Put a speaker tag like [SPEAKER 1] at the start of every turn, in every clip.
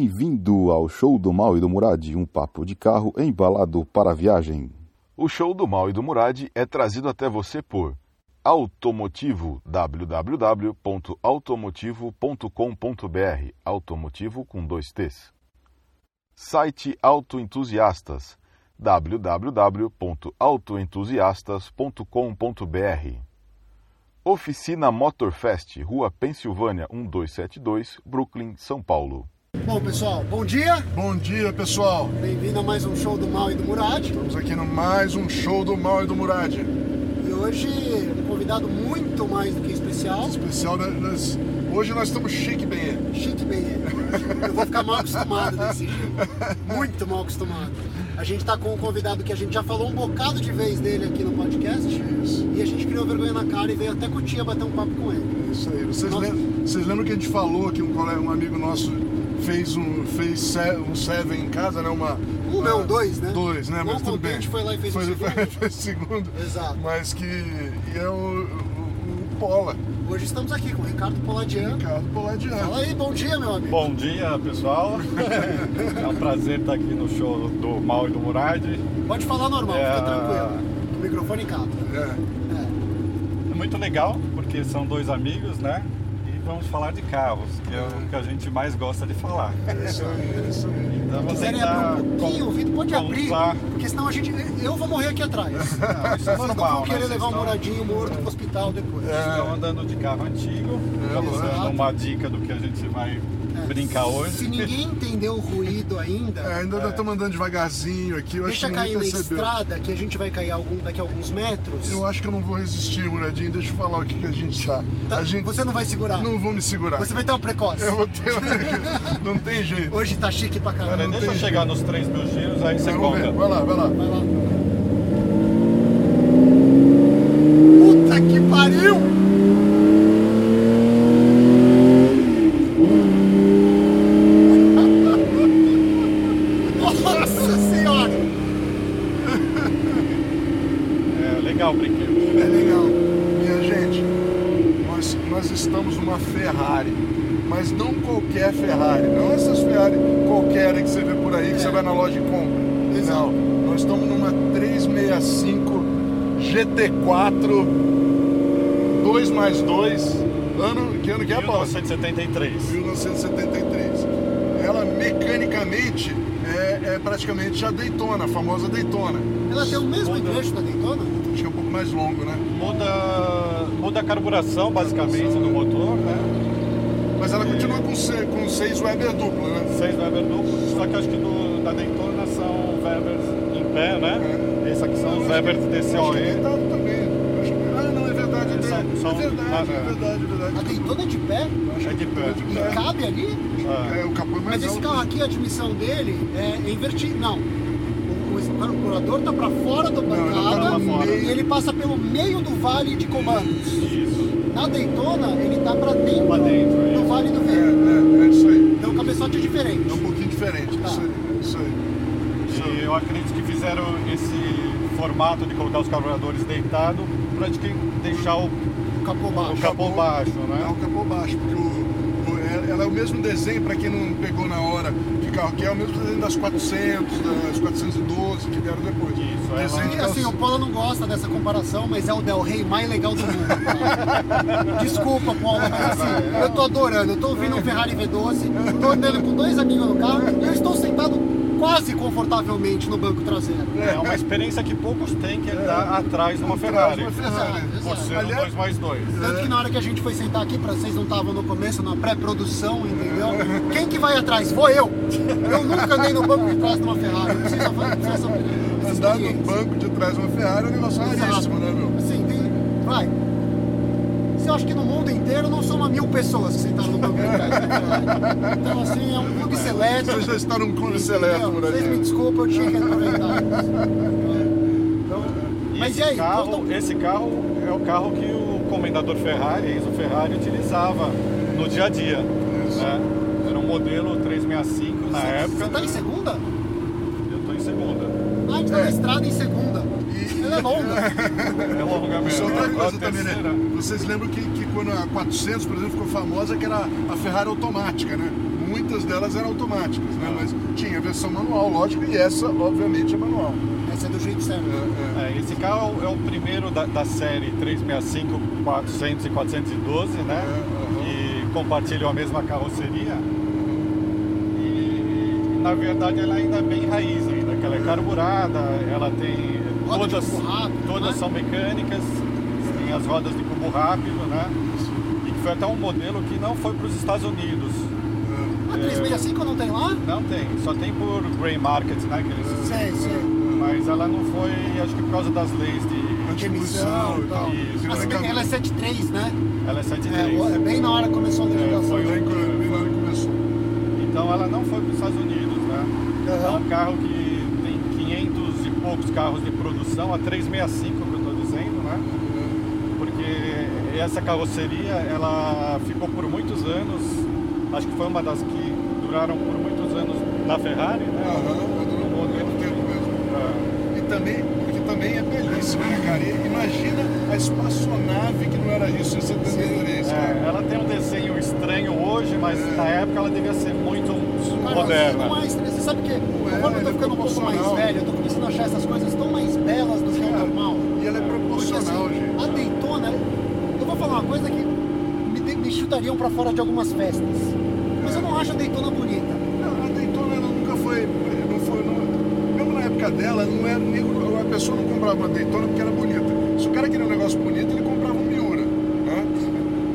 [SPEAKER 1] Bem-vindo ao Show do Mal e do Murad, um papo de carro embalado para a viagem. O Show do Mal e do Murad é trazido até você por Automotivo, www.automotivo.com.br, automotivo com dois T's. Site Autoentusiastas, www.autoentusiastas.com.br. Oficina Motorfest, Rua Pensilvânia 1272, Brooklyn, São Paulo.
[SPEAKER 2] Bom, pessoal, bom dia.
[SPEAKER 3] Bom dia, pessoal.
[SPEAKER 2] Bem-vindo a mais um show do Mal e do Murad.
[SPEAKER 3] Estamos aqui no mais um show do Mal e do Murad.
[SPEAKER 2] E hoje, um convidado muito mais do que especial.
[SPEAKER 3] Especial, né? Nós- hoje nós estamos chique bem.
[SPEAKER 2] Chique bem ele. Eu vou ficar mal acostumado desse jeito. Muito mal acostumado. A gente tá com um convidado que a gente já falou um bocado de vez dele aqui no podcast. E a gente criou vergonha na cara e veio até Cotia bater um papo com ele.
[SPEAKER 3] É Isso aí. Vocês,
[SPEAKER 2] Nossa.
[SPEAKER 3] lembram, vocês lembram que a gente falou que um, colega, um amigo nosso fez um, fez se- um seven em casa, né? Uma,
[SPEAKER 2] Um
[SPEAKER 3] uma-
[SPEAKER 2] não, dois, né?
[SPEAKER 3] Dois, né?
[SPEAKER 2] Não
[SPEAKER 3] Mas tudo bem.
[SPEAKER 2] contente, foi lá e fez o segundo.
[SPEAKER 3] fez o segundo.
[SPEAKER 2] Exato.
[SPEAKER 3] Mas que... E é o, o, o Pola.
[SPEAKER 2] Hoje estamos aqui com o Ricardo Poladian.
[SPEAKER 3] Ricardo Poladiano.
[SPEAKER 2] É? Fala aí, bom dia, meu amigo.
[SPEAKER 4] Bom dia, pessoal. É um prazer estar aqui no show do Mal e do Murad. É
[SPEAKER 2] Pode falar normal,
[SPEAKER 4] É.
[SPEAKER 2] fica tranquilo. O microfone capta.
[SPEAKER 3] É.
[SPEAKER 2] É.
[SPEAKER 4] muito legal, porque são dois amigos, né? E vamos falar de carros, que é o que a gente mais gosta de falar.
[SPEAKER 3] É, Isso aí, isso aí.
[SPEAKER 4] Então vamos
[SPEAKER 2] Quiserem
[SPEAKER 4] tentar...
[SPEAKER 2] abrir um pouquinho o ouvido, pode
[SPEAKER 4] vamos
[SPEAKER 2] abrir,
[SPEAKER 4] lá.
[SPEAKER 2] porque senão a gente. Eu vou morrer aqui atrás.
[SPEAKER 4] Não, isso é
[SPEAKER 2] Vocês não
[SPEAKER 4] normal,
[SPEAKER 2] vão
[SPEAKER 4] né?
[SPEAKER 2] querer
[SPEAKER 4] Vocês É.
[SPEAKER 2] levar um
[SPEAKER 4] estão-
[SPEAKER 2] moradinho morto pro hospital depois.
[SPEAKER 4] vocês Estão tá andando de carro antigo, estamos
[SPEAKER 2] É, exato.
[SPEAKER 4] dando uma dica do que a gente vai
[SPEAKER 2] É,
[SPEAKER 4] brincar hoje.
[SPEAKER 2] Se ninguém entendeu o ruído ainda,
[SPEAKER 3] É, ainda estamos andando devagarzinho aqui. Eu
[SPEAKER 2] deixa
[SPEAKER 3] acho que
[SPEAKER 2] cair
[SPEAKER 3] ninguém
[SPEAKER 2] na
[SPEAKER 3] percebeu.
[SPEAKER 2] estrada que a gente vai cair algum, daqui a alguns metros.
[SPEAKER 3] Eu acho que eu não vou resistir, Muradinho. Deixa eu falar o que, que a gente tá.
[SPEAKER 2] Tá?
[SPEAKER 3] A gente
[SPEAKER 2] Você não vai segurar.
[SPEAKER 3] não vou me segurar.
[SPEAKER 2] Você vai ter uma precoce.
[SPEAKER 3] Eu vou ter. não tem jeito.
[SPEAKER 2] Hoje tá chique pra
[SPEAKER 4] Peraí,
[SPEAKER 2] caramba.
[SPEAKER 4] deixa eu
[SPEAKER 3] tem
[SPEAKER 4] chegar nos 3 mil giros, aí você
[SPEAKER 3] Vamos ver.
[SPEAKER 4] conta.
[SPEAKER 3] Vai lá, vai lá.
[SPEAKER 2] Vai lá. Puta que pariu! Nossa senhora!
[SPEAKER 4] É legal o brinquedo.
[SPEAKER 3] É legal. Minha gente, nós, nós estamos numa Ferrari. Mas não qualquer Ferrari. Não essas Ferrari qualquer que você vê por aí, que você vai na loja e compra.
[SPEAKER 2] Exato.
[SPEAKER 3] Não. Nós estamos numa 365 GT4 2 mais 2. Ano, que ano que é, Paulo?
[SPEAKER 4] 1973.
[SPEAKER 3] 1973. Ela mecanicamente é, é praticamente a Daytona, a famosa Daytona.
[SPEAKER 2] Ela tem o mesmo
[SPEAKER 4] Mudou.
[SPEAKER 2] endereço da Daytona?
[SPEAKER 3] Acho que é um pouco mais longo, né?
[SPEAKER 4] Muda, muda a carburação basicamente
[SPEAKER 3] Carburação,
[SPEAKER 4] do
[SPEAKER 3] né?
[SPEAKER 4] motor, né?
[SPEAKER 3] Mas ela continua com, se- com seis Weber dupla, né?
[SPEAKER 4] 6 Weber duplo, só que acho que do, da Daytona são Webers em pé, né?
[SPEAKER 2] É.
[SPEAKER 4] Esse aqui são os Webers
[SPEAKER 3] Acho que é
[SPEAKER 4] DCOE.
[SPEAKER 3] deitado também. Acho que- Ah, não, é verdade. É,
[SPEAKER 4] É, são- são-
[SPEAKER 3] verdade,
[SPEAKER 4] ah,
[SPEAKER 3] é
[SPEAKER 4] é.
[SPEAKER 3] verdade, é verdade.
[SPEAKER 2] A Daytona é de pé?
[SPEAKER 4] É de pé.
[SPEAKER 2] E
[SPEAKER 3] É.
[SPEAKER 2] cabe ali?
[SPEAKER 3] É, o capô é mais
[SPEAKER 2] Mas esse
[SPEAKER 3] alto.
[SPEAKER 2] carro aqui, a admissão dele é invertida. Não. O, o procurador tá pra fora da
[SPEAKER 3] ele tá pra
[SPEAKER 2] bancada
[SPEAKER 3] fora.
[SPEAKER 2] e ele passa pelo meio do vale de comandos.
[SPEAKER 4] Isso.
[SPEAKER 2] Na Daytona, ele tá pra dentro,
[SPEAKER 4] Pra dentro, é.
[SPEAKER 2] do Vale do
[SPEAKER 3] É,
[SPEAKER 2] Vento.
[SPEAKER 3] é, é isso aí.
[SPEAKER 2] Então o cabeçote é diferente.
[SPEAKER 3] É um pouquinho diferente.
[SPEAKER 2] Tá.
[SPEAKER 3] Isso aí, isso aí.
[SPEAKER 4] E eu acredito que fizeram esse formato de colocar os carburadores deitado para de que- deixar o,
[SPEAKER 2] O capô baixo.
[SPEAKER 4] o capô baixo,
[SPEAKER 3] É
[SPEAKER 4] né?
[SPEAKER 3] o capô baixo, porque o, o- ela- ela é o mesmo desenho, para quem não pegou na hora que carro que é, é o mesmo desenho das 400, das 412 que vieram depois.
[SPEAKER 4] Isso, é, ela-
[SPEAKER 3] desenho
[SPEAKER 2] E,
[SPEAKER 3] de
[SPEAKER 2] assim, o
[SPEAKER 3] calcinha.
[SPEAKER 4] um
[SPEAKER 2] Polo não gosta dessa comparação, mas é o Del Rey mais legal do mundo. cara. Desculpa, Polo, mas assim, eu tô adorando. Eu tô ouvindo um Ferrari V12, tô andando com dois amigos no carro e eu estou sentado quase confortavelmente no banco traseiro.
[SPEAKER 4] É uma experiência que poucos têm que é andar atrás de uma
[SPEAKER 3] Atrás de
[SPEAKER 4] Ferrari.
[SPEAKER 3] uma Ferrari.
[SPEAKER 2] Exato,
[SPEAKER 4] Por ser um
[SPEAKER 3] Aliás-
[SPEAKER 4] 2 mais 2.
[SPEAKER 2] Tanto que na hora que a gente foi sentar aqui, pra vocês não estavam no começo, na pré-produção, entendeu? Quem que vai atrás? Vou eu! Eu nunca andei no banco de trás de uma Ferrari. Não sei se eu faço- não sei se eu- essa
[SPEAKER 3] Andar no
[SPEAKER 2] experiência.
[SPEAKER 3] banco de trás de uma Ferrari é um negócio raríssimo, né, meu?
[SPEAKER 2] Assim, tem. Vai. Você acha que no mundo inteiro não são uma mil pessoas que sentaram no banco de trás? da Ferrari. Então, assim, é um clube seleto.
[SPEAKER 3] Você já está num clube
[SPEAKER 2] entendeu?
[SPEAKER 3] seleto,
[SPEAKER 2] Vocês me
[SPEAKER 3] Muradinho.
[SPEAKER 2] desculpem, eu tinha que aproveitar.
[SPEAKER 4] E
[SPEAKER 2] Mas
[SPEAKER 4] esse
[SPEAKER 2] e aí,
[SPEAKER 4] Carro,
[SPEAKER 2] conta-
[SPEAKER 4] Esse carro é o carro que o comendador Ferrari, Enzo Ferrari, utilizava no dia a dia. né? Era um modelo 365 na época.
[SPEAKER 2] Você tá em segunda? Ah,
[SPEAKER 4] Eu estou em segunda.
[SPEAKER 2] a gente tá
[SPEAKER 3] É.
[SPEAKER 2] na estrada em segunda. Ela é longa.
[SPEAKER 4] É longa
[SPEAKER 3] Isso é
[SPEAKER 4] mesmo.
[SPEAKER 3] outra
[SPEAKER 4] né?
[SPEAKER 3] coisa
[SPEAKER 4] a
[SPEAKER 3] também, né?
[SPEAKER 4] terceira.
[SPEAKER 3] Vocês lembram que, que quando a 400, por exemplo, ficou famosa, que era a Ferrari automática, né? muitas delas eram automáticas, né? Mas tinha a versão manual, lógico, e essa, obviamente, é manual.
[SPEAKER 2] Essa é do jeito certo.
[SPEAKER 3] É, é.
[SPEAKER 4] É, esse carro é o primeiro da, da série 365, 400 e 412, né?
[SPEAKER 3] É,
[SPEAKER 4] E compartilham a mesma carroceria. E, e, na verdade ela ainda é bem raiz ainda, que ela é carburada, ela tem
[SPEAKER 2] Roda de
[SPEAKER 4] todas,
[SPEAKER 2] cubo rápido,
[SPEAKER 4] todas
[SPEAKER 2] né?
[SPEAKER 4] são mecânicas, tem as rodas de cubo rápido, né? E que foi até um modelo que não foi para os Estados Unidos.
[SPEAKER 2] A 365 não tem lá?
[SPEAKER 4] Não tem, só tem por grey market, né? Que eles
[SPEAKER 2] Sei, sei.
[SPEAKER 4] mas ela não foi, acho que por causa das leis de.
[SPEAKER 3] Anticorrupção
[SPEAKER 2] Emissão e tal.
[SPEAKER 4] Isso. né?
[SPEAKER 2] Mas tem- ela é 73, né?
[SPEAKER 4] Ela é 7
[SPEAKER 2] É, bem na hora que começou a assim. legislação.
[SPEAKER 4] foi
[SPEAKER 3] Bem quando- bem na hora que começou.
[SPEAKER 4] Então ela não foi para os Estados Unidos, né? É um carro que tem 500 e poucos carros de produção, a 365 que eu estou dizendo, né? Porque essa carroceria, ela ficou por muitos anos, acho que foi uma das que duraram por muitos anos na Ferrari, né?
[SPEAKER 3] Aham, durou um bom tempo mesmo. E também, porque também é belíssima, né, cara? E imagina a espaçonave que não era isso em 73, cara.
[SPEAKER 4] É, ela tem um desenho estranho hoje, mas na época ela devia ser muito
[SPEAKER 2] Cara,
[SPEAKER 4] moderna.
[SPEAKER 2] É. não é estranho. Você sabe que conforme eu
[SPEAKER 3] ela
[SPEAKER 2] tô
[SPEAKER 3] é
[SPEAKER 2] ficando um pouco mais
[SPEAKER 3] proporcional.
[SPEAKER 2] velho, eu tô começando a achar essas coisas tão mais belas do que o normal.
[SPEAKER 3] E ela é
[SPEAKER 2] Porque
[SPEAKER 3] proporcional,
[SPEAKER 2] assim,
[SPEAKER 3] gente.
[SPEAKER 2] a Daytona, eu vou falar uma coisa que me, de- me chutariam pra fora de algumas festas. Mas eu não acho a Daytona bonita.
[SPEAKER 3] Não, A Daytona ela nunca foi. Não foi não- mesmo na época dela, não era negro, a pessoa não comprava uma Daytona porque era bonita. Se o cara queria um negócio bonito, ele comprava um Miura. Né?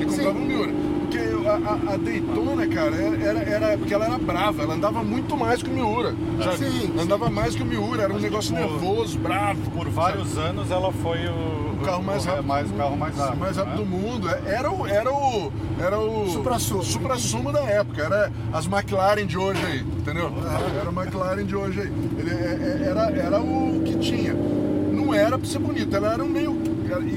[SPEAKER 3] Ele comprava
[SPEAKER 2] Sim.
[SPEAKER 3] um Miura. Porque a, a- a Daytona, cara, era, era. Porque ela era brava, ela andava muito mais que o Miura. Sabe?
[SPEAKER 2] Sim, sim.
[SPEAKER 3] Andava mais que o Miura, era um negócio
[SPEAKER 4] por-
[SPEAKER 3] nervoso, bravo.
[SPEAKER 4] Por vários anos ela foi o,
[SPEAKER 3] O carro mais
[SPEAKER 4] o-
[SPEAKER 3] rápido.
[SPEAKER 4] É,
[SPEAKER 3] do
[SPEAKER 4] mais- o
[SPEAKER 3] mundo.
[SPEAKER 4] carro mais rápido.
[SPEAKER 3] Mais
[SPEAKER 4] né?
[SPEAKER 3] rápido do mundo. É, Era o. Era o. Era o.
[SPEAKER 2] Supra-sumo.
[SPEAKER 3] supra-sumo da época. Era as McLaren de hoje aí, entendeu? Era a McLaren de hoje aí. Ele, é- é- era, era o que tinha. Não era pra ser bonita, ela era um meio.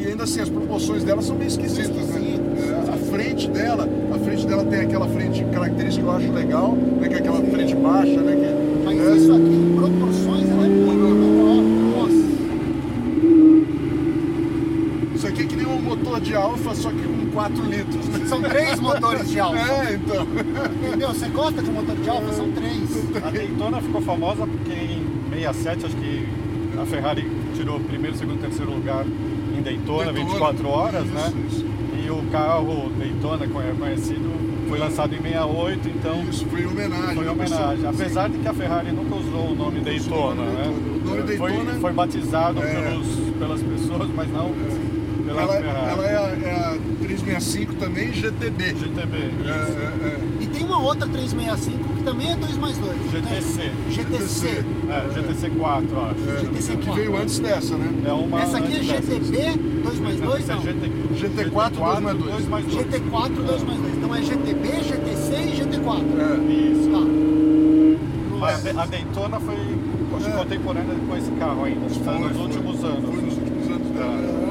[SPEAKER 3] E ainda assim, as proporções dela são meio esquisitas, né? É, A frente dela, a frente dela tem aquela frente característica que eu acho legal, né? Que é aquela frente baixa, né? Que,
[SPEAKER 2] Mas
[SPEAKER 3] né?
[SPEAKER 2] isso aqui, em proporções, ela é muito ó,
[SPEAKER 3] Isso aqui é que nem um motor de alfa, só que com 4 litros. né?
[SPEAKER 2] nossa. São três motores de alfa.
[SPEAKER 3] É, então.
[SPEAKER 2] Entendeu? Você gosta de motor de alfa? São três.
[SPEAKER 4] A Daytona ficou famosa porque em 67, acho que a Ferrari tirou primeiro, segundo, terceiro lugar em Daytona, 24 horas,
[SPEAKER 3] Isso,
[SPEAKER 4] né?
[SPEAKER 3] Isso,
[SPEAKER 4] E o carro Daytona, como é conhecido, foi lançado em 68, então
[SPEAKER 3] Isso, foi em homenagem.
[SPEAKER 4] foi
[SPEAKER 3] né,
[SPEAKER 4] uma homenagem.
[SPEAKER 3] pessoal?
[SPEAKER 4] Apesar de que a Ferrari nunca usou o nome Daytona, né?
[SPEAKER 3] O nome
[SPEAKER 4] Foi-
[SPEAKER 3] Daytona-
[SPEAKER 4] Foi, batizado
[SPEAKER 3] É.
[SPEAKER 4] pelos, pelas pessoas, mas não pela
[SPEAKER 3] Ela,
[SPEAKER 4] Ferrari.
[SPEAKER 3] ela é, a, é a 365 também, GTB.
[SPEAKER 4] GTB.
[SPEAKER 3] É, é,
[SPEAKER 2] E tem uma outra 365 que também é 2 mais 2.
[SPEAKER 4] GTC.
[SPEAKER 2] GTC.
[SPEAKER 4] É, GTC4, eu acho.
[SPEAKER 3] é,
[SPEAKER 2] GTC
[SPEAKER 3] é, que veio antes dessa, né?
[SPEAKER 4] É uma
[SPEAKER 2] Essa aqui é
[SPEAKER 4] antes dessa.
[SPEAKER 2] GTB 2 mais 2,
[SPEAKER 4] Essa é
[SPEAKER 2] não.
[SPEAKER 4] GT,
[SPEAKER 3] GT4,
[SPEAKER 4] 2
[SPEAKER 3] dois mais dois.
[SPEAKER 4] mais dois.
[SPEAKER 2] GT4 2 mais 2. Então é GTB, GTC e GT4.
[SPEAKER 3] É.
[SPEAKER 4] Isso.
[SPEAKER 2] Tá.
[SPEAKER 4] Mas a Daytona foi acho
[SPEAKER 3] É.
[SPEAKER 4] que contemporânea com esse carro ainda, acho que tá
[SPEAKER 3] Foi,
[SPEAKER 4] nos
[SPEAKER 3] foi.
[SPEAKER 4] últimos
[SPEAKER 3] Foi nos
[SPEAKER 4] anos.
[SPEAKER 3] últimos anos dela.
[SPEAKER 4] E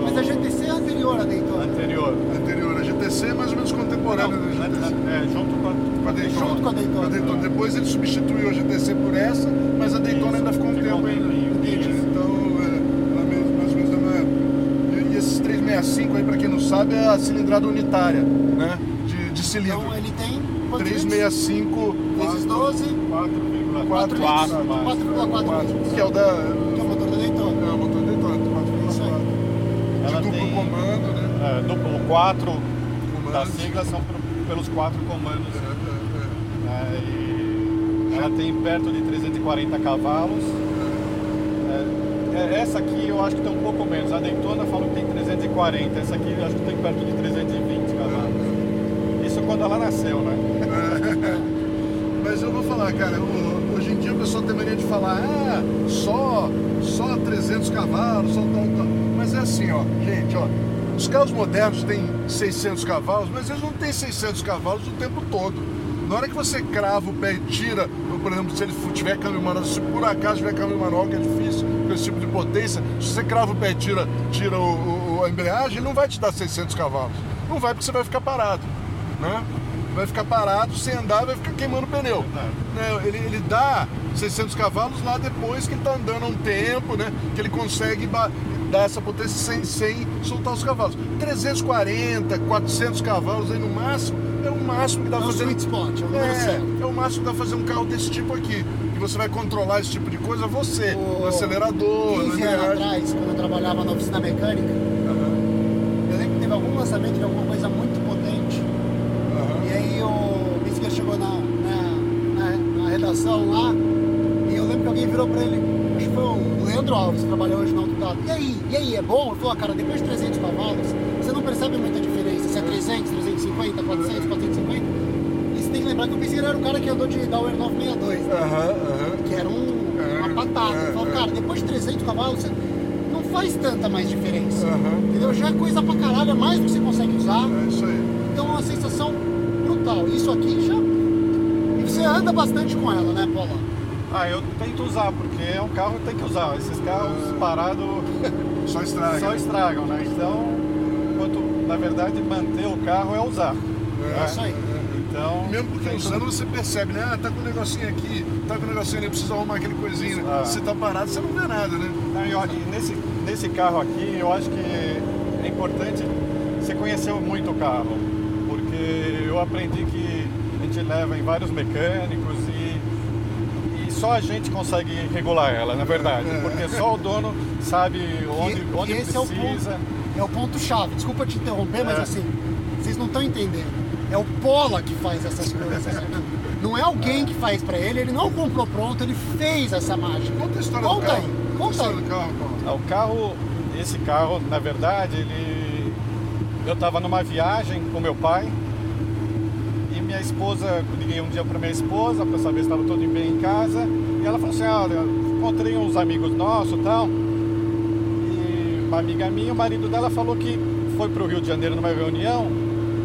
[SPEAKER 4] o
[SPEAKER 2] Mas a GTC é anterior à Daytona.
[SPEAKER 4] anterior.
[SPEAKER 3] É, Anterior, a GTC é mais ou menos contemporânea da
[SPEAKER 4] Não,
[SPEAKER 3] GTC.
[SPEAKER 4] é, é, junto com a, com a Daytona.
[SPEAKER 2] Junto com a
[SPEAKER 3] Com a
[SPEAKER 2] Daytona.
[SPEAKER 3] Daytona. Depois ele substituiu a GTC por essa, mas a Daytona
[SPEAKER 4] Isso,
[SPEAKER 3] ainda ficou um
[SPEAKER 4] ficou um
[SPEAKER 3] tempo ainda.
[SPEAKER 4] tempinho,
[SPEAKER 3] Entendi.
[SPEAKER 4] isso.
[SPEAKER 3] Então, é, ela mesmo, mais ou menos da mesma época. E, e esses 365 aí, pra quem não sabe, é a cilindrada unitária, né? De, de cilindro.
[SPEAKER 2] Então ele tem quantos litros?
[SPEAKER 3] 365
[SPEAKER 2] vezes 12, 4
[SPEAKER 4] 4,4.
[SPEAKER 2] litros.
[SPEAKER 4] mais.
[SPEAKER 2] 4,4 litros.
[SPEAKER 3] que é o da.
[SPEAKER 2] Que é o motor da Daytona.
[SPEAKER 3] É, o motor de tanto,
[SPEAKER 2] Isso aí.
[SPEAKER 3] 4,4.
[SPEAKER 4] Ela
[SPEAKER 3] De duplo
[SPEAKER 4] tem- tá
[SPEAKER 3] comando, né?
[SPEAKER 4] É, duplo 4
[SPEAKER 3] Comando.
[SPEAKER 4] da sigla são pro- pelos quatro comandos.
[SPEAKER 3] É, é,
[SPEAKER 4] né, e ela tem perto de 340 cavalos. É, é, essa aqui eu acho que tem um pouco menos. A Daytona falou que tem 340. Essa aqui eu acho que tem perto de 320 cavalos. Isso quando ela nasceu, né?
[SPEAKER 3] é. Mas eu vou falar, cara, o- hoje em dia o pessoal tem mania de falar, ah, só, só 300 cavalos, só tal, tal. Mas é assim, ó, gente, ó. Os carros modernos têm 600 cavalos, mas eles não têm 600 cavalos o tempo todo. Na hora que você crava o pé e tira, ou, por exemplo, se ele for- tiver câmbio manual, se por acaso tiver câmbio manual, que é difícil com esse tipo de potência, se você crava o pé e tira, tira o, o- a embreagem, não vai te dar 600 cavalos. Não vai porque você vai ficar parado, né? Vai ficar parado, sem andar, vai ficar queimando o pneu. Né? Ele, ele dá 600 cavalos lá depois que ele tá andando há um tempo, né? Que ele consegue ba- dar essa potência sem, sem soltar os cavalos. 340, 400 cavalos aí no máximo, é o máximo que dá
[SPEAKER 2] É
[SPEAKER 3] pra
[SPEAKER 2] um
[SPEAKER 3] fazer.
[SPEAKER 2] sweet spot, é o número certo.
[SPEAKER 3] É, é o máximo que dá pra fazer um carro desse tipo aqui. E você vai controlar esse tipo de coisa você,
[SPEAKER 2] O-
[SPEAKER 3] no acelerador, na
[SPEAKER 4] é
[SPEAKER 2] 15 anos
[SPEAKER 3] embreagem.
[SPEAKER 2] atrás, quando eu trabalhava na oficina mecânica,
[SPEAKER 3] Aham,
[SPEAKER 2] eu lembro que teve algum lançamento de alguma coisa muito potente.
[SPEAKER 3] aham.
[SPEAKER 2] E aí o Bisquet chegou na, na, na- na redação lá, e eu lembro que alguém virou pra ele, acho que foi o Leandro Alves, que trabalhou hoje na Autodata. E aí, e aí, é bom? Ele falou, "Ah, cara, depois de 300 cavalos, você não percebe muita diferença, se é 300, 350, 400, 450. E você tem que lembrar que o Bisquet era o cara que andou de Dauer 962, né?
[SPEAKER 3] Aham, aham.
[SPEAKER 2] que era um- uma patada. Ele falou, cara, depois de 300 cavalos, você não faz tanta mais diferença.
[SPEAKER 3] Aham.
[SPEAKER 2] Entendeu? Já é coisa pra caralho, é mais do que você consegue usar.
[SPEAKER 3] É isso aí.
[SPEAKER 2] Então é uma sensação brutal. Isso aqui já. E você anda bastante com ela, né, Paula?
[SPEAKER 4] Ah, eu tento usar, porque é um carro que tem que usar. Esses carros parados
[SPEAKER 3] Só estraga.
[SPEAKER 4] só estragam, né? Então, quanto, na verdade, manter o carro é usar.
[SPEAKER 2] É isso aí.
[SPEAKER 4] Então,
[SPEAKER 3] Mesmo porque
[SPEAKER 4] tem
[SPEAKER 3] usando você percebe, né? Ah, tá com um negocinho aqui, tá com um negocinho ali, precisa arrumar aquele coisinho. né?
[SPEAKER 4] Ah.
[SPEAKER 3] Se tá parado, você não vê nada, né?
[SPEAKER 4] Não, e olha, e nesse, nesse carro aqui, eu acho que é importante você conhecer muito o carro, porque eu aprendi que a gente leva em vários mecânicos e, e só a gente consegue regular ela, na verdade, porque só o dono sabe onde,
[SPEAKER 2] É. e
[SPEAKER 4] onde
[SPEAKER 2] esse é o ponto.
[SPEAKER 4] precisa.
[SPEAKER 2] É o ponto-chave. Desculpa te interromper, mas
[SPEAKER 4] É.
[SPEAKER 2] assim, vocês não estão entendendo. É o Pola que faz essas coisas. aqui. Não é alguém que faz pra ele, ele não comprou pronto, ele fez essa mágica.
[SPEAKER 3] Conta a história
[SPEAKER 2] Conta
[SPEAKER 3] do carro.
[SPEAKER 2] aí, conta
[SPEAKER 3] a história
[SPEAKER 2] aí.
[SPEAKER 3] do carro, Paulo.
[SPEAKER 4] Ah, O carro, esse carro, na verdade, ele. Eu estava numa viagem com meu pai e minha esposa, liguei um dia para minha esposa para saber se estava tudo bem em casa e ela falou assim: Olha, encontrei uns amigos nossos e tal. E uma amiga minha, o marido dela falou que foi para o Rio de Janeiro numa reunião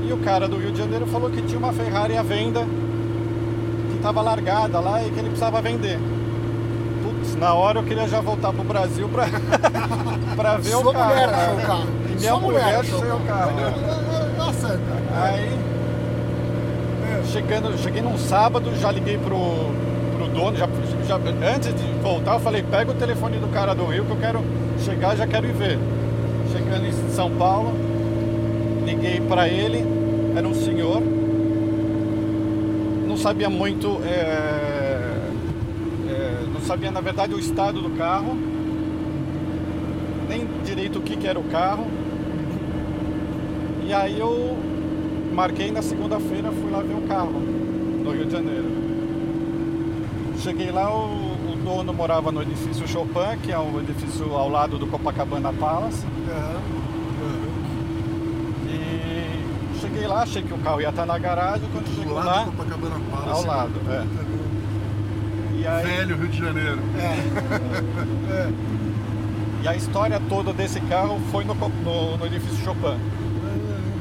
[SPEAKER 4] e o cara do Rio de Janeiro falou que tinha uma Ferrari à venda que estava largada lá e que ele precisava vender. Putz, na hora eu queria já voltar pro Brasil pra, pra ver
[SPEAKER 2] Sua
[SPEAKER 4] o carro.
[SPEAKER 2] mulher
[SPEAKER 4] né?
[SPEAKER 2] achou o carro.
[SPEAKER 4] E minha
[SPEAKER 2] Sua mulher
[SPEAKER 4] mulher
[SPEAKER 2] achou
[SPEAKER 4] achou o carro. né?
[SPEAKER 2] Nossa,
[SPEAKER 4] Aí, chegando, cheguei num sábado, já liguei pro, pro dono, já, já- antes de voltar, eu falei, pega o telefone do cara do Rio que eu quero chegar, já quero ir ver. Chegando em São Paulo, liguei pra ele, era um senhor, não sabia muito, é, é, não sabia na verdade o estado do carro, nem direito o que, que era o carro. E aí eu marquei na segunda-feira, fui lá ver o carro no Rio de Janeiro. Cheguei lá, o, o dono morava no edifício Chopin, que é um edifício ao lado do Copacabana Palace. E cheguei lá, achei que o carro ia estar na garagem, quando
[SPEAKER 3] Do
[SPEAKER 4] chegou
[SPEAKER 3] lado
[SPEAKER 4] lá,
[SPEAKER 3] do Copacabana Palace.
[SPEAKER 4] ao lado. é. E aí-
[SPEAKER 3] Velho Rio de Janeiro.
[SPEAKER 4] E a história toda desse carro foi no, co- no- no edifício Chopin.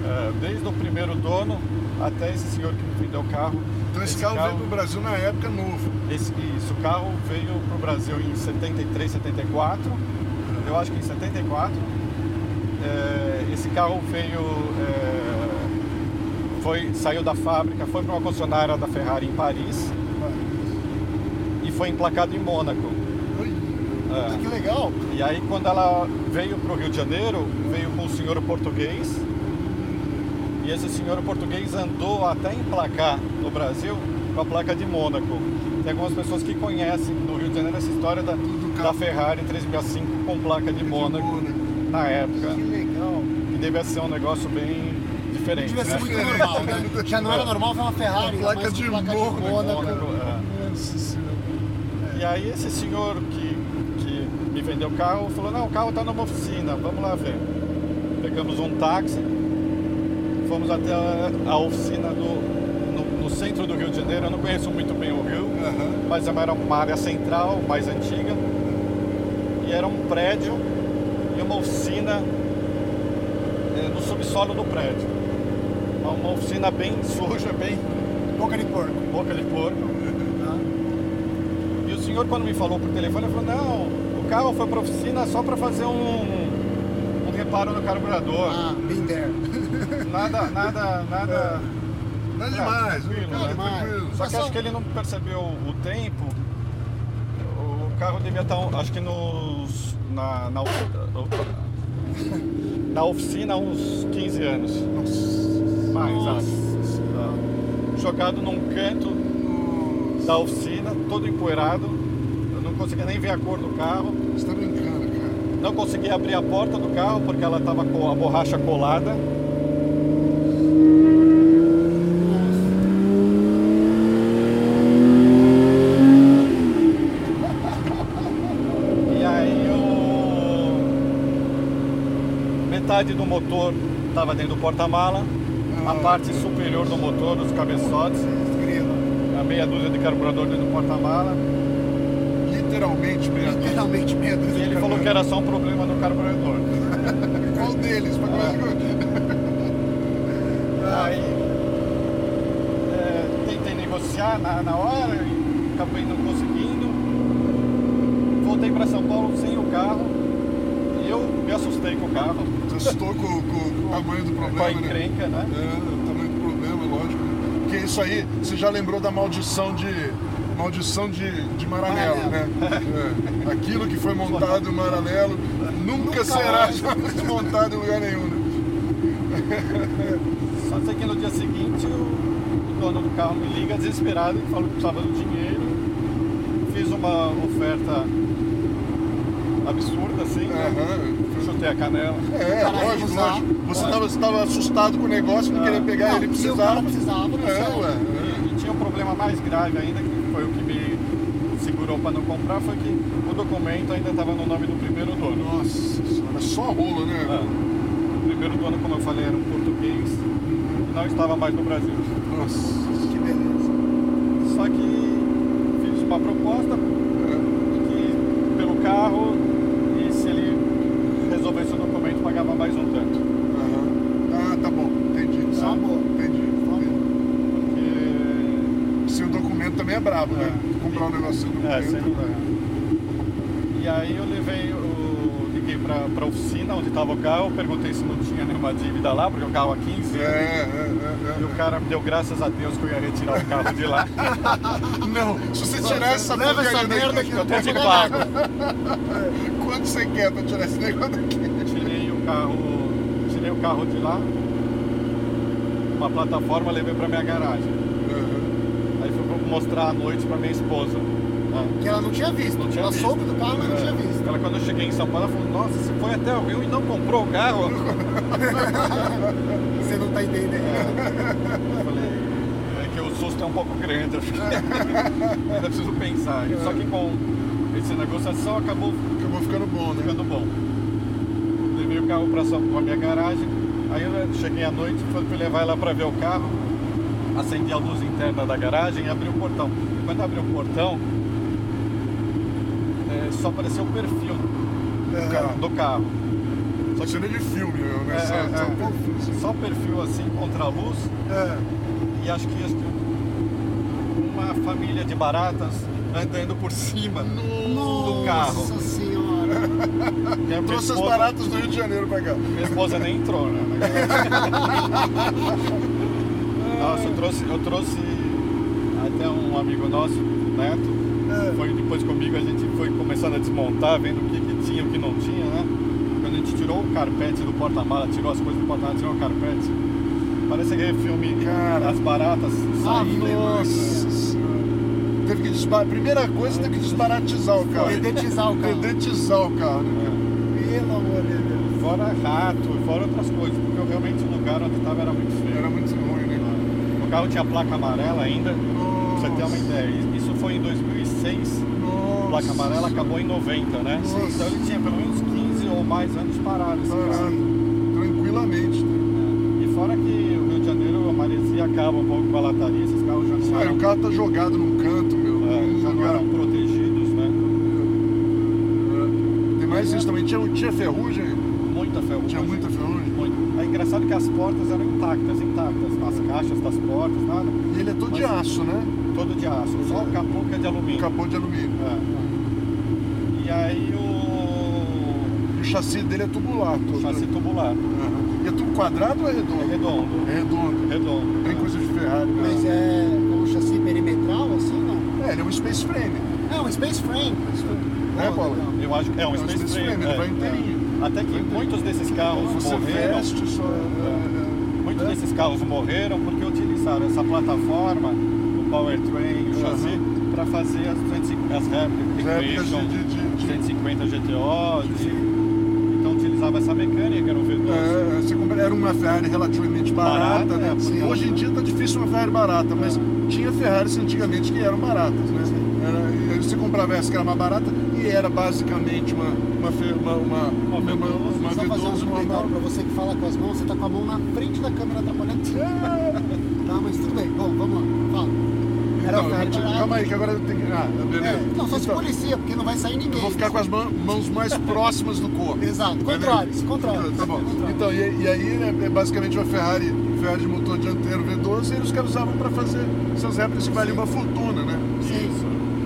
[SPEAKER 4] É, desde o primeiro dono até esse senhor que me vendeu o carro.
[SPEAKER 3] Então esse, carro, veio pro Brasil na época novo.
[SPEAKER 4] esse- isso, o carro veio para o Brasil em 73, 74. Eu acho que em 74. É, esse carro veio. é, foi, saiu da fábrica, foi para uma concessionária da Ferrari em Paris e foi emplacado em Mônaco. É.
[SPEAKER 3] Ah,
[SPEAKER 2] que legal.
[SPEAKER 4] E aí quando ela veio para o Rio de Janeiro, veio com um senhor português. E esse senhor português andou até emplacar no Brasil com a placa de Mônaco. Tem algumas pessoas que conhecem no Rio de Janeiro essa história da, da Ferrari 365 com placa de Mônaco É na época.
[SPEAKER 2] Que legal.
[SPEAKER 4] Que devia ser um negócio bem diferente.
[SPEAKER 2] Devia
[SPEAKER 3] é
[SPEAKER 2] ser
[SPEAKER 4] né?
[SPEAKER 2] muito normal, né? Já não era normal ver uma Ferrari,
[SPEAKER 3] Placa
[SPEAKER 2] mas com
[SPEAKER 3] de
[SPEAKER 2] placa
[SPEAKER 3] Mônaco.
[SPEAKER 2] de Mônaco.
[SPEAKER 4] Mônaco, é.
[SPEAKER 3] Nossa senhora.
[SPEAKER 4] E aí esse senhor que, que me vendeu o carro falou, não, o carro está numa oficina, vamos lá ver. Pegamos um táxi, fomos até a, a oficina do, no, no centro do Rio de Janeiro, eu não conheço muito bem o Rio,
[SPEAKER 3] Aham.
[SPEAKER 4] mas era uma área central, mais antiga, e era um prédio e uma oficina eh, no subsolo do prédio. Uma- Uma oficina bem suja, bem
[SPEAKER 2] Boca de porco.
[SPEAKER 4] boca de porco. E o senhor, quando me falou por telefone, ele falou: Não, o carro foi para oficina só para fazer um, um reparo no carburador.
[SPEAKER 2] Ah, been there.
[SPEAKER 4] Nada, nada, nada.
[SPEAKER 3] Não é
[SPEAKER 4] Ah,
[SPEAKER 3] demais,
[SPEAKER 4] tranquilo,
[SPEAKER 2] né?
[SPEAKER 3] cara, tranquilo.
[SPEAKER 4] Só que acho que ele não percebeu o tempo. O carro devia estar, acho que nos, na, na, na oficina há uns 15 anos.
[SPEAKER 3] Nossa.
[SPEAKER 4] Mais, acho. Ah, Jogado num canto da oficina, todo empoeirado. Eu não conseguia nem ver a cor do carro.
[SPEAKER 3] Você tá brincando, cara.
[SPEAKER 4] Não conseguia abrir a porta do carro porque ela estava com a borracha colada. E aí o... metade do motor estava dentro do porta-mala, a parte superior do motor, dos cabeçotes,
[SPEAKER 3] é Grilo.
[SPEAKER 4] a meia dúzia de carburador dentro do porta-mala.
[SPEAKER 3] Literalmente meia dúzia.
[SPEAKER 2] Literalmente meia
[SPEAKER 4] E ele falou que era só um problema no carburador.
[SPEAKER 3] Qual deles? Foi quase que
[SPEAKER 4] Aí é, tentei negociar na, na hora, e acabei não conseguindo. Voltei para São Paulo sem o carro e eu me assustei com o carro,
[SPEAKER 3] eu- Você assustou com, com- com o tamanho do
[SPEAKER 4] com a
[SPEAKER 3] problema, né?
[SPEAKER 4] encrenca, né?
[SPEAKER 3] É, o tamanho do problema, lógico. né? Porque isso aí, você já lembrou da maldição de. Maldição de, de Maranello, né? É. Aquilo que foi montado em Maranello nunca, será desmontado em lugar nenhum, né?
[SPEAKER 4] Só sei que no dia seguinte o, o dono do carro me liga desesperado e fala que precisava do dinheiro. Fiz uma oferta absurda assim, né?
[SPEAKER 3] Aham.
[SPEAKER 4] chutei a canela.
[SPEAKER 3] É,
[SPEAKER 2] Caralho,
[SPEAKER 3] lógico,
[SPEAKER 2] usar.
[SPEAKER 3] lógico. Você tava, você tava assustado com o negócio, não
[SPEAKER 4] Ah.
[SPEAKER 3] queria pegar, ele
[SPEAKER 2] Não
[SPEAKER 3] precisava.
[SPEAKER 2] precisava, não
[SPEAKER 3] É,
[SPEAKER 2] precisava.
[SPEAKER 3] ué.
[SPEAKER 4] E, e tinha um problema mais grave ainda, que foi o que me segurou para não comprar, foi que o documento ainda estava no nome do primeiro dono.
[SPEAKER 3] é. Nossa senhora, só rolo, né?
[SPEAKER 4] Ah, O primeiro dono, como eu falei, era um português e não estava mais no Brasil.
[SPEAKER 3] Nossa.
[SPEAKER 2] Que beleza.
[SPEAKER 4] Só que fiz uma proposta
[SPEAKER 3] É.
[SPEAKER 4] que, pelo carro e se ele resolvesse o documento, pagava mais um tanto.
[SPEAKER 3] Aham. Ah, tá bom. Entendi.
[SPEAKER 4] É.
[SPEAKER 2] Tá bom.
[SPEAKER 3] Entendi.
[SPEAKER 4] um
[SPEAKER 3] entendi.
[SPEAKER 4] Porque,
[SPEAKER 3] Seu documento também é brabo, né?
[SPEAKER 4] É.
[SPEAKER 3] Comprar um negócio sem documento.
[SPEAKER 4] é, sem dúvida. E aí eu levei o. liguei pra, pra oficina onde estava o carro, perguntei se não tinha nenhuma dívida lá, porque o carro há 15
[SPEAKER 3] É,
[SPEAKER 4] anos.
[SPEAKER 3] é,
[SPEAKER 4] E o
[SPEAKER 3] é,
[SPEAKER 4] cara me deu graças a Deus que eu ia retirar o carro de lá.
[SPEAKER 3] é. Não, se você tirar essa
[SPEAKER 2] Leva
[SPEAKER 3] porcaria
[SPEAKER 2] essa
[SPEAKER 3] daqui,
[SPEAKER 2] merda aqui.
[SPEAKER 4] Eu tô de pago.
[SPEAKER 3] Quanto você quer pra tirar esse negócio daqui?
[SPEAKER 4] Tirei o carro. Tirei o carro de lá, uma plataforma, levei pra minha garagem.
[SPEAKER 3] É,
[SPEAKER 4] Aí fui mostrar à noite pra minha esposa. né?
[SPEAKER 2] Que ela não tinha visto.
[SPEAKER 4] Não tinha
[SPEAKER 2] ela
[SPEAKER 4] visto.
[SPEAKER 2] soube do carro, mas não
[SPEAKER 4] É.
[SPEAKER 2] tinha visto.
[SPEAKER 4] Ela quando eu cheguei em São Paulo, ela falou, nossa, você foi até o Rio e não comprou o carro?
[SPEAKER 2] Você não tá
[SPEAKER 3] É,
[SPEAKER 2] entendendo.
[SPEAKER 4] Eu falei, é que o susto é um pouco grande, eu fiquei- ainda preciso pensar. Só que com essa negociação acabou
[SPEAKER 3] Acabou ficando bom, né?
[SPEAKER 4] ficando bom. Levei o carro pra, São- pra minha garagem, aí eu cheguei à noite, fui fui levar ela pra ver o carro, acendi a luz interna da garagem e abri o portão. Quando abri o portão, é, só apareceu o perfil
[SPEAKER 3] Cara,
[SPEAKER 4] do carro.
[SPEAKER 3] Só tirei de filme, meu, né?
[SPEAKER 4] É,
[SPEAKER 3] Só-
[SPEAKER 4] é,
[SPEAKER 3] só-
[SPEAKER 4] é. Só o perfil assim, contra a luz, e acho que acho que uma família de baratas andando por cima do carro.
[SPEAKER 2] Nossa senhora.
[SPEAKER 4] E a minha
[SPEAKER 3] Trouxe as
[SPEAKER 4] esposa-
[SPEAKER 3] baratas do Rio de Janeiro pra cá.
[SPEAKER 4] Minha esposa nem entrou, né? Nossa, eu trouxe, eu trouxe até um amigo nosso, Neto.
[SPEAKER 3] É.
[SPEAKER 4] Foi depois comigo, a gente foi começando a desmontar, vendo o que, que tinha e o que não tinha, né? Quando a gente tirou o carpete do porta-mala, tirou as coisas do porta-mala, tirou o carpete. Parece aquele filme
[SPEAKER 3] Cara. Ah,
[SPEAKER 4] As Baratas saindo. né?
[SPEAKER 3] Nossa senhora. Teve que disparar. Primeira coisa, teve que desbaratizar o carro.
[SPEAKER 2] Dedetizar o carro.
[SPEAKER 3] Dedetizar o carro, né?
[SPEAKER 4] É.
[SPEAKER 2] Pelo amor de Deus.
[SPEAKER 4] Fora rato, fora outras coisas, porque eu realmente o lugar onde estava era muito feio.
[SPEAKER 3] Era muito ruim, né?
[SPEAKER 4] O carro tinha placa amarela ainda, pra você ter uma ideia. Isso foi em 2006, a
[SPEAKER 3] Nossa.
[SPEAKER 4] placa amarela acabou em 90, né?
[SPEAKER 3] Nossa.
[SPEAKER 4] Então ele tinha pelo menos 15 ou mais anos parado esse carro.
[SPEAKER 3] Parado, tranquilamente.
[SPEAKER 4] E fora que o Rio de Janeiro, a maresia acaba um pouco com a lataria, esses carros já
[SPEAKER 3] Cara,
[SPEAKER 4] ficaram,
[SPEAKER 3] o carro tá jogado num canto, meu.
[SPEAKER 4] é, já
[SPEAKER 3] Num
[SPEAKER 4] não
[SPEAKER 3] lugar-
[SPEAKER 4] eram protegidos, né?
[SPEAKER 3] É. Tem
[SPEAKER 4] é-
[SPEAKER 3] mais isso também. Tinha, tinha ferrugem?
[SPEAKER 4] Muita ferrugem.
[SPEAKER 3] Tinha muita ferrugem.
[SPEAKER 4] Muito. É engraçado que as portas eram intactas, intactas. As caixas das portas, nada.
[SPEAKER 3] E ele é todo de
[SPEAKER 4] Mas-
[SPEAKER 3] aço, né?
[SPEAKER 4] Todo de aço. Só o capô que é de alumínio.
[SPEAKER 3] Capô de alumínio.
[SPEAKER 4] É. E aí o
[SPEAKER 3] E o chassi dele é tubular todo.
[SPEAKER 4] chassi tubular.
[SPEAKER 3] Aham. E é tubo quadrado ou é
[SPEAKER 4] É
[SPEAKER 3] redondo?
[SPEAKER 4] redondo.
[SPEAKER 3] É redondo.
[SPEAKER 4] Redondo.
[SPEAKER 3] Tem coisa de Ferrari. né?
[SPEAKER 2] Mas é com chassi perimetral, assim, não?
[SPEAKER 3] É, ele é um space frame.
[SPEAKER 2] É um space frame.
[SPEAKER 3] Né, Paulo?
[SPEAKER 2] legal.
[SPEAKER 4] Eu acho que é um
[SPEAKER 3] É um
[SPEAKER 4] space
[SPEAKER 3] space
[SPEAKER 4] frame.
[SPEAKER 3] frame, ele
[SPEAKER 4] é.
[SPEAKER 3] vai inteirinho.
[SPEAKER 4] Até que muitos desses carros
[SPEAKER 3] Você
[SPEAKER 4] morreram.
[SPEAKER 3] veste né? só. É.
[SPEAKER 4] Muitos desses carros morreram porque utilizaram essa plataforma, o powertrain, o chassi, para fazer as, 250, as réplicas,
[SPEAKER 3] As réplicas
[SPEAKER 4] Equation,
[SPEAKER 3] de- de- de-
[SPEAKER 4] 250 GTO. de- então utilizava essa mecânica um no V12.
[SPEAKER 3] É, você compra- era uma Ferrari relativamente barata,
[SPEAKER 4] Barata, é,
[SPEAKER 3] né?
[SPEAKER 4] sim.
[SPEAKER 3] Hoje em dia tá difícil uma Ferrari barata, mas tinha Ferraris antigamente que eram baratas, né? Era, e você comprava essa que era mais barata e era basicamente uma uma Fer- uma uma uma, uma, uma,
[SPEAKER 2] Só fazer um
[SPEAKER 3] V12, uma-
[SPEAKER 2] zoom legal
[SPEAKER 3] uma-
[SPEAKER 2] pra você que fala com as mãos, você tá com a mão na frente da câmera atrapalhando. tá, mas tudo bem. Bom, vamos lá. Fala. Era
[SPEAKER 3] Então,
[SPEAKER 2] Ferrari
[SPEAKER 3] gente,
[SPEAKER 2] barata.
[SPEAKER 3] calma aí, que agora tem que. Ah, beleza.
[SPEAKER 2] É, não, só se
[SPEAKER 3] Então,
[SPEAKER 2] policia, porque não vai sair ninguém.
[SPEAKER 3] eu vou ficar com as mãos- mãos mais próximas do corpo.
[SPEAKER 2] Exato,
[SPEAKER 3] Beleza?
[SPEAKER 2] contrários, contrários.
[SPEAKER 3] Tá bom.
[SPEAKER 2] Contrários.
[SPEAKER 3] Então, e, e aí né, é basicamente uma Ferrari, Ferrari de motor dianteiro V12 e eles caras usavam para fazer essas réplicas que valiam uma fortuna, né? Sim.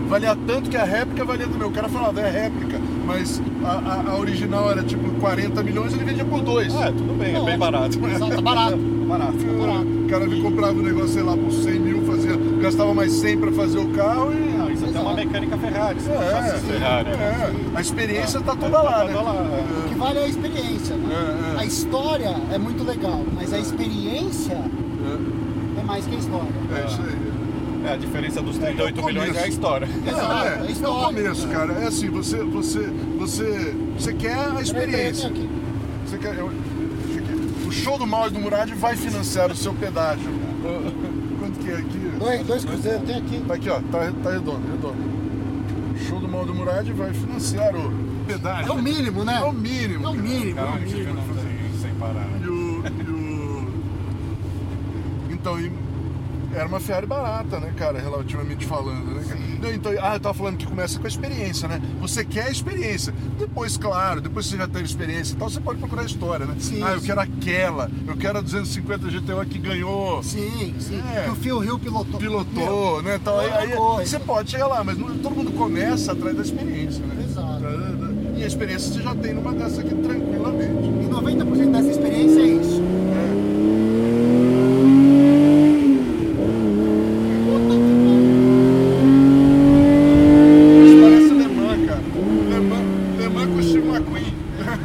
[SPEAKER 3] Valia tanto que a réplica valia do meu. O cara falava, é réplica, mas a, a- a original era tipo 40 milhões ele vendia por dois.
[SPEAKER 4] Ah, tudo bem, é
[SPEAKER 2] Não, ótimo.
[SPEAKER 4] bem barato.
[SPEAKER 2] Exato, tá barato.
[SPEAKER 4] barato.
[SPEAKER 2] barato.
[SPEAKER 3] O cara me comprava o negócio, sei lá, por 100 mil, fazia, gastava mais 100 para fazer o carro e.
[SPEAKER 4] Não, isso até é uma mecânica Ferrari. isso
[SPEAKER 3] É,
[SPEAKER 4] um chassi Ferrari. né?
[SPEAKER 3] é. A experiência tá toda
[SPEAKER 4] Tá
[SPEAKER 3] lá, né?
[SPEAKER 4] toda lá,
[SPEAKER 2] O que vale é a experiência. né?
[SPEAKER 3] É, é.
[SPEAKER 2] A história é muito legal, mas a experiência é mais que a história.
[SPEAKER 3] É, é isso aí.
[SPEAKER 4] É, a diferença dos 38
[SPEAKER 3] começo.
[SPEAKER 4] milhões é a história.
[SPEAKER 2] Exato,
[SPEAKER 3] é,
[SPEAKER 2] é
[SPEAKER 3] é o
[SPEAKER 2] história.
[SPEAKER 3] começo, cara. É assim, você, você, você, você quer a experiência.
[SPEAKER 2] Peraí, peraí, aqui.
[SPEAKER 3] Você quer, eu- isso aqui. o show do Mauro e do Murad vai financiar o seu pedágio. Quanto que é aqui?
[SPEAKER 2] Dois, dois cruzeiros, tem aqui.
[SPEAKER 3] Tá aqui, ó. Tá, tá redondo, redondo. O show do Mauro e do Murad vai financiar o pedágio.
[SPEAKER 2] É o mínimo, né?
[SPEAKER 3] É o mínimo.
[SPEAKER 2] É o
[SPEAKER 3] cara.
[SPEAKER 2] mínimo.
[SPEAKER 3] É o mínimo.
[SPEAKER 4] sem parar.
[SPEAKER 3] E o, e o- Então, e- era uma Ferrari barata, né, cara, relativamente falando, né, cara? Não, Então, ah, eu tava falando que começa com a experiência, né? Você quer a experiência. Depois, claro, depois que você já teve experiência e tal, você pode procurar a história, né?
[SPEAKER 2] Sim,
[SPEAKER 3] ah, eu
[SPEAKER 2] sim.
[SPEAKER 3] quero aquela, eu quero a 250 GTO que ganhou,
[SPEAKER 2] Sim, sim.
[SPEAKER 3] É.
[SPEAKER 2] Que o Phil Hill pilotou. Meu,
[SPEAKER 3] pilotou, né? Tal. Aí,
[SPEAKER 2] outra
[SPEAKER 3] aí
[SPEAKER 2] coisa.
[SPEAKER 3] você pode chegar lá, mas não- todo mundo começa atrás da experiência, né?
[SPEAKER 2] Exato.
[SPEAKER 3] E a experiência você já tem numa dessa aqui tranquilamente.
[SPEAKER 2] E 90% dessa experiência é isso. Puta que
[SPEAKER 3] Isso parece Le Mans, cara. Le Mans, Le Mans com o Steve McQueen.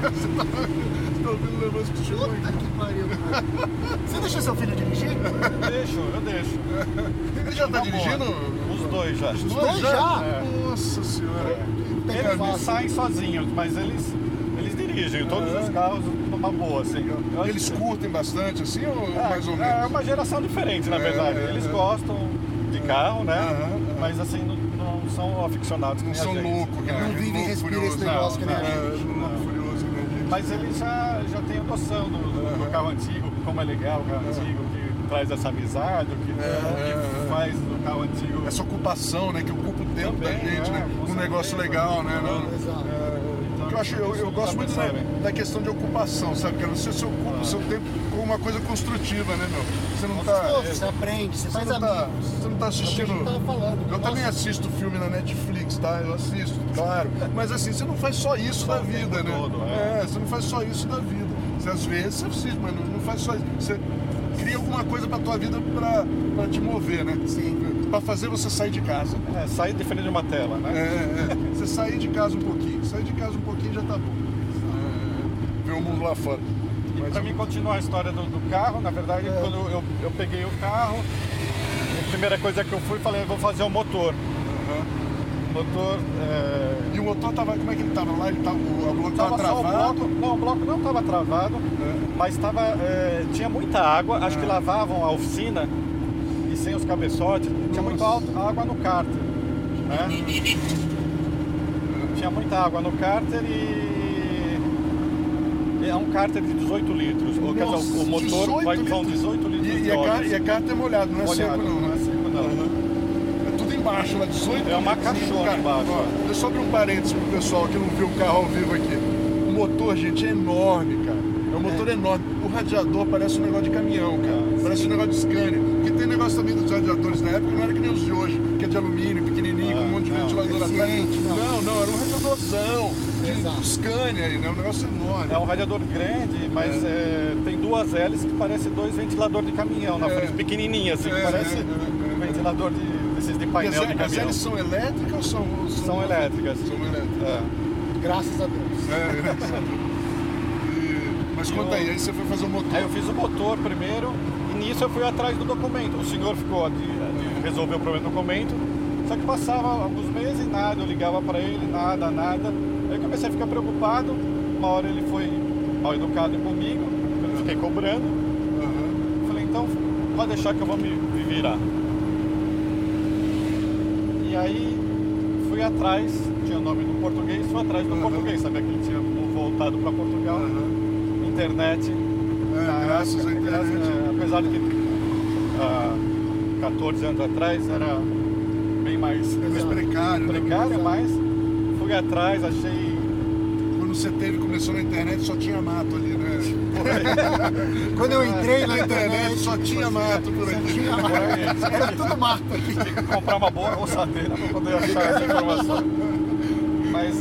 [SPEAKER 3] Você tá, você tá ouvindo Le Mans com o Steve
[SPEAKER 2] pariu. Puta
[SPEAKER 3] McQueen?
[SPEAKER 2] que pariu, cara. Você deixa seu filho dirigir?
[SPEAKER 4] Deixo, eu deixo.
[SPEAKER 3] Ele já tá
[SPEAKER 4] Vambora.
[SPEAKER 3] dirigindo?
[SPEAKER 4] Os dois já.
[SPEAKER 3] Os
[SPEAKER 2] dois já?
[SPEAKER 3] Nossa senhora. Que
[SPEAKER 2] Ele
[SPEAKER 4] Eles
[SPEAKER 3] camisa.
[SPEAKER 4] não
[SPEAKER 2] faz.
[SPEAKER 4] saem sozinhos, mas eles, eles dirigem todos
[SPEAKER 3] É.
[SPEAKER 4] os carros numa boa, assim. Eu acho
[SPEAKER 3] Eles
[SPEAKER 4] que-
[SPEAKER 3] curtem bastante assim ou
[SPEAKER 4] é,
[SPEAKER 3] mais ou
[SPEAKER 4] É
[SPEAKER 3] menos?
[SPEAKER 4] uma geração diferente, na
[SPEAKER 3] É,
[SPEAKER 4] verdade.
[SPEAKER 3] é,
[SPEAKER 4] Eles
[SPEAKER 3] é.
[SPEAKER 4] gostam de carro, né?
[SPEAKER 3] Aham,
[SPEAKER 4] Mas assim, não, não são aficionados. que
[SPEAKER 3] Não
[SPEAKER 4] nem a
[SPEAKER 3] é. são
[SPEAKER 4] é gente.
[SPEAKER 3] loucos, né? cara.
[SPEAKER 2] Não vive e
[SPEAKER 3] Louco,
[SPEAKER 2] respira
[SPEAKER 3] furioso.
[SPEAKER 2] esse negócio
[SPEAKER 3] Não,
[SPEAKER 2] que nem a
[SPEAKER 3] não,
[SPEAKER 4] gente.
[SPEAKER 3] não,
[SPEAKER 4] Não.
[SPEAKER 3] furioso que nem a gente.
[SPEAKER 4] Mas eles já, já têm a noção do, do- do
[SPEAKER 3] Aham.
[SPEAKER 4] carro antigo, como é legal o carro antigo, que traz essa amizade, o que,
[SPEAKER 3] É,
[SPEAKER 4] o
[SPEAKER 3] é,
[SPEAKER 4] que faz do carro antigo.
[SPEAKER 3] Essa ocupação, né? Que ocupa o tempo da
[SPEAKER 4] Também,
[SPEAKER 3] gente,
[SPEAKER 4] é,
[SPEAKER 3] né?
[SPEAKER 4] com
[SPEAKER 3] Um negócio
[SPEAKER 4] certeza.
[SPEAKER 3] legal, né? Não-
[SPEAKER 4] É, então,
[SPEAKER 2] Exato.
[SPEAKER 3] O que é, Eu, acho, eu, eu
[SPEAKER 4] tá
[SPEAKER 3] gosto muito da, da questão de ocupação, sabe? cara? Você se ocupa o seu tempo com uma coisa construtiva, né, meu? Você não tá.
[SPEAKER 2] Pô,
[SPEAKER 3] é,
[SPEAKER 2] você aprende, você
[SPEAKER 3] Você
[SPEAKER 2] faz
[SPEAKER 3] não
[SPEAKER 4] é
[SPEAKER 3] tá,
[SPEAKER 2] amigos.
[SPEAKER 3] você não tá
[SPEAKER 2] É
[SPEAKER 3] assistindo.
[SPEAKER 2] o que a gente tava falando.
[SPEAKER 3] Eu também assisto filme na Netflix, tá? Eu assisto, claro. Mas assim, você não faz só isso
[SPEAKER 4] Só
[SPEAKER 3] da
[SPEAKER 4] o tempo
[SPEAKER 3] vida, né?
[SPEAKER 4] todo,
[SPEAKER 3] é.
[SPEAKER 4] é.
[SPEAKER 3] você não faz só isso da vida. Você, às vezes você assiste, mas não, não faz só isso. Você cria alguma coisa pra tua vida pra, pra te mover, né? Sim. Pra fazer você sair de casa.
[SPEAKER 4] É, sair de frente de uma tela, né?
[SPEAKER 3] É, é. Você sair de casa um pouquinho. Sair de casa um pouquinho já tá bom. É, ver o mundo lá fora.
[SPEAKER 4] E
[SPEAKER 3] É, Mas É.
[SPEAKER 4] para mim continuar a história do, do carro, na verdade, quando eu, eu peguei o carro, a primeira coisa que eu fui, falei, eu vou fazer o motor. O motor é,
[SPEAKER 3] E o motor tava. Como é que ele tava lá? Ele tava, o bloco tava,
[SPEAKER 4] tava só o
[SPEAKER 3] travado.
[SPEAKER 4] bloco, não, o bloco não estava travado, mas tava, é, tinha muita água, acho
[SPEAKER 3] É.
[SPEAKER 4] que lavavam a oficina e sem os cabeçotes, tinha muita
[SPEAKER 3] Nossa.
[SPEAKER 4] al- água no cárter. né? Tinha muita água no cárter e... É um cárter de 18 litros, ou quer dizer, o- o motor vai, são 18 litros
[SPEAKER 3] E,
[SPEAKER 4] de
[SPEAKER 3] e, a
[SPEAKER 4] óleo.
[SPEAKER 3] car- e a carta é molhada, não é
[SPEAKER 4] Molhado,
[SPEAKER 3] seco não.
[SPEAKER 4] não é seco, não.
[SPEAKER 3] É tudo embaixo, lá 18
[SPEAKER 4] É uma
[SPEAKER 3] litros,
[SPEAKER 4] caixona
[SPEAKER 3] cara.
[SPEAKER 4] embaixo.
[SPEAKER 3] Ó, Deixa eu só abrir um parênteses pro pessoal que não viu o carro ao vivo aqui. O motor, gente, é enorme, cara. É um motor enorme. O radiador parece um negócio de caminhão,
[SPEAKER 4] Ah,
[SPEAKER 3] cara. Parece um negócio de Scania. Porque tem negócio também dos radiadores na época, não era que nem os de hoje, que é de alumínio, pequenininho, com um monte de
[SPEAKER 4] Ah, não, é
[SPEAKER 3] ventilador atrás.
[SPEAKER 2] eficiente, não.
[SPEAKER 3] Não, não, era um radiadorzão
[SPEAKER 2] Exato.
[SPEAKER 3] de Scania, né? Um negócio enorme.
[SPEAKER 4] É um radiador grande, mas é, tem duas hélices que parecem dois ventiladores de caminhão na
[SPEAKER 3] É.
[SPEAKER 4] frente, pequenininha assim, que
[SPEAKER 3] É,
[SPEAKER 4] parece
[SPEAKER 3] é, é, é.
[SPEAKER 4] um ventilador de, de precisa de painel de
[SPEAKER 3] mas
[SPEAKER 4] caminhão.
[SPEAKER 3] elas são elétricas ou são,
[SPEAKER 4] São elétricas.
[SPEAKER 3] São elétricas.
[SPEAKER 4] É.
[SPEAKER 2] Graças a Deus.
[SPEAKER 3] É, graças a Deus. E- Mas
[SPEAKER 4] E
[SPEAKER 3] conta
[SPEAKER 4] eu-
[SPEAKER 3] aí, aí você foi fazer o motor.
[SPEAKER 4] Aí eu fiz o motor primeiro e nisso eu fui atrás do documento. O senhor ficou de,
[SPEAKER 3] É.
[SPEAKER 4] de resolver o problema do documento, só que passava alguns meses e nada, eu ligava para ele, nada, nada. Aí eu comecei a ficar preocupado, uma hora ele foi mal educado comigo, eu fiquei cobrando.
[SPEAKER 3] Aham.
[SPEAKER 4] Eu falei, então pode deixar que eu vou me, me virar. E aí fui atrás, tinha o nome do português, fui atrás do
[SPEAKER 3] Aham.
[SPEAKER 4] português, sabia que ele tinha voltado para Portugal,
[SPEAKER 3] Aham.
[SPEAKER 4] internet.
[SPEAKER 3] É, graças à internet.
[SPEAKER 4] É, apesar de que há 14 anos atrás era bem mais
[SPEAKER 3] É mais precário. né?
[SPEAKER 4] precária, mas fui atrás, achei.
[SPEAKER 3] Quando você teve, começou na internet, só tinha mato ali, né?
[SPEAKER 2] Quando eu entrei na
[SPEAKER 3] Na internet
[SPEAKER 2] internet,
[SPEAKER 3] só tinha mato por aqui.
[SPEAKER 2] tinha mato. Era tudo mato aqui.
[SPEAKER 4] Tive que comprar uma boa roçadeira para poder achar essa informação. Mas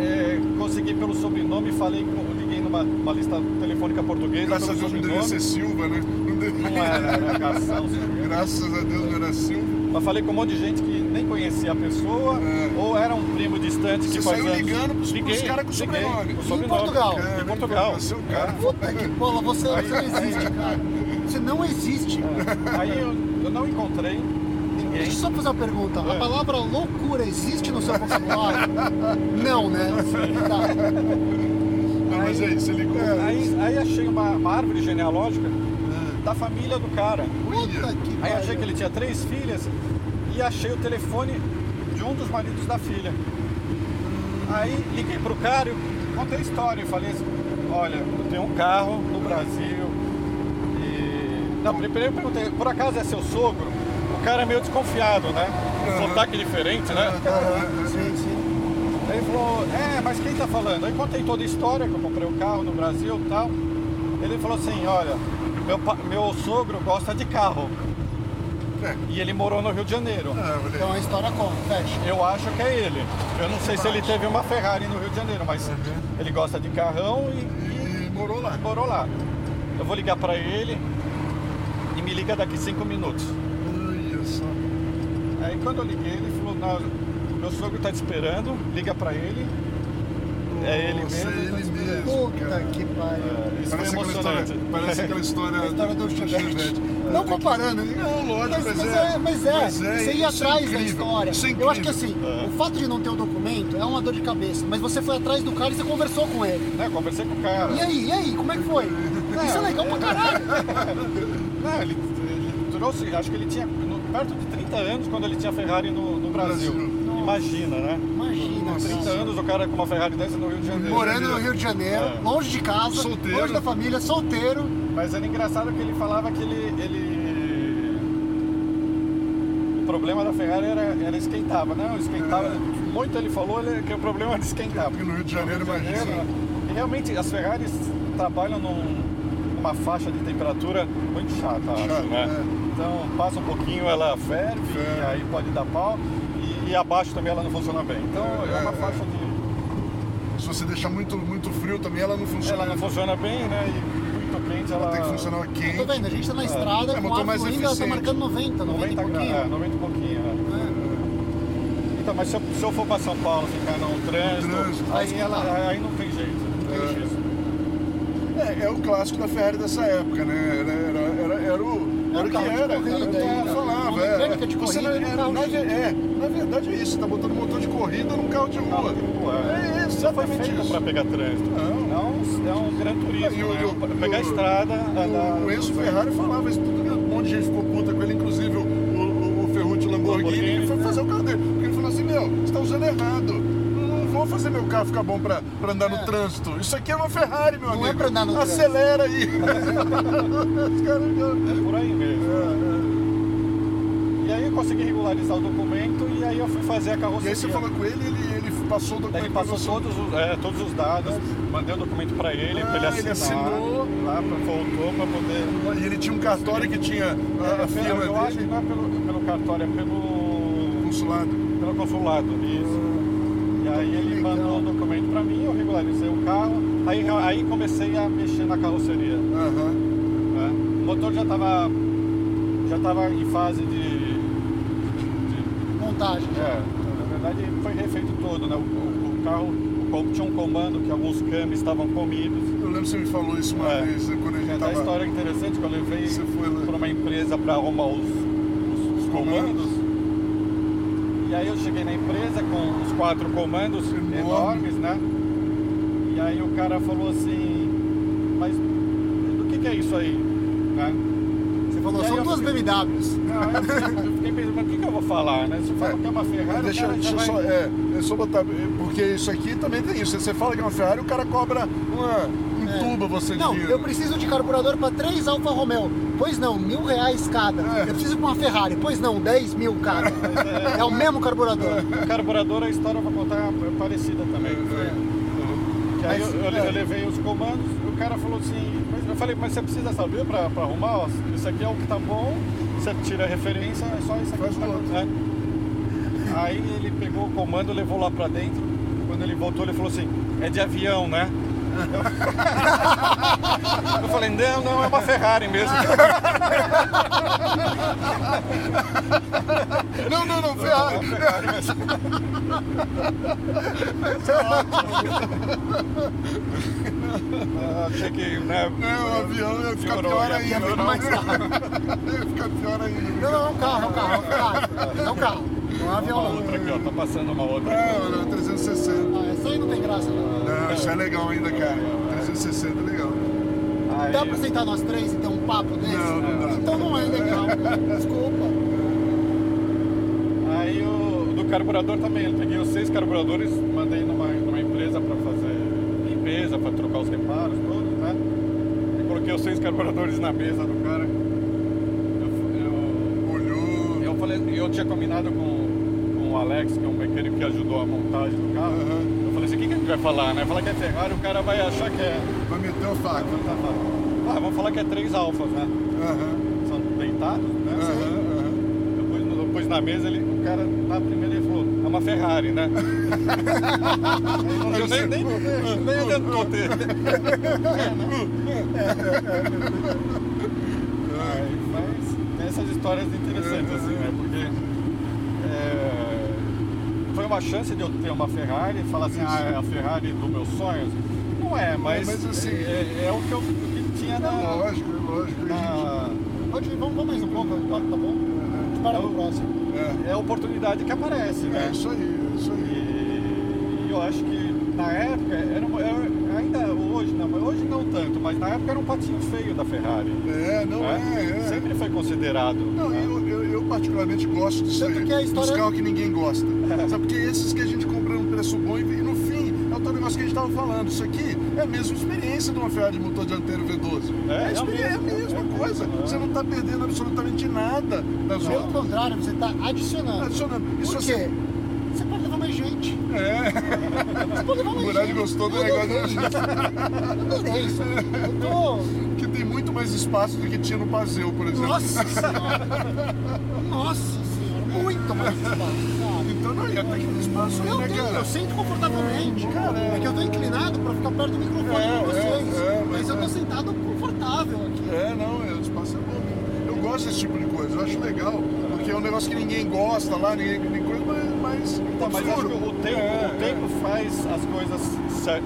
[SPEAKER 4] é, consegui pelo sobrenome, falei, com- liguei numa numa lista telefônica portuguesa.
[SPEAKER 3] Graças a
[SPEAKER 4] pelo
[SPEAKER 3] Deus não devia ser
[SPEAKER 4] sobrenome.
[SPEAKER 3] Silva, né? Não devia.
[SPEAKER 4] Não era, era Garção, se não me engano.
[SPEAKER 3] Graças a Deus não era Silva.
[SPEAKER 4] Mas falei com um monte de gente que nem conhecia a pessoa,
[SPEAKER 3] É.
[SPEAKER 4] ou era um primo distante que
[SPEAKER 3] Você
[SPEAKER 4] faz
[SPEAKER 3] saiu
[SPEAKER 4] anos.
[SPEAKER 3] ligando pros- pros caras com
[SPEAKER 4] liguei,
[SPEAKER 3] sobrenome.
[SPEAKER 4] com
[SPEAKER 3] Em
[SPEAKER 4] sobrenome.
[SPEAKER 2] Portugal.
[SPEAKER 4] Em Portugal.
[SPEAKER 3] Seu um cara.
[SPEAKER 2] Puta que bola, você, você não existe, cara. Você não existe.
[SPEAKER 4] Aí eu, eu não encontrei
[SPEAKER 2] Deixa eu
[SPEAKER 4] ninguém.
[SPEAKER 2] só fazer uma pergunta. A
[SPEAKER 4] É.
[SPEAKER 2] palavra loucura existe no seu vocabulário? Não, né? Tá.
[SPEAKER 3] Ah, mas aí, você ligou.
[SPEAKER 4] É, Aí, aí achei uma, uma árvore genealógica
[SPEAKER 3] É.
[SPEAKER 4] da família do cara.
[SPEAKER 2] Puta que
[SPEAKER 4] Aí achei
[SPEAKER 2] pariu.
[SPEAKER 4] que ele tinha três filhas e achei o telefone de um dos maridos da filha. Aí liguei pro cara e contei a história. Eu falei assim, olha, eu tenho um carro no Brasil e... Não, primeiro eu perguntei, por acaso é seu sogro? O cara é meio desconfiado, né?
[SPEAKER 3] Aham.
[SPEAKER 4] Sotaque diferente, né?
[SPEAKER 2] Aham, sim, sim.
[SPEAKER 4] Aí ele falou, é, mas quem tá falando? Aí contei toda a história, que eu comprei o carro no Brasil e tal. Ele falou assim, olha, meu, pa- meu sogro gosta de carro.
[SPEAKER 3] É.
[SPEAKER 4] E ele morou no Rio de Janeiro.
[SPEAKER 3] Ah, olha aí.
[SPEAKER 2] Então a história conta, fecha.
[SPEAKER 4] Eu acho que é ele. Eu não sei se ele teve uma Ferrari no Rio de Janeiro, mas ele gosta de carrão e,
[SPEAKER 3] Uhum. E morou lá.
[SPEAKER 4] e morou lá. Eu vou ligar pra ele e me liga daqui cinco minutos.
[SPEAKER 3] Olha só.
[SPEAKER 4] Aí quando eu liguei, ele falou, não, meu sogro tá te esperando, liga pra ele. É ele
[SPEAKER 3] Nossa, é
[SPEAKER 4] mesmo.
[SPEAKER 3] ele mesmo.
[SPEAKER 2] Puta
[SPEAKER 3] cara.
[SPEAKER 2] que pariu.
[SPEAKER 4] É, Isso foi
[SPEAKER 3] Parece aquela
[SPEAKER 4] emocionante.
[SPEAKER 3] história. Parece aquela história.
[SPEAKER 2] A história do Chevette. Não
[SPEAKER 3] Não,
[SPEAKER 2] comparando, né?
[SPEAKER 3] Não, um lógico,
[SPEAKER 2] Mas,
[SPEAKER 3] mas,
[SPEAKER 2] mas é, mas é,
[SPEAKER 3] mas é,
[SPEAKER 2] você ia
[SPEAKER 3] isso é
[SPEAKER 2] atrás da
[SPEAKER 3] incrível,
[SPEAKER 2] história.
[SPEAKER 3] isso é
[SPEAKER 2] Eu acho que
[SPEAKER 3] incrível.
[SPEAKER 2] assim,
[SPEAKER 4] É.
[SPEAKER 2] o fato de não ter o documento é uma dor de cabeça, mas você foi atrás do cara e você conversou com ele.
[SPEAKER 4] Né, conversei com o cara.
[SPEAKER 2] E aí, e aí, como é que foi? Isso é legal pra caralho.
[SPEAKER 4] Não, Né, ele, ele trouxe, acho que ele tinha no- perto de 30 anos quando ele tinha Ferrari no, no Brasil.
[SPEAKER 3] Brasil.
[SPEAKER 2] Nossa.
[SPEAKER 4] Imagina, né?
[SPEAKER 2] Imagina,
[SPEAKER 4] 30
[SPEAKER 2] cara.
[SPEAKER 4] anos o cara com uma Ferrari dessa no Rio de Janeiro.
[SPEAKER 2] Morando no Rio de Janeiro,
[SPEAKER 4] É.
[SPEAKER 2] longe de casa,
[SPEAKER 3] Solteiro.
[SPEAKER 2] longe da família, solteiro.
[SPEAKER 4] Mas era engraçado que ele falava que ele. ele- O problema da Ferrari era, era esquentava, né? Esquentava.
[SPEAKER 3] É.
[SPEAKER 4] Muito ele falou ele- que o problema era esquentar.
[SPEAKER 2] assim,
[SPEAKER 3] Porque no Rio de Janeiro, imagina.
[SPEAKER 4] E realmente as Ferraris trabalham num- numa faixa de temperatura muito chata, acho,
[SPEAKER 3] Chata,
[SPEAKER 4] né?
[SPEAKER 3] é.
[SPEAKER 4] Então passa um pouquinho, ela ferve,
[SPEAKER 3] Ferve.
[SPEAKER 4] e aí pode dar pau. E, e abaixo também ela não funciona bem. Então é,
[SPEAKER 3] É,
[SPEAKER 4] uma
[SPEAKER 3] é.
[SPEAKER 4] faixa de.
[SPEAKER 3] Se você deixar muito, muito frio também, ela não funciona.
[SPEAKER 4] Ela não funciona bem, né? E muito quente ela.
[SPEAKER 3] Tem que funcionar quente.
[SPEAKER 2] Tô vendo, a gente tá na estrada,
[SPEAKER 3] É,
[SPEAKER 2] com o
[SPEAKER 3] motor
[SPEAKER 2] ar
[SPEAKER 3] mais
[SPEAKER 2] fluindo, ela tá
[SPEAKER 3] eficiente.
[SPEAKER 2] marcando 90, 90 e
[SPEAKER 4] 90 graus,
[SPEAKER 2] pouquinho.
[SPEAKER 4] é, 90 e pouquinho. né?
[SPEAKER 2] É.
[SPEAKER 4] Então, mas se eu, se eu for pra São Paulo ficar num trânsito,
[SPEAKER 3] Trânsito.
[SPEAKER 4] aí, ela, aí não tem jeito. Não tem
[SPEAKER 3] É.
[SPEAKER 4] jeito.
[SPEAKER 3] É, é o clássico da Ferrari dessa época, né? Era, era, era, era o, era o que
[SPEAKER 2] carro de
[SPEAKER 3] era.
[SPEAKER 2] corrida,
[SPEAKER 3] era o que
[SPEAKER 2] né?
[SPEAKER 3] ela falava. é.
[SPEAKER 2] Uma mecânica de
[SPEAKER 3] Você
[SPEAKER 2] corrida,
[SPEAKER 3] na-
[SPEAKER 2] um
[SPEAKER 3] era-
[SPEAKER 2] carro
[SPEAKER 3] na,
[SPEAKER 2] de-
[SPEAKER 3] ve- é, na verdade é isso, tá botando motor de corrida num carro de
[SPEAKER 4] Carro
[SPEAKER 3] rua.
[SPEAKER 4] de rua, é.
[SPEAKER 3] É
[SPEAKER 4] Não foi
[SPEAKER 3] exatamente
[SPEAKER 4] feito
[SPEAKER 3] isso.
[SPEAKER 4] pra pegar trânsito.
[SPEAKER 3] Não.
[SPEAKER 4] É um, é um gran turismo.
[SPEAKER 3] E o-
[SPEAKER 4] né?
[SPEAKER 3] e o-
[SPEAKER 4] pegar a
[SPEAKER 3] o-
[SPEAKER 4] estrada, andar.
[SPEAKER 3] O, o É, Enzo Ferrari falava isso tudo, um monte de gente ficou puta com ele, inclusive o, o, o Ferrucci Lamborghini,
[SPEAKER 4] Lamborghini,
[SPEAKER 3] ele foi fazer o carro dele. Porque ele falou assim, meu, você tá usando errado. Eu Não vou fazer meu carro ficar bom pra, pra andar
[SPEAKER 2] É.
[SPEAKER 3] no trânsito. Isso aqui é uma Ferrari, meu
[SPEAKER 2] Não
[SPEAKER 3] amigo.
[SPEAKER 2] é pra andar no trânsito.
[SPEAKER 3] Acelera aí. Os caras já-
[SPEAKER 4] É por aí mesmo. E aí eu consegui regularizar o documento e aí eu fui fazer a
[SPEAKER 3] E
[SPEAKER 4] carroceria.
[SPEAKER 3] aí você falou com ele, ele, ele passou o
[SPEAKER 4] Daí ele
[SPEAKER 3] documento pra
[SPEAKER 4] passou
[SPEAKER 3] você.
[SPEAKER 4] todos os, é, todos os dados, mandei o documento pra ele, pra ele
[SPEAKER 3] Ah, ele
[SPEAKER 4] assinar.
[SPEAKER 3] assinou.
[SPEAKER 4] Lá, pra, voltou pra poder.
[SPEAKER 3] E ele tinha um cartório que tinha a, a
[SPEAKER 4] É, pelo- eu
[SPEAKER 3] firma
[SPEAKER 4] acho que
[SPEAKER 3] dele,
[SPEAKER 4] não é pelo, pelo cartório, é pelo,
[SPEAKER 3] consulado.
[SPEAKER 4] pelo consulado. Isso. E aí ele
[SPEAKER 2] legal.
[SPEAKER 4] mandou o documento pra mim, eu regularizei o carro, aí, re- aí comecei a mexer na carroceria.
[SPEAKER 3] Aham.
[SPEAKER 4] né? O motor já estava já tava em fase de
[SPEAKER 2] montagem.
[SPEAKER 4] É, na verdade foi refeito todo, né? O, o- o carro o com- tinha um comando que alguns câmbios estavam comidos.
[SPEAKER 3] Eu lembro que você me falou isso uma
[SPEAKER 4] É.
[SPEAKER 3] vez, né, quando a
[SPEAKER 4] Tem
[SPEAKER 3] gente
[SPEAKER 4] até
[SPEAKER 3] tava...
[SPEAKER 4] história interessante que eu levei
[SPEAKER 3] Você foi lá.
[SPEAKER 4] para uma empresa para arrumar os, os- os comandos. E aí eu cheguei na empresa com os quatro comandos
[SPEAKER 3] Enorme.
[SPEAKER 4] enormes, né? E aí o cara falou assim, mas do que, que é isso aí? Né?
[SPEAKER 2] Você falou,
[SPEAKER 4] E aí
[SPEAKER 2] são
[SPEAKER 4] eu
[SPEAKER 2] duas
[SPEAKER 4] fiquei-
[SPEAKER 2] BMWs.
[SPEAKER 4] Não, eu fiquei- eu fiquei pensando, mas o que, que eu vou falar, né? Se eu falo que é uma Ferrari,
[SPEAKER 3] Deixa,
[SPEAKER 4] o cara
[SPEAKER 3] deixa
[SPEAKER 4] já
[SPEAKER 3] eu
[SPEAKER 4] vai...
[SPEAKER 3] só, é, é só botar, porque isso aqui também tem isso. Você fala que é uma Ferrari, o cara cobra uma, um
[SPEAKER 2] É.
[SPEAKER 3] tubo, você
[SPEAKER 2] Não,
[SPEAKER 3] diria.
[SPEAKER 2] eu preciso de carburador para três Alfa Romeo. Pois não, mil reais cada.
[SPEAKER 3] É.
[SPEAKER 2] Eu preciso para uma Ferrari. Pois não, dez mil cada. É o mesmo carburador.
[SPEAKER 4] O carburador, a história pra contar é parecida também.
[SPEAKER 3] é.
[SPEAKER 4] Que aí eu, eu- eu levei os comandos, o cara falou assim, mas eu falei, mas você precisa saber pra, pra arrumar, ó, isso aqui é o que tá bom, você tira a referência, é só isso aqui
[SPEAKER 3] Faz
[SPEAKER 4] que tá
[SPEAKER 3] o
[SPEAKER 4] bom,
[SPEAKER 3] outro.
[SPEAKER 4] né? Aí ele pegou o comando, levou lá pra dentro, quando ele voltou ele falou assim, é de avião, né? Eu- Eu falei, não, não, é uma Ferrari mesmo.
[SPEAKER 3] Não, não, não, Ferrari.
[SPEAKER 4] Ah, Achei que, né?
[SPEAKER 2] É.
[SPEAKER 3] Não, o avião ia ficar
[SPEAKER 4] Piorou,
[SPEAKER 3] pior
[SPEAKER 4] ia
[SPEAKER 3] ainda.
[SPEAKER 4] piorar.
[SPEAKER 3] não. Ia ficar pior ainda.
[SPEAKER 2] Não, não, é um carro, é um carro, é um Ferrari. É um carro. Não é um
[SPEAKER 4] Uma
[SPEAKER 2] avião.
[SPEAKER 4] outra aqui, ó, tá passando uma outra.
[SPEAKER 3] Não, não, 360.
[SPEAKER 2] Ah, essa aí não tem graça. Não.
[SPEAKER 3] Não, isso é legal ainda, cara. 360 é legal.
[SPEAKER 4] Aí-
[SPEAKER 2] Dá pra sentar nós três e ter um papo desse?
[SPEAKER 3] Não, não dá.
[SPEAKER 2] Então não é legal. Desculpa.
[SPEAKER 4] Aí o do carburador também, eu peguei os seis carburadores, mandei numa, numa empresa para fazer limpeza, para trocar os reparos, todos, né? E coloquei os seis carburadores na mesa do cara. Eu,
[SPEAKER 3] Olhou.
[SPEAKER 4] eu, eu falei, eu tinha combinado com, com o Alex, que é um mecânico que ajudou a montagem do carro. Eu falei assim, o que, que a gente vai falar, né? Falar que é Ferrari, o cara vai achar que é.
[SPEAKER 3] Vai
[SPEAKER 4] Então
[SPEAKER 3] meter o faca.
[SPEAKER 4] Ah, vamos falar que é três alfas, né?
[SPEAKER 3] Aham,
[SPEAKER 4] São deitados, né?
[SPEAKER 3] aham, aham.
[SPEAKER 4] Eu pus, eu pus na mesa, ele, o cara na primeira ele falou, é uma Ferrari, né? eu nem, nem, nem adiantou ter. Ai, Mas tem essas histórias interessantes, assim, né? Porque é, foi uma chance de eu ter uma Ferrari e falar assim, ah, é a Ferrari dos meus sonhos. Não é, mas,
[SPEAKER 3] mas assim-
[SPEAKER 4] é, é o que eu o que tinha na...
[SPEAKER 3] É Lógico, é lógico. gente.
[SPEAKER 4] na
[SPEAKER 2] Pode ir, vamos, vamos mais um pouco, tá tá bom? Para pro próximo.
[SPEAKER 3] É.
[SPEAKER 4] é a oportunidade que aparece,
[SPEAKER 3] É
[SPEAKER 4] né?
[SPEAKER 3] isso aí, é isso aí.
[SPEAKER 4] E eu acho que na época, era, uma- era- ainda hoje, não, mas hoje não tanto, mas na época era um patinho feio da Ferrari.
[SPEAKER 3] É, não
[SPEAKER 4] né?
[SPEAKER 3] é, é.
[SPEAKER 4] Sempre foi considerado.
[SPEAKER 3] Não,
[SPEAKER 4] né?
[SPEAKER 3] eu, eu, eu particularmente gosto disso
[SPEAKER 2] Tanto
[SPEAKER 3] aí,
[SPEAKER 2] que a história-
[SPEAKER 3] dos carros que ninguém gosta. Sabe, porque esses que a gente compra num preço bom e e no fim é o tal negócio que a gente estava falando. Isso aqui é a mesma experiência de uma Ferrari de motor dianteiro V12.
[SPEAKER 4] É,
[SPEAKER 3] a, experi-
[SPEAKER 4] é
[SPEAKER 3] é a
[SPEAKER 4] mesmo.
[SPEAKER 3] mesma coisa. Você não está perdendo absolutamente nada das
[SPEAKER 2] Pelo
[SPEAKER 3] outras.
[SPEAKER 2] contrário, você tá adicionando.
[SPEAKER 3] Adicionando. Isso
[SPEAKER 2] Por
[SPEAKER 3] assim,
[SPEAKER 2] quê? Você pode levar mais gente.
[SPEAKER 3] é.
[SPEAKER 2] Você pode levar
[SPEAKER 3] O é
[SPEAKER 2] mais
[SPEAKER 3] Murad
[SPEAKER 2] gente.
[SPEAKER 3] gostou do
[SPEAKER 2] Eu
[SPEAKER 3] negócio
[SPEAKER 2] adorei isso. Eu adorei isso. Eu
[SPEAKER 3] que tem muito mais espaço do que tinha no Paseu, por
[SPEAKER 2] tô...
[SPEAKER 3] exemplo.
[SPEAKER 2] Nossa senhora. Nossa senhora. Muito mais espaço, sabe?
[SPEAKER 3] Então não ia ter aquele espaço aí,
[SPEAKER 2] Eu
[SPEAKER 3] né,
[SPEAKER 2] tenho,
[SPEAKER 3] cara?
[SPEAKER 2] eu sinto confortavelmente.
[SPEAKER 3] Cara, é.
[SPEAKER 2] é que eu tô inclinado pra ficar perto do microfone
[SPEAKER 3] É,
[SPEAKER 2] com vocês.
[SPEAKER 3] é, é,
[SPEAKER 2] mas,
[SPEAKER 3] mas
[SPEAKER 2] eu
[SPEAKER 3] é.
[SPEAKER 2] tô sentado confortável aqui.
[SPEAKER 3] É, não, é, o espaço é bom. Eu gosto desse tipo de coisa, eu acho legal, porque é um negócio que ninguém gosta lá, ninguém, ninguém coisa, mas, tá mas,
[SPEAKER 4] Então, mas acho que o tempo,
[SPEAKER 3] É,
[SPEAKER 4] o tempo faz as coisas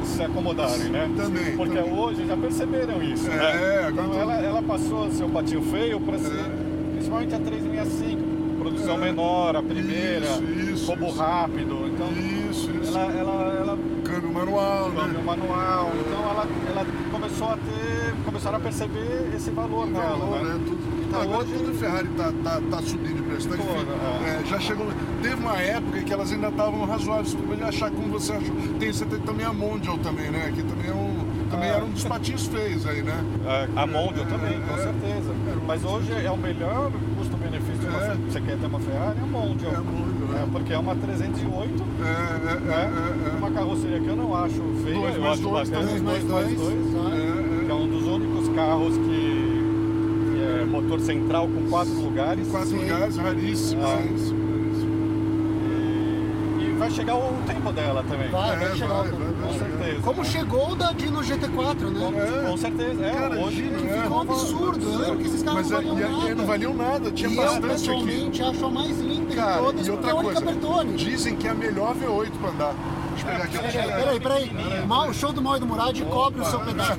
[SPEAKER 4] se, se acomodarem, né?
[SPEAKER 3] Também,
[SPEAKER 4] Porque
[SPEAKER 3] também.
[SPEAKER 4] hoje já perceberam isso,
[SPEAKER 3] É,
[SPEAKER 4] né?
[SPEAKER 3] agora É.
[SPEAKER 4] Então
[SPEAKER 3] tudo-
[SPEAKER 4] ela, ela passou a ser um patinho feio para ser, principalmente a 365, produção menor, a primeira,
[SPEAKER 3] É. Isso, isso,
[SPEAKER 4] roubo
[SPEAKER 3] isso.
[SPEAKER 4] rápido. Então
[SPEAKER 3] Isso, isso.
[SPEAKER 4] ela- ela, ela
[SPEAKER 3] Câmbio manual,
[SPEAKER 4] câmbio
[SPEAKER 3] né?
[SPEAKER 4] manual. Então ela, ela começou a ter, começaram a perceber esse valor
[SPEAKER 3] Valor,
[SPEAKER 4] dela, né?
[SPEAKER 3] né? Tudo.
[SPEAKER 4] Então,
[SPEAKER 3] Agora
[SPEAKER 4] hoje-
[SPEAKER 3] tudo Ferrari tá, tá, tá subindo de preço, tá
[SPEAKER 4] Toda,
[SPEAKER 3] difícil.
[SPEAKER 4] é.
[SPEAKER 3] É, já chegou. Teve uma época que elas ainda estavam razoáveis, você podia achar como você achou. Tem, você tem também a Mondial também, né? Que também, é um, também
[SPEAKER 4] Ah.
[SPEAKER 3] era um dos patinhos feios aí, né?
[SPEAKER 4] É, A Mondial também, com
[SPEAKER 3] É.
[SPEAKER 4] certeza.
[SPEAKER 3] É.
[SPEAKER 4] Mas hoje é o melhor custo-benefício. de uma
[SPEAKER 3] É.
[SPEAKER 4] Fe- Você quer ter uma Ferrari? É a Mondial.
[SPEAKER 3] É a Mondial, é.
[SPEAKER 4] É, porque é uma 308,
[SPEAKER 3] É, é, é, é, é.
[SPEAKER 4] uma carroceria que eu não acho feia,
[SPEAKER 3] Dois
[SPEAKER 4] eu
[SPEAKER 3] mais
[SPEAKER 4] acho
[SPEAKER 3] dois,
[SPEAKER 4] bacana.
[SPEAKER 3] três
[SPEAKER 2] mais dois,
[SPEAKER 3] É,
[SPEAKER 2] sabe?
[SPEAKER 3] é.
[SPEAKER 4] Que é um dos únicos carros que, que é motor central com quatro lugares.
[SPEAKER 3] É, Quatro
[SPEAKER 2] Sim.
[SPEAKER 3] lugares, raríssimos.
[SPEAKER 4] É. Ah.
[SPEAKER 3] raríssimos, raríssimos.
[SPEAKER 4] E, e vai chegar o tempo dela também.
[SPEAKER 2] Vai, Ah, vai
[SPEAKER 3] É,
[SPEAKER 2] chegar.
[SPEAKER 3] vai, vai, vai
[SPEAKER 4] Com
[SPEAKER 3] chegar.
[SPEAKER 4] certeza.
[SPEAKER 2] Como chegou o da Dino GT4, né?
[SPEAKER 3] É.
[SPEAKER 4] Com certeza. É,
[SPEAKER 3] Cara,
[SPEAKER 4] hoje
[SPEAKER 3] gira,
[SPEAKER 4] que
[SPEAKER 3] né?
[SPEAKER 2] Ficou um absurdo. Eu lembro que esses carros
[SPEAKER 3] Mas
[SPEAKER 2] não
[SPEAKER 3] é,
[SPEAKER 2] valiam
[SPEAKER 3] e
[SPEAKER 2] nada.
[SPEAKER 3] aqui não valiam nada, tinha
[SPEAKER 2] e é um eu,
[SPEAKER 3] É, bastante aqui.
[SPEAKER 2] pessoalmente, acho a mais linda
[SPEAKER 3] Cara,
[SPEAKER 2] de todas,
[SPEAKER 3] e outra
[SPEAKER 2] porque é a única
[SPEAKER 3] coisa,
[SPEAKER 2] Bertone.
[SPEAKER 3] dizem que é a melhor V8 pra andar. Deixa eu pegar aqui.
[SPEAKER 4] É,
[SPEAKER 3] Deixa eu
[SPEAKER 2] Peraí,
[SPEAKER 3] pegar.
[SPEAKER 2] peraí, peraí. Mal, o show do Mal e do Murad cobre o seu pedaço.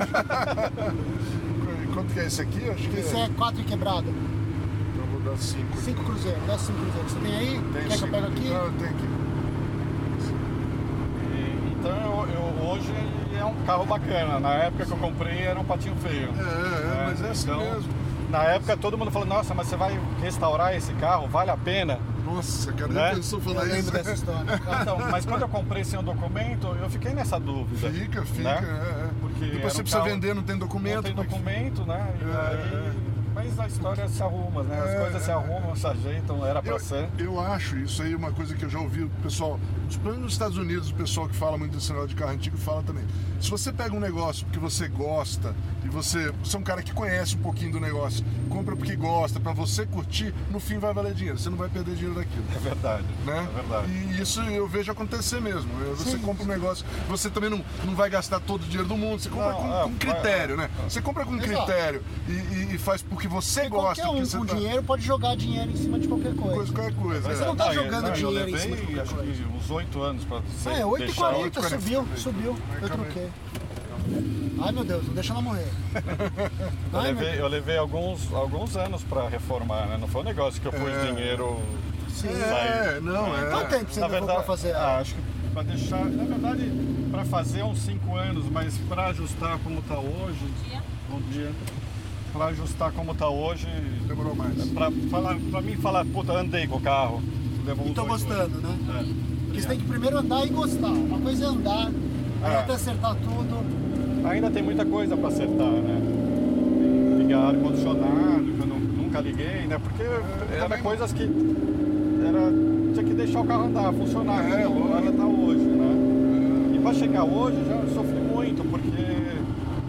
[SPEAKER 3] Quanto que é esse aqui? Eu Acho que
[SPEAKER 2] Esse
[SPEAKER 3] é.
[SPEAKER 2] é 4 e quebrada.
[SPEAKER 3] Então vou dar 5.
[SPEAKER 2] 5 cruzeiros, 10 5 cruzeiros. Você tem aí? Quer que eu pego aqui?
[SPEAKER 3] Não, tem aqui.
[SPEAKER 4] E- Então eu, eu- hoje é um carro bacana. Na época que eu comprei era um patinho feio.
[SPEAKER 3] É, é, mas é assim
[SPEAKER 4] então,
[SPEAKER 3] mesmo.
[SPEAKER 4] Na época todo mundo falou, nossa, mas você vai restaurar esse carro, vale a pena?
[SPEAKER 3] Nossa, cara,
[SPEAKER 4] Né?
[SPEAKER 3] nem pensou
[SPEAKER 2] Eu
[SPEAKER 3] falar isso.
[SPEAKER 2] lembro dessa história.
[SPEAKER 4] Então, mas quando eu comprei sem o documento, eu fiquei nessa dúvida.
[SPEAKER 3] Fica, fica.
[SPEAKER 4] Né?
[SPEAKER 3] é, é.
[SPEAKER 4] Porque era
[SPEAKER 3] Depois você
[SPEAKER 4] um
[SPEAKER 3] precisa
[SPEAKER 4] carro-
[SPEAKER 3] vender, não tem documento.
[SPEAKER 4] Não tem
[SPEAKER 3] como é que
[SPEAKER 4] documento, né? E
[SPEAKER 3] É,
[SPEAKER 4] aí- Mas a história se arruma, né? As
[SPEAKER 3] É,
[SPEAKER 4] coisas se
[SPEAKER 3] é.
[SPEAKER 4] arrumam, se ajeitam, era pra
[SPEAKER 3] Eu,
[SPEAKER 4] ser.
[SPEAKER 3] eu acho isso aí uma coisa que eu já ouvi o pessoal, principalmente nos Estados Unidos, o pessoal que fala muito desse negócio de carro antigo fala também. Se você pega um negócio porque você gosta e você, você é um cara que conhece um pouquinho do negócio, compra porque gosta, pra você curtir, no fim vai valer dinheiro, você não vai perder dinheiro daquilo.
[SPEAKER 4] É verdade.
[SPEAKER 3] Né?
[SPEAKER 4] É verdade.
[SPEAKER 3] E isso eu vejo acontecer mesmo. Você compra um negócio, você também não, não vai gastar todo o dinheiro do mundo, você compra
[SPEAKER 4] Não,
[SPEAKER 3] com,
[SPEAKER 4] é,
[SPEAKER 3] com critério, né? Você compra com
[SPEAKER 2] Exato.
[SPEAKER 3] critério e, e- e faz porque você gosta.
[SPEAKER 2] Qualquer um
[SPEAKER 3] porque você
[SPEAKER 2] com
[SPEAKER 3] tá-
[SPEAKER 2] dinheiro pode jogar dinheiro em cima de qualquer
[SPEAKER 3] Coisa,
[SPEAKER 2] coisa.
[SPEAKER 3] qualquer coisa.
[SPEAKER 4] Mas
[SPEAKER 3] é.
[SPEAKER 2] Você não tá
[SPEAKER 4] eu-
[SPEAKER 2] jogando
[SPEAKER 4] eu
[SPEAKER 2] dinheiro em
[SPEAKER 4] levei,
[SPEAKER 2] cima de qualquer
[SPEAKER 4] acho que uns 8 anos pra você.
[SPEAKER 2] Ah, é
[SPEAKER 4] deixar
[SPEAKER 2] 8h40,
[SPEAKER 3] 8h40.
[SPEAKER 2] subiu, subiu. Eu
[SPEAKER 3] Calma aí.
[SPEAKER 2] troquei. Ai meu Deus, não deixa ela morrer.
[SPEAKER 4] Eu
[SPEAKER 2] Ai, meu
[SPEAKER 4] levei, eu levei alguns, alguns anos pra reformar, né? Não foi um negócio que eu pus
[SPEAKER 3] É.
[SPEAKER 4] dinheiro.
[SPEAKER 3] É,
[SPEAKER 4] sair. então
[SPEAKER 3] não, é.
[SPEAKER 2] Quanto tempo você
[SPEAKER 4] Na
[SPEAKER 2] levou
[SPEAKER 4] verdade,
[SPEAKER 2] pra fazer?
[SPEAKER 4] ah, acho que pra deixar. Na verdade, pra fazer uns 5 anos, mas pra ajustar como tá hoje.
[SPEAKER 2] Um
[SPEAKER 4] Bom dia. Pra ajustar como tá hoje.
[SPEAKER 3] Demorou mais.
[SPEAKER 4] Pra, falar, pra mim falar, puta, andei com o carro. Levou
[SPEAKER 2] E
[SPEAKER 4] uns
[SPEAKER 2] tô
[SPEAKER 4] oito anos.
[SPEAKER 2] gostando, né?
[SPEAKER 4] É.
[SPEAKER 2] Porque você tem que primeiro andar e gostar. Uma coisa é andar, aí até acertar tudo.
[SPEAKER 4] Ainda tem muita coisa pra acertar, né? Tem que Ligar ar-condicionado, que eu nu- nunca liguei, né?
[SPEAKER 2] É,
[SPEAKER 4] Porque era
[SPEAKER 3] também-
[SPEAKER 4] coisas que era, tinha que deixar o carro andar, funcionar,
[SPEAKER 3] É,
[SPEAKER 4] é, como ela tá hoje,
[SPEAKER 2] É.
[SPEAKER 4] né? E pra chegar hoje já sofri muito, porque,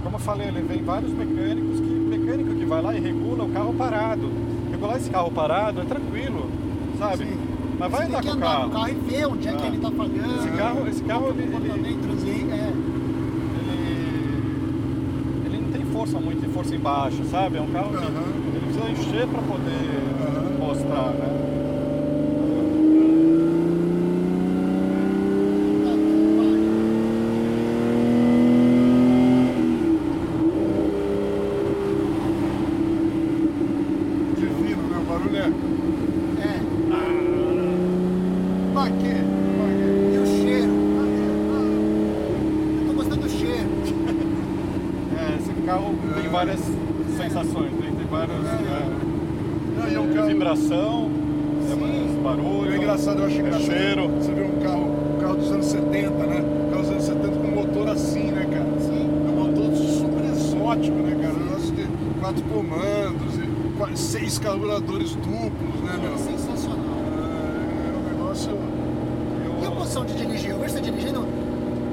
[SPEAKER 4] como eu falei, ele vem vários mecânicos que mecânico que vai lá e regula o carro parado. Regular esse carro parado é tranquilo, sabe?
[SPEAKER 2] Sim.
[SPEAKER 4] Mas
[SPEAKER 2] você
[SPEAKER 4] vai
[SPEAKER 2] tem
[SPEAKER 4] andar
[SPEAKER 2] que
[SPEAKER 4] com o
[SPEAKER 2] andar
[SPEAKER 4] carro.
[SPEAKER 2] com o carro e ver onde é que
[SPEAKER 4] Ah.
[SPEAKER 2] ele tá pagando.
[SPEAKER 4] Esse carro, esse carro ele- ele,
[SPEAKER 2] Comportamento, assim, é.
[SPEAKER 4] ele, ele não tem força muito, tem força embaixo, sabe? É um carro que
[SPEAKER 3] Aham.
[SPEAKER 4] ele precisa encher para poder
[SPEAKER 3] Aham.
[SPEAKER 4] mostrar, né?
[SPEAKER 2] Puta que pariu.
[SPEAKER 3] Divino, né? O barulho é.
[SPEAKER 2] É,
[SPEAKER 3] Pra quê? Pra quê?
[SPEAKER 2] e o cheiro. Ah, Eu tô gostando do cheiro.
[SPEAKER 4] É, esse carro tem
[SPEAKER 3] É.
[SPEAKER 4] várias sensações, né? tem várias é,
[SPEAKER 3] Não, e é um carro.
[SPEAKER 4] vibração, é, vários barulhos.
[SPEAKER 3] É engraçado, eu acho
[SPEAKER 4] é
[SPEAKER 3] engraçado.
[SPEAKER 4] cheiro.
[SPEAKER 3] Você vê um carro, um carro dos anos 70, né? Um carro dos anos 70 com um motor assim, né, cara?
[SPEAKER 2] Sim.
[SPEAKER 3] É um motor super exótico, né, cara? Um negócio de quatro comandos e quase seis carburadores duplos, né, meu?
[SPEAKER 2] Sensacional.
[SPEAKER 3] É um negócio.
[SPEAKER 2] E a posição de dirigir? Eu vejo você dirigindo.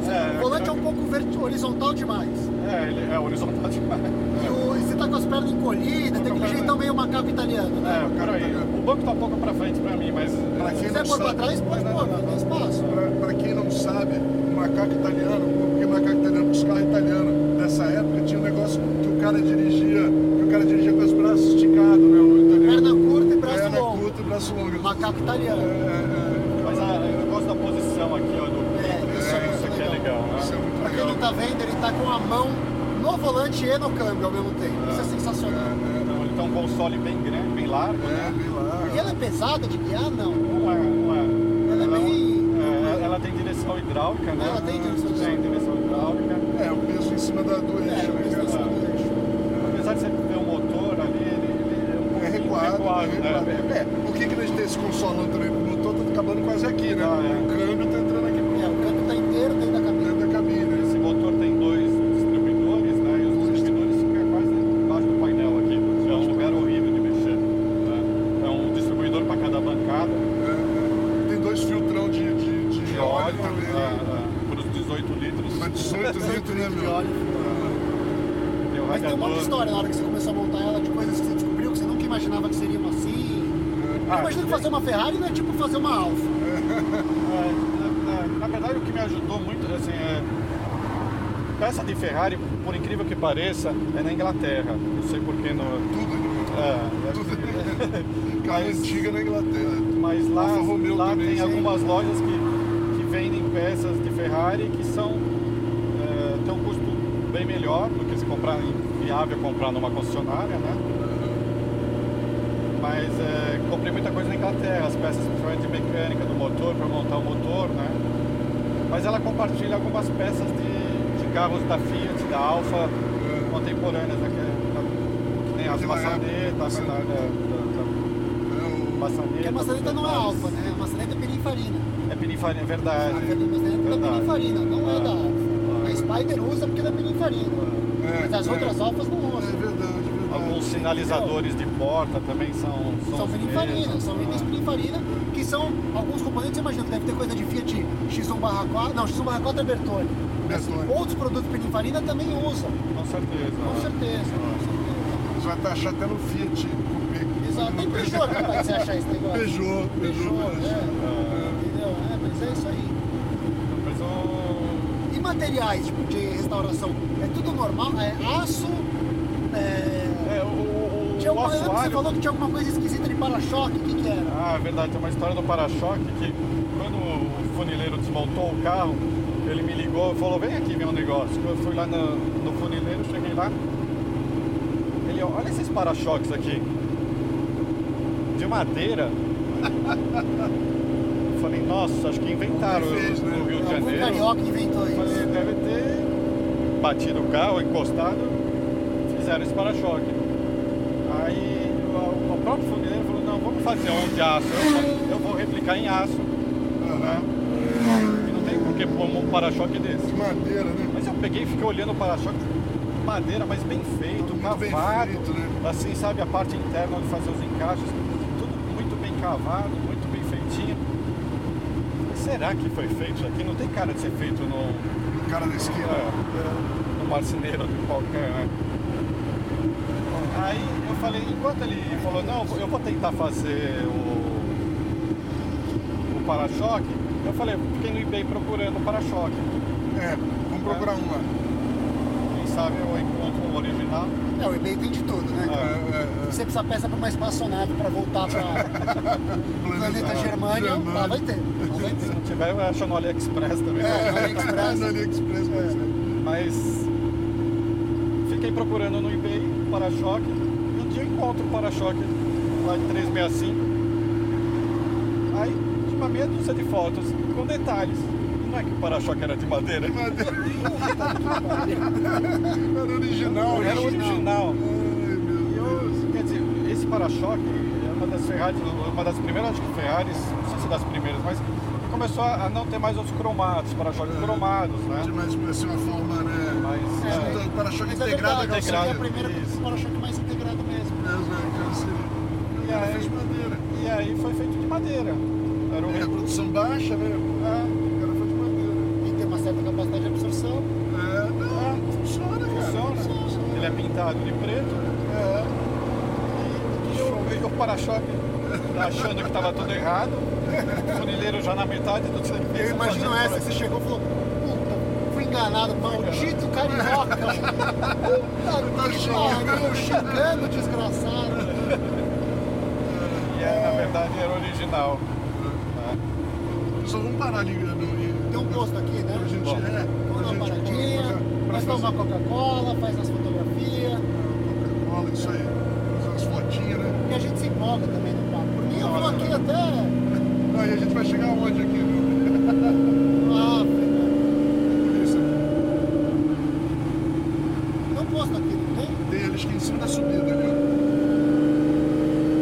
[SPEAKER 4] É,
[SPEAKER 2] o volante é um
[SPEAKER 4] é-
[SPEAKER 2] pouco verti- horizontal demais.
[SPEAKER 4] É, ele é horizontal demais. É,
[SPEAKER 2] E o- e você tá com as pernas encolhidas, tem que dirigir então meio macaco italiano, né?
[SPEAKER 4] É, por aí. O banco tá um pouco pra frente pra mim, mas.
[SPEAKER 3] Pra
[SPEAKER 2] Se
[SPEAKER 3] quem
[SPEAKER 2] você
[SPEAKER 3] não
[SPEAKER 2] for pra
[SPEAKER 3] sabe.
[SPEAKER 2] trás, pode
[SPEAKER 3] Não,
[SPEAKER 2] pôr,
[SPEAKER 3] não,
[SPEAKER 2] não tem espaço.
[SPEAKER 3] Pra, pra quem não sabe, o macaco italiano, porque o macaco italiano, os carros italianos dessa época, tinha um negócio que o cara dirigia, que o cara dirigia com os braços esticados, né? O
[SPEAKER 2] Perna
[SPEAKER 3] italiano.
[SPEAKER 2] curta e braço
[SPEAKER 3] Perna
[SPEAKER 2] longo.
[SPEAKER 3] curta e braço longo.
[SPEAKER 2] Macaco
[SPEAKER 3] É,
[SPEAKER 2] italiano.
[SPEAKER 3] é,
[SPEAKER 4] Mas ah, eu gosto da posição aqui, ó, do.
[SPEAKER 2] É, isso é
[SPEAKER 4] isso
[SPEAKER 2] muito
[SPEAKER 4] aqui é
[SPEAKER 2] legal.
[SPEAKER 4] legal, né?
[SPEAKER 3] é. Isso é muito
[SPEAKER 2] Pra quem
[SPEAKER 3] legal.
[SPEAKER 2] não tá vendo, ele tá com a mão no volante e no câmbio ao mesmo tempo. Isso é sensacional.
[SPEAKER 4] Então, ele tem um console bem grande, bem largo,
[SPEAKER 3] É,
[SPEAKER 4] né?
[SPEAKER 3] é, bem
[SPEAKER 2] E
[SPEAKER 3] lá.
[SPEAKER 2] ela é pesada de guiar? Não.
[SPEAKER 4] Não é, não é.
[SPEAKER 2] Ela é bem-
[SPEAKER 4] é, ela tem direção hidráulica, né?
[SPEAKER 2] Ela tem direção hidráulica.
[SPEAKER 4] Tem direção hidráulica.
[SPEAKER 3] É, o peso em cima da, do
[SPEAKER 2] É,
[SPEAKER 3] eixo,
[SPEAKER 2] eu
[SPEAKER 3] né,
[SPEAKER 2] penso nesse
[SPEAKER 3] cara?
[SPEAKER 2] volante.
[SPEAKER 4] Apesar de você ver o motor ali, ele, ele é um pouquinho
[SPEAKER 3] É recuado, é recuado.
[SPEAKER 4] né?
[SPEAKER 3] É, por que que nós temos esse consolão também pro motor? Tá acabando quase aqui, né?
[SPEAKER 4] Ah, é.
[SPEAKER 3] O câmbio tá entrando aqui
[SPEAKER 2] É, o câmbio tá inteiro dentro da
[SPEAKER 3] pro
[SPEAKER 2] cabine.
[SPEAKER 3] dentro da cabine, né?
[SPEAKER 4] Esse motor tem dois distribuidores, né? E os distribuidores ficam quase embaixo do painel aqui. É um lugar horrível de mexer. né? É um distribuidor para cada bancada.
[SPEAKER 3] É, Tem dois filtrão de, de, de óleo,
[SPEAKER 4] É,
[SPEAKER 3] também, né?
[SPEAKER 4] para os 18 litros.
[SPEAKER 3] Mas 18 litros, né,
[SPEAKER 2] é. De
[SPEAKER 3] meu?
[SPEAKER 2] óleo.
[SPEAKER 4] Tem o
[SPEAKER 2] Mas tem um monte de
[SPEAKER 4] radiador.
[SPEAKER 2] história na hora que você começou a montar ela, de coisas que você descobriu que você nunca imaginava que seriam assim. Eu
[SPEAKER 4] Ah,
[SPEAKER 2] imagino que fazer uma Ferrari não é tipo fazer uma Alfa.
[SPEAKER 4] É, Na verdade, o que me ajudou muito, assim, é... Peça de Ferrari, por incrível que pareça, é na Inglaterra. Não sei porquê no...
[SPEAKER 3] Tudo.
[SPEAKER 4] É, acho
[SPEAKER 3] Tudo.
[SPEAKER 4] que-
[SPEAKER 3] Carro antiga na Inglaterra.
[SPEAKER 4] Mas lá,
[SPEAKER 3] Alfa Romeo
[SPEAKER 4] lá
[SPEAKER 3] também,
[SPEAKER 4] tem
[SPEAKER 3] sim.
[SPEAKER 4] algumas lojas que, que vendem peças de Ferrari que são é, têm um custo bem melhor do que se comprar em viável comprar numa concessionária,
[SPEAKER 3] É,
[SPEAKER 4] né? Mas é, comprei muita coisa na Inglaterra, as peças principalmente de mecânica do motor para montar o motor, né? Mas ela compartilha algumas peças de, de carros da Fiat, da Alfa
[SPEAKER 3] É.
[SPEAKER 4] contemporâneas, né? Que, que nem as tá,
[SPEAKER 3] Aquela época,
[SPEAKER 4] maçanetas,
[SPEAKER 3] sim.
[SPEAKER 4] a da, da, da
[SPEAKER 3] É, o-
[SPEAKER 4] tá, maçaneta.
[SPEAKER 2] Porque a maçaneta não é
[SPEAKER 4] portanto,
[SPEAKER 2] alfa, né? A maçaneta é perifarina.
[SPEAKER 4] é pinifarina, é
[SPEAKER 2] A
[SPEAKER 4] verdade.
[SPEAKER 2] maçaneta é da
[SPEAKER 4] Verdade.
[SPEAKER 2] perifarina, não é da alfa.
[SPEAKER 4] Ah.
[SPEAKER 2] A Spider usa porque é da perifarina.
[SPEAKER 3] É,
[SPEAKER 2] Mas as
[SPEAKER 3] é.
[SPEAKER 2] outras alfas não
[SPEAKER 3] É
[SPEAKER 2] usam.
[SPEAKER 3] verdade, verdade.
[SPEAKER 4] Alguns sinalizadores de porta também são.
[SPEAKER 2] São
[SPEAKER 4] os
[SPEAKER 2] perifarina,
[SPEAKER 4] mesmos,
[SPEAKER 2] são
[SPEAKER 4] né?
[SPEAKER 2] itens perifarina, que são alguns componentes, imagina, que deve ter coisa de Fiat X1 4, não, X1 4 é Bertone.
[SPEAKER 3] Bertone.
[SPEAKER 2] Outros produtos perifarina também usam,
[SPEAKER 4] Com certeza.
[SPEAKER 2] com
[SPEAKER 4] né?
[SPEAKER 2] certeza. Com certeza.
[SPEAKER 3] Você vai taxar até no Fiat Coupé.
[SPEAKER 2] Exato, tem Peugeot aqui pra você achar esse negócio.
[SPEAKER 3] Peugeot, Peugeot.
[SPEAKER 2] Peugeot, né?
[SPEAKER 4] Ah,
[SPEAKER 2] Entendeu? É, mas é isso aí.
[SPEAKER 4] mas o-
[SPEAKER 2] E materiais tipo, de restauração? É tudo normal? É aço? É...
[SPEAKER 4] é, o- o- o
[SPEAKER 2] Tinha uma... lembra que Você
[SPEAKER 4] assoalho-
[SPEAKER 2] falou que tinha alguma coisa esquisita de para-choque, o que, que era?
[SPEAKER 4] Ah, é verdade, tem uma história do para-choque que quando o funileiro desmontou o carro, ele me ligou e falou, vem aqui ver um negócio. Eu fui lá no, no funileiro, cheguei lá, ele, olha esses para-choques aqui. De madeira. Eu falei, nossa, acho que inventaram
[SPEAKER 3] Alguém fez, né?
[SPEAKER 4] no Rio de
[SPEAKER 2] Algum
[SPEAKER 4] Janeiro.
[SPEAKER 2] Um carioca inventou
[SPEAKER 4] Eu falei,
[SPEAKER 2] isso.
[SPEAKER 4] deve ter batido o carro, encostado, fizeram esse para-choque. Aí o, o próprio funileiro falou, não, vamos fazer um de aço, eu, vou- eu vou replicar em aço,
[SPEAKER 2] é.
[SPEAKER 4] né? E não tem por que pôr um para-choque desse.
[SPEAKER 3] De madeira, né?
[SPEAKER 4] Mas eu peguei e fiquei olhando o para-choque, madeira, mas bem
[SPEAKER 3] Muito
[SPEAKER 4] feito,
[SPEAKER 3] bem
[SPEAKER 4] cavado,
[SPEAKER 3] feito, né?
[SPEAKER 4] assim, sabe, a parte interna onde fazer os encaixes, tudo muito bem cavado, muito bem feitinho. Mas será que foi feito isso aqui? Não tem cara de ser feito num,
[SPEAKER 3] O cara da esquina.
[SPEAKER 4] é, um marceneiro de qualquer, né? Aí eu falei, enquanto ele falou, não, eu vou tentar fazer o, o para-choque, eu falei, fiquei no eBay procurando o para-choque.
[SPEAKER 3] É, vamos procurar um lá.
[SPEAKER 4] Quem sabe eu encontro um original.
[SPEAKER 2] É, o eBay tem de tudo, né?
[SPEAKER 3] É,
[SPEAKER 2] cara?
[SPEAKER 3] é,
[SPEAKER 2] Você precisa peça para uma espaçonave para voltar para
[SPEAKER 3] é.
[SPEAKER 2] planeta Germânia, lá vai ter. Lá vai
[SPEAKER 4] Se
[SPEAKER 2] ter.
[SPEAKER 4] não tiver, eu acho no AliExpress também. né?
[SPEAKER 2] É, no
[SPEAKER 3] Ah,
[SPEAKER 2] AliExpress.
[SPEAKER 3] no AliExpress, vai ser.
[SPEAKER 4] Mas fiquei procurando no eBay o para-choque. E um dia eu encontro o para-choque lá em 365. Aí tinha uma meia dúzia de fotos com detalhes. Não é que o para-choque era de madeira?
[SPEAKER 3] é Era original,
[SPEAKER 4] Era original.
[SPEAKER 3] Ai, meu Deus.
[SPEAKER 4] Quer dizer, esse para-choque é uma das Ferraris, uma das primeiras acho que Ferraris, não sei se é das primeiras, mas começou a não ter mais os cromados, para-choques
[SPEAKER 3] É.
[SPEAKER 4] cromados, né?
[SPEAKER 3] Demais pra ser uma forma, né?
[SPEAKER 4] Mas
[SPEAKER 2] É.
[SPEAKER 4] é,
[SPEAKER 3] Junta- Para-choque
[SPEAKER 2] Mas é
[SPEAKER 3] integrado, né?
[SPEAKER 2] verdade,
[SPEAKER 3] aquelas
[SPEAKER 2] seria a
[SPEAKER 4] integrado,
[SPEAKER 2] primeira
[SPEAKER 4] isso.
[SPEAKER 2] para-choque é mais integrado mesmo.
[SPEAKER 3] mesmo, né? Aquelas que-
[SPEAKER 4] E aí?
[SPEAKER 3] Fez de madeira.
[SPEAKER 4] e aí foi feito de madeira. Era um
[SPEAKER 3] Tipo- É, a produção baixa, né?
[SPEAKER 4] é,
[SPEAKER 3] O cara foi de madeira.
[SPEAKER 2] E tem uma certa capacidade de absorção.
[SPEAKER 3] É, não, funciona, cara.
[SPEAKER 4] funciona. Ele é pintado de preto.
[SPEAKER 3] É.
[SPEAKER 4] E eu vejo o para-choque tá achando que estava tudo errado. O funileiro já na metade do serviço.
[SPEAKER 2] Eu imagino
[SPEAKER 4] fazendo
[SPEAKER 2] essa, que você chegou e falou, puta, fui enganado, maldito carioca.
[SPEAKER 3] Tá
[SPEAKER 2] Puta que
[SPEAKER 3] é
[SPEAKER 2] pariu, xingando, desgraçado.
[SPEAKER 4] para- E é, na verdade era original. né?
[SPEAKER 3] Só vamos parar ali no. no-
[SPEAKER 2] Tem um posto aqui, né?
[SPEAKER 3] Pra gente,
[SPEAKER 4] Bom.
[SPEAKER 3] é, pra
[SPEAKER 2] Vamos dar uma
[SPEAKER 3] gente
[SPEAKER 2] paradinha,
[SPEAKER 3] pra- pra
[SPEAKER 2] vai tomar
[SPEAKER 3] fazer
[SPEAKER 2] Coca-Cola, faz as fotografias.
[SPEAKER 3] Coca-Cola, isso aí. Fazer umas fotinhas, né?
[SPEAKER 2] E a gente se empolga também no papo. Por mim, eu vou aqui até...
[SPEAKER 3] Não, e a gente vai chegar onde aqui, viu?
[SPEAKER 2] Ah,
[SPEAKER 3] Polícia.
[SPEAKER 2] tem um posto aqui, não tem?
[SPEAKER 3] Tem eles que em cima da subida, viu?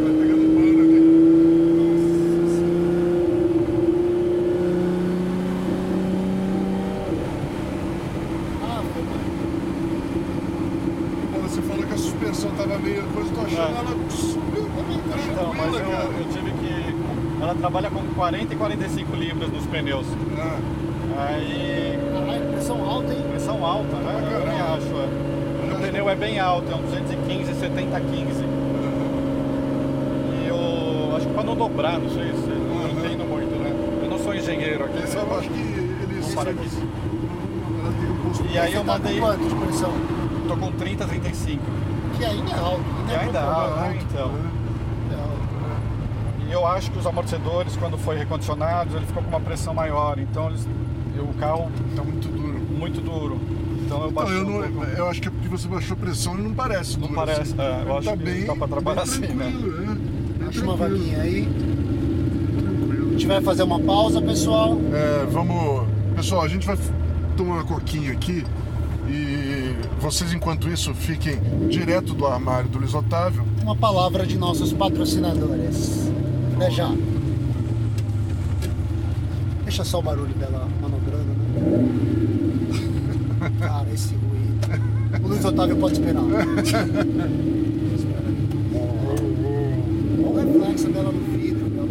[SPEAKER 3] Vai pegando um pano ali.
[SPEAKER 2] Ah,
[SPEAKER 3] Pô, Você falou que a suspensão tava meio coisa, tô achando
[SPEAKER 4] É.
[SPEAKER 3] ela super
[SPEAKER 4] Então, mas
[SPEAKER 3] tranquila,
[SPEAKER 4] eu,
[SPEAKER 3] cara.
[SPEAKER 4] eu tive que. Ela trabalha com 40 e 45 libras nos pneus.
[SPEAKER 3] Ah,
[SPEAKER 4] Aí.
[SPEAKER 2] caralho, pressão alta, hein?
[SPEAKER 4] pressão alta, né? Eu também acho. é. O pneu é bem alto, é um 215, 70, 15. E eu acho que para não dobrar, não sei se eu não entendo muito, né? Eu não sou engenheiro. cegueiro aqui. né?
[SPEAKER 3] Eu acho que eles.
[SPEAKER 4] Vamos parar aqui.
[SPEAKER 3] Ela tem um custo.
[SPEAKER 4] E aí
[SPEAKER 2] Você
[SPEAKER 4] eu
[SPEAKER 2] tá
[SPEAKER 4] mandei.
[SPEAKER 2] com quanto de pressão?
[SPEAKER 4] Tô com 30, 35.
[SPEAKER 2] Que ainda é alto. Ainda
[SPEAKER 4] E
[SPEAKER 2] é
[SPEAKER 4] ainda
[SPEAKER 2] alto,
[SPEAKER 4] há, né? Então.
[SPEAKER 2] ainda é alto.
[SPEAKER 4] E eu acho que os amortecedores, quando foi recondicionado, ele ficou com uma pressão maior. Então eles, eu- o carro
[SPEAKER 3] Tá muito duro.
[SPEAKER 4] muito duro. Então eu
[SPEAKER 3] Então,
[SPEAKER 4] baixei.
[SPEAKER 3] eu, não,
[SPEAKER 4] um pouco.
[SPEAKER 3] eu acho que é porque você baixou pressão e não parece
[SPEAKER 4] Não
[SPEAKER 3] duro.
[SPEAKER 4] parece,
[SPEAKER 3] assim.
[SPEAKER 4] é, eu
[SPEAKER 3] Ele
[SPEAKER 4] acho
[SPEAKER 3] tá
[SPEAKER 4] que
[SPEAKER 3] bem,
[SPEAKER 4] dá pra trabalhar
[SPEAKER 3] bem
[SPEAKER 4] assim, né?
[SPEAKER 3] tranquilo, é. Bem
[SPEAKER 2] Acha uma
[SPEAKER 3] tranquilo,
[SPEAKER 2] vaguinha aí.
[SPEAKER 3] tranquilo.
[SPEAKER 2] A gente vai fazer uma pausa, pessoal.
[SPEAKER 3] É, vamos. Pessoal, a gente vai f- tomar uma coquinha aqui e vocês, enquanto isso, fiquem direto do armário do Luiz Otávio.
[SPEAKER 2] Uma palavra de nossos patrocinadores. Até já. Deixa só o barulho dela manobrando, né? Cara, esse ruído. O Luiz Otávio pode esperar. Espera aí. Olha o reflexo dela no vidro, meu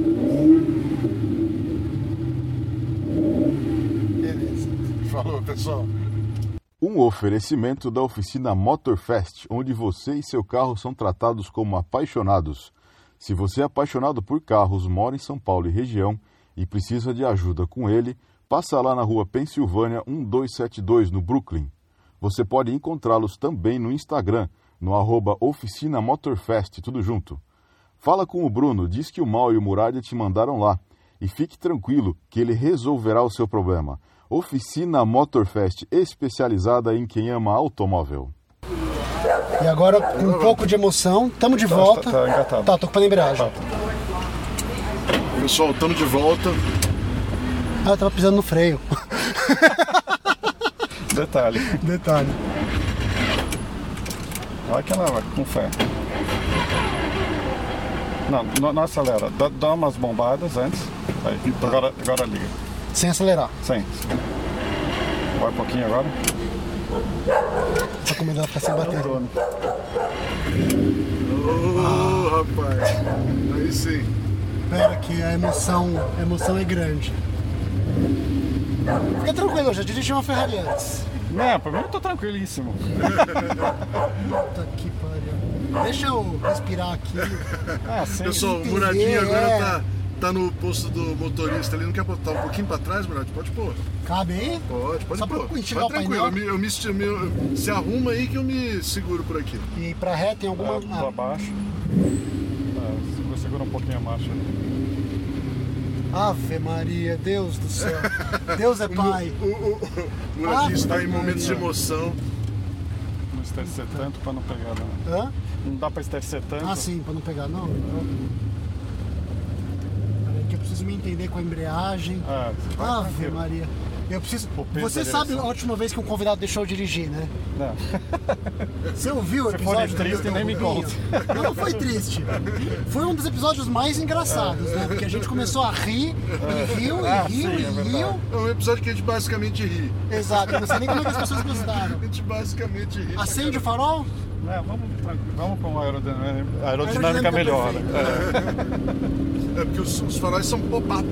[SPEAKER 2] amor. Beleza.
[SPEAKER 3] Falou, pessoal.
[SPEAKER 1] Um oferecimento da oficina Motorfest, onde você e seu carro são tratados como apaixonados. Se você é apaixonado por carros, mora em São Paulo e região e precisa de ajuda com ele, passa lá na rua Pensilvânia 1272, no Brooklyn. Você pode encontrá-los também no Instagram, no arroba Oficina Motorfest, tudo junto. Fala com o Bruno, diz que o Mal e o Muralha te mandaram lá. E fique tranquilo que ele resolverá o seu problema. Oficina Motorfest, especializada em quem ama automóvel.
[SPEAKER 2] E agora, com um pouco de emoção, estamos de volta.
[SPEAKER 4] tá engatado.
[SPEAKER 2] Tá, tô com a embreagem.
[SPEAKER 3] Pessoal, estamos de volta.
[SPEAKER 2] Ah, eu tava pisando no freio.
[SPEAKER 4] Detalhe.
[SPEAKER 2] Detalhe.
[SPEAKER 4] Vai que ela vai, com fé. Não, não, não acelera. Dá, dá umas bombadas antes. Aí, agora, agora liga.
[SPEAKER 2] Sem acelerar.
[SPEAKER 4] Sem. Vai um pouquinho agora.
[SPEAKER 2] Só comendo ela ficar sem bater.
[SPEAKER 3] Ô,
[SPEAKER 4] Ah.
[SPEAKER 3] rapaz. Aí sim.
[SPEAKER 2] Pera que a emoção, a emoção é grande. Fica tranquilo, eu já dirigi uma Ferrari antes.
[SPEAKER 4] Não, pra mim eu tô tranquilíssimo.
[SPEAKER 2] Puta que pariu. Deixa eu respirar aqui.
[SPEAKER 4] Ah, sim.
[SPEAKER 3] Pessoal, o
[SPEAKER 2] Entendi,
[SPEAKER 3] Muradinho
[SPEAKER 2] é.
[SPEAKER 3] agora tá, tá no posto do motorista ali. Não quer botar um pouquinho pra trás, Muradinho? Pode pôr.
[SPEAKER 2] Cabe aí?
[SPEAKER 3] Pode, pode
[SPEAKER 2] Só pra
[SPEAKER 3] pôr.
[SPEAKER 2] enxergar
[SPEAKER 3] Vai
[SPEAKER 2] o painel?
[SPEAKER 3] tranquilo, eu me, eu me esti- eu- eu- se arruma aí que eu me seguro por aqui.
[SPEAKER 2] E pra ré tem alguma.
[SPEAKER 4] Ah, pra baixo. Ah, segura- segura um pouquinho a marcha.
[SPEAKER 2] Ah, Ave Maria, Deus do céu. Deus é pai.
[SPEAKER 3] O, o, o Muradinho
[SPEAKER 2] Ah,
[SPEAKER 3] está em momentos de emoção.
[SPEAKER 4] Não estercer tanto pra não pegar. Não,
[SPEAKER 2] Hã?
[SPEAKER 4] não dá pra estercer tanto.
[SPEAKER 2] Ah, sim, pra não pegar, não. Peraí, que eu preciso me entender com a embreagem.
[SPEAKER 4] Ah, vai
[SPEAKER 2] Ave
[SPEAKER 4] tranquilo.
[SPEAKER 2] Maria. Eu preciso.
[SPEAKER 4] O peso
[SPEAKER 2] Você
[SPEAKER 4] da
[SPEAKER 2] sabe a
[SPEAKER 4] direção.
[SPEAKER 2] última vez que um convidado deixou eu dirigir, né?
[SPEAKER 4] Não.
[SPEAKER 2] Você ouviu o
[SPEAKER 4] Se
[SPEAKER 2] episódio?
[SPEAKER 4] for
[SPEAKER 2] do
[SPEAKER 4] triste,
[SPEAKER 2] Milton
[SPEAKER 4] nem me
[SPEAKER 2] Rubinho? Não, não foi triste. Foi um dos episódios mais engraçados, né? Porque a gente começou a rir, e riu, e
[SPEAKER 4] Ah,
[SPEAKER 2] riu,
[SPEAKER 4] sim, é
[SPEAKER 2] e riu.
[SPEAKER 4] verdade.
[SPEAKER 3] É um episódio que a gente basicamente ri.
[SPEAKER 2] Exato, eu não sei nem como é que as pessoas gostaram.
[SPEAKER 3] A gente basicamente ri.
[SPEAKER 2] Acende o farol?
[SPEAKER 4] Não, É, vamos, tranquilo. vamos com a aerodinâmica, a
[SPEAKER 2] Aerodinâmica
[SPEAKER 4] aerodinâmica melhor. né?
[SPEAKER 3] É porque os, os faróis são pop-up.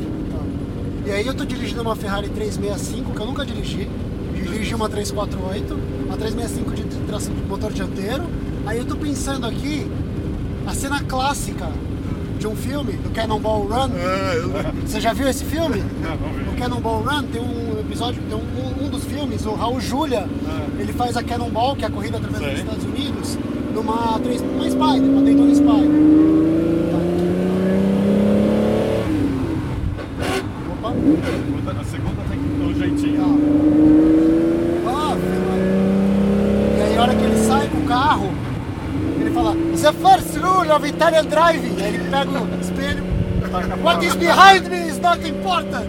[SPEAKER 2] E aí eu tô dirigindo uma Ferrari 365, que eu nunca dirigi. Dirigi uma 348, uma 365 de tração de motor dianteiro. Aí eu tô pensando aqui, a cena clássica de um filme, do Cannonball Run.
[SPEAKER 3] É, eu-
[SPEAKER 2] Você já viu esse filme?
[SPEAKER 4] não vi.
[SPEAKER 2] No Cannonball Run tem um episódio, tem um, um dos filmes, o Raul Julia, ele faz a Cannonball, que é a corrida através dos
[SPEAKER 4] Sei.
[SPEAKER 2] Estados Unidos, numa três, uma Spider, uma Daytona Spider. Tá aqui. Opa.
[SPEAKER 4] Segunda- A segunda tem que ter um jeitinho.
[SPEAKER 2] Ah, velho. E aí a hora que ele sai com o carro, ele fala, The first rule of Italian driving. Aí ele pega o espelho,
[SPEAKER 4] Tá
[SPEAKER 2] What is behind me is not important.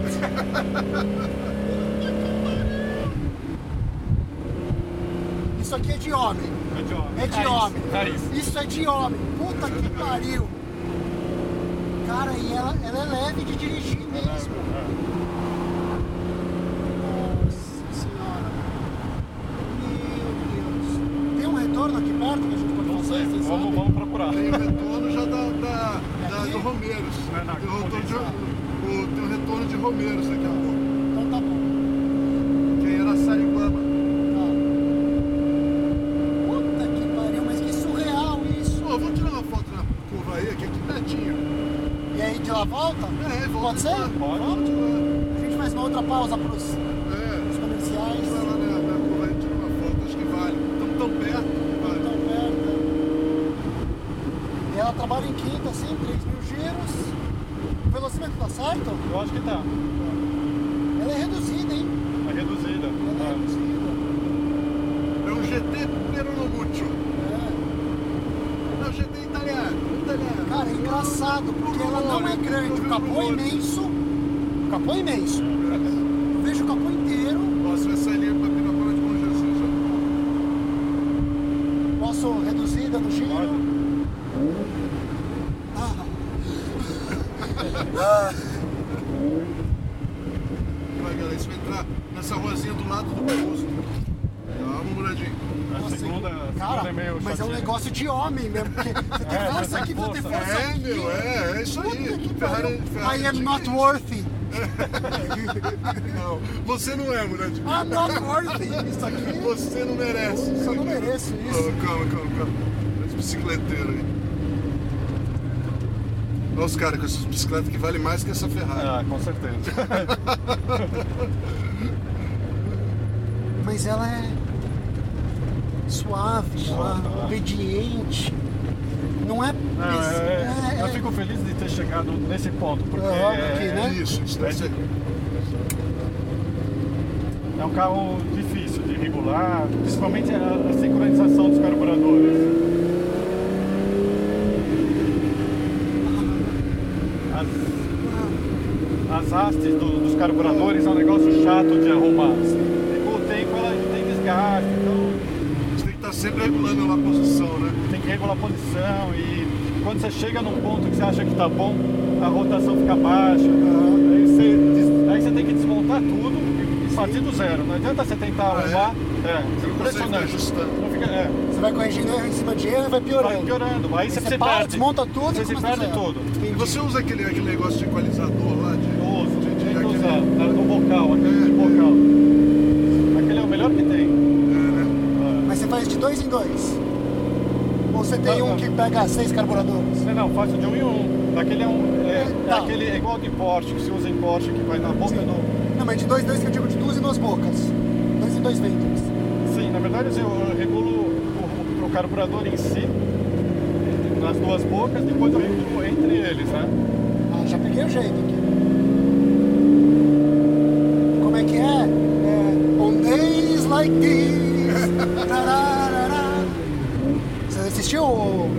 [SPEAKER 2] Isso aqui é de homem.
[SPEAKER 4] É de homem.
[SPEAKER 2] É de
[SPEAKER 4] Raiz,
[SPEAKER 2] homem.
[SPEAKER 4] Raiz.
[SPEAKER 2] Isso é de homem. Puta que pariu. Cara, e ela, ela é leve de dirigir
[SPEAKER 4] É,
[SPEAKER 2] mesmo. Nossa senhora. Meu Deus. Tem um retorno aqui perto que a gente pode
[SPEAKER 4] Não
[SPEAKER 2] fazer,
[SPEAKER 4] sei,
[SPEAKER 2] vocês sabem?
[SPEAKER 4] vamos, vamos procurar.
[SPEAKER 3] tem o retorno já da, da- da-
[SPEAKER 2] aqui?
[SPEAKER 3] do Romeiros.
[SPEAKER 4] Não, não,
[SPEAKER 3] Tem o retorno de, o, tem
[SPEAKER 4] Romeiros,
[SPEAKER 3] o retorno de Romeiros daqui a pouco.
[SPEAKER 2] Então tá bom.
[SPEAKER 3] Que aí era Sariguama.
[SPEAKER 2] Tá. Puta que pariu, mas que surreal isso.
[SPEAKER 3] Pô, eu vou tirar uma foto na curva aí, que é aqui pertinho.
[SPEAKER 2] E aí de lá volta?
[SPEAKER 3] É, vou
[SPEAKER 2] Pode ser?
[SPEAKER 3] lá.
[SPEAKER 4] Pode.
[SPEAKER 3] Volta lá.
[SPEAKER 2] A gente vai faz uma outra pausa para os
[SPEAKER 3] É.
[SPEAKER 2] comerciais.
[SPEAKER 3] Lá na, na curva a gente tira uma foto, acho que vale. Estamos tão perto que vale.
[SPEAKER 2] tão tá perto. E ela trabalha em quinta, assim, 3 mil giros. O velocímetro tá certo?
[SPEAKER 4] Eu acho que tá.
[SPEAKER 2] Ela é reduzida, hein?
[SPEAKER 4] É reduzida.
[SPEAKER 2] Ela é
[SPEAKER 4] Tá.
[SPEAKER 2] reduzida.
[SPEAKER 3] É um GT Peronomútil.
[SPEAKER 2] É.
[SPEAKER 3] É um GT italiano. italiano.
[SPEAKER 2] Cara, é engraçado, porque ela não é grande. O capô é imenso. O capô é imenso. Eu vejo o capô inteiro.
[SPEAKER 3] Nossa, vai sair ali pra Pirapora de Bom Jesus. ó.
[SPEAKER 2] Posso reduzida no giro.
[SPEAKER 4] Olha,
[SPEAKER 3] Vai, galera, isso vai entrar nessa ruazinha do lado do posto. Dá uma muradinha.
[SPEAKER 4] a
[SPEAKER 2] Nossa,
[SPEAKER 4] segunda, a segunda
[SPEAKER 2] cara,
[SPEAKER 4] é meio
[SPEAKER 2] mas é um
[SPEAKER 4] chatinha.
[SPEAKER 2] negócio de homem mesmo, porque você tem
[SPEAKER 4] É,
[SPEAKER 2] força aqui, você tem
[SPEAKER 4] força.
[SPEAKER 2] força
[SPEAKER 3] É,
[SPEAKER 2] aqui.
[SPEAKER 3] meu, é, é isso
[SPEAKER 2] Puta
[SPEAKER 3] aí.
[SPEAKER 2] que
[SPEAKER 3] Ferrari,
[SPEAKER 2] pariu.
[SPEAKER 3] Ferrari.
[SPEAKER 2] I am not worthy.
[SPEAKER 3] Não, você não é, Muradinho.
[SPEAKER 2] I'm not worthy. Isso aqui.
[SPEAKER 3] Você não merece.
[SPEAKER 2] Eu não
[SPEAKER 3] aqui.
[SPEAKER 2] mereço isso.
[SPEAKER 3] Calma, calma, calma, calma. Olha Esse bicicleteiro aí. Olha os caras com essas bicicletas que valem mais que essa Ferrari.
[SPEAKER 4] Ah, com certeza.
[SPEAKER 2] Mas ela é suave, ela é obediente. Não é. pes-
[SPEAKER 4] tá. É, é,
[SPEAKER 2] é-
[SPEAKER 4] eu
[SPEAKER 2] é-
[SPEAKER 4] fico feliz de ter chegado nesse ponto, porque
[SPEAKER 2] Aham,
[SPEAKER 4] é,
[SPEAKER 2] aqui, né?
[SPEAKER 3] Isso, isso deve ser.
[SPEAKER 4] é um carro difícil de regular, principalmente a, a sincronização dos carburadores. As, as hastes do- dos carburadores é um negócio chato de arrumar. E com o tempo ela tem desgaste, então
[SPEAKER 3] Você tem que estar sempre regulando lá a posição, né?
[SPEAKER 4] tem que regular a posição e quando você chega num ponto que você acha que tá bom, a rotação fica baixa. Aí você, des- aí você tem que desmontar tudo e partir do zero. Não adianta você tentar
[SPEAKER 3] Ah, é?
[SPEAKER 4] arrumar. É,
[SPEAKER 3] Você não consegue ficar
[SPEAKER 4] impressionante.
[SPEAKER 3] ajustando. Tá
[SPEAKER 4] Não fica, é,
[SPEAKER 2] Você vai corrigindo erro em cima de erro e vai
[SPEAKER 4] vai
[SPEAKER 2] piorando.
[SPEAKER 4] piorando. Aí você,
[SPEAKER 2] Você
[SPEAKER 4] se
[SPEAKER 2] para,
[SPEAKER 4] perde.
[SPEAKER 2] desmonta tudo e
[SPEAKER 4] Você se
[SPEAKER 2] começa do
[SPEAKER 4] perde
[SPEAKER 2] zero.
[SPEAKER 4] tudo.
[SPEAKER 3] E você usa aquele, aquele negócio de equalizador lá de.
[SPEAKER 4] Eu uso,
[SPEAKER 3] de- de-
[SPEAKER 4] tem que
[SPEAKER 3] aquele-
[SPEAKER 4] usar. tá No bocal, aquele de bocal. Aquele é o melhor que tem.
[SPEAKER 3] É, né?
[SPEAKER 2] Mas você faz de dois em dois. Ou você tem
[SPEAKER 4] Não,
[SPEAKER 2] um
[SPEAKER 4] não.
[SPEAKER 2] que pega seis carburadores.
[SPEAKER 4] Não, não, faço de um em um. Aquele é um. É, é
[SPEAKER 2] Tá.
[SPEAKER 4] aquele é igual de Porsche, que se usa em Porsche, que vai na boca
[SPEAKER 2] Sim.
[SPEAKER 4] do.
[SPEAKER 2] Não, mas de dois em dois que eu digo de duas em duas bocas. Dois em dois ventos.
[SPEAKER 4] Sim, na verdade assim, eu regulo o, o carburador em si, nas duas bocas, depois eu regulo entre eles, né?
[SPEAKER 2] Ah, já peguei o jeito aqui. Como é que é? é On days like this. tararara. Você assistiu o.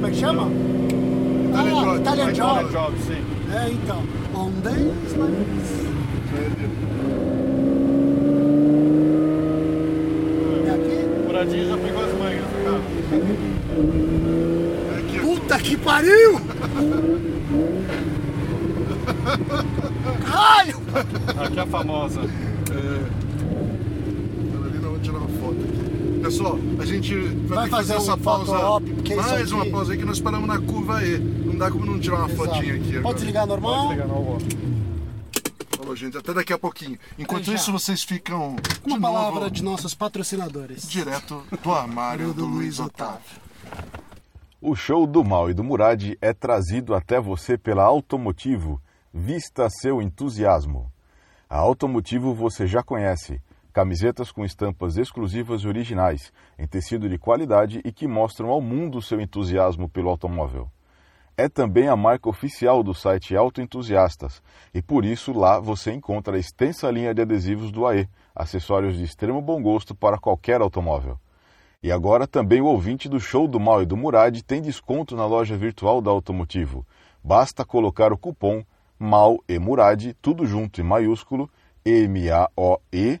[SPEAKER 2] Como é que chama?
[SPEAKER 3] Italian
[SPEAKER 2] ah,
[SPEAKER 3] Job.
[SPEAKER 2] Italian
[SPEAKER 4] Olha
[SPEAKER 2] Job.
[SPEAKER 4] o job, um sim.
[SPEAKER 2] É, então. On days like this. É aqui?
[SPEAKER 4] O Muradinho já pegou as manhas do carro.
[SPEAKER 3] É aqui, ó.
[SPEAKER 2] Puta que pariu! Caralho!
[SPEAKER 4] Aqui é a famosa.
[SPEAKER 3] Carolina, eu vou tirar uma foto aqui. Pessoal, a gente vai,
[SPEAKER 2] Vai
[SPEAKER 3] ter que fazer,
[SPEAKER 2] fazer
[SPEAKER 3] essa
[SPEAKER 2] um
[SPEAKER 3] pausa.
[SPEAKER 2] photo-op, porque isso
[SPEAKER 3] mais uma
[SPEAKER 2] aqui-
[SPEAKER 3] pausa aí que nós paramos na curva E. Não dá como não tirar uma fotinha aqui. agora.
[SPEAKER 2] Pode desligar normal?
[SPEAKER 4] Pode ligar no alvo.
[SPEAKER 3] Falou, gente. Até daqui a pouquinho. Enquanto
[SPEAKER 2] Até já.
[SPEAKER 3] isso, vocês ficam
[SPEAKER 2] Uma
[SPEAKER 3] de
[SPEAKER 2] palavra
[SPEAKER 3] novo,
[SPEAKER 2] de nossos patrocinadores.
[SPEAKER 3] direto do armário do Luiz Otávio.
[SPEAKER 1] O show do Mal e do Murad é trazido até você pela Automotivo. Vista seu entusiasmo. A Automotivo você já conhece. Camisetas com estampas exclusivas e originais, em tecido de qualidade e que mostram ao mundo seu entusiasmo pelo automóvel. É também a marca oficial do site Autoentusiastas e por isso lá você encontra a extensa linha de adesivos do AE, acessórios de extremo bom gosto para qualquer automóvel. E agora também o ouvinte do Show do Mal e do Murad tem desconto na loja virtual da Automotivo. Basta colocar o cupom MAL e Murad, tudo junto em maiúsculo, M-A-O-E-M-U-R-A-D,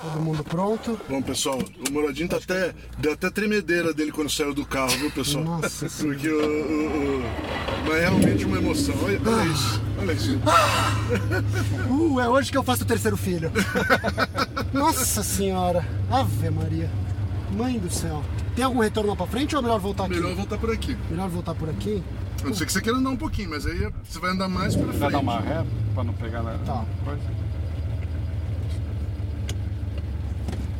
[SPEAKER 2] Todo mundo pronto?
[SPEAKER 3] Bom, pessoal, o Moradinho tá até, deu até tremedeira dele quando saiu do carro, viu, pessoal?
[SPEAKER 2] Nossa Senhora.
[SPEAKER 3] Porque o, o- o- Mas é realmente uma emoção. Olha, olha isso. Olha isso.
[SPEAKER 2] Uh, é hoje que eu faço o terceiro filho. Nossa senhora. Ave Maria. Mãe do céu. Tem algum retorno lá pra frente ou é melhor voltar aqui?
[SPEAKER 3] Melhor voltar por aqui.
[SPEAKER 2] Melhor voltar por aqui?
[SPEAKER 3] A não ser que você queira andar um pouquinho, mas aí você vai andar mais pra frente.
[SPEAKER 4] Vai dar uma ré pra não pegar na
[SPEAKER 2] Tá.
[SPEAKER 4] coisa.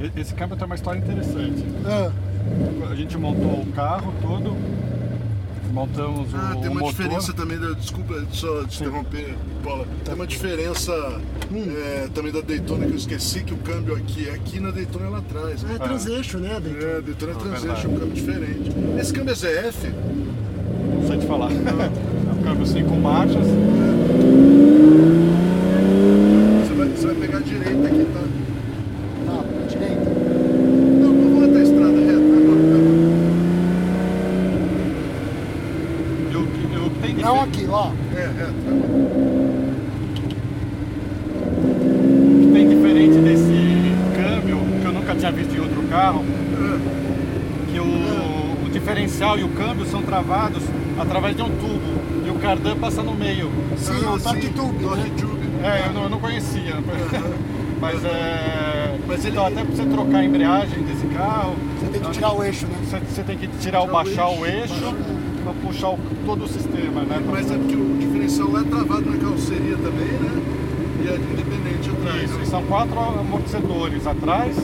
[SPEAKER 4] E- Esse câmbio tem uma história interessante.
[SPEAKER 2] Ah,
[SPEAKER 4] A gente montou o carro todo, montamos o,
[SPEAKER 3] Ah, tem
[SPEAKER 4] o
[SPEAKER 3] uma
[SPEAKER 4] motor.
[SPEAKER 3] diferença também da. Desculpa só te interromper, Paula. Tem uma diferença é, também da Daytona que eu esqueci que o câmbio aqui é aqui na Daytona é lá atrás.
[SPEAKER 2] é transeixo, né, Dayton?
[SPEAKER 3] É, a Daytona é
[SPEAKER 4] verdade.
[SPEAKER 3] Transition, um câmbio diferente. Esse câmbio é ZF,
[SPEAKER 4] Não sei te falar. É um câmbio cinco marchas.
[SPEAKER 3] você vai, você vai pegar a direita aqui, tá?
[SPEAKER 2] Tá, direita.
[SPEAKER 3] Não, não vou até a estrada é reta agora.
[SPEAKER 4] E o que- o que tem de
[SPEAKER 2] Não aqui, ó.
[SPEAKER 3] tá? É, reta.
[SPEAKER 4] que tem diferente desse câmbio, que eu nunca tinha visto em outro carro, que o, o diferencial e o câmbio são travados através de um tubo e o cardan passa no meio.
[SPEAKER 2] Sim,
[SPEAKER 3] Ah,
[SPEAKER 2] o torque tube,
[SPEAKER 3] torque
[SPEAKER 2] né?
[SPEAKER 3] tube.
[SPEAKER 4] É, eu não, eu não conhecia. Mas é.
[SPEAKER 3] Mas ele-
[SPEAKER 4] então, até pra você trocar a embreagem desse carro,
[SPEAKER 2] Você tem que tirar o eixo, né?
[SPEAKER 4] você, você tem que tirar, ou
[SPEAKER 3] Tirar o
[SPEAKER 4] baixar o
[SPEAKER 3] eixo,
[SPEAKER 4] eixo, pra puxar o- todo o sistema, né?
[SPEAKER 3] Mas é porque o diferencial lá é travado na carroceria também, né? E é independente atrás.
[SPEAKER 4] Isso,
[SPEAKER 3] né?
[SPEAKER 4] e são quatro amortecedores atrás,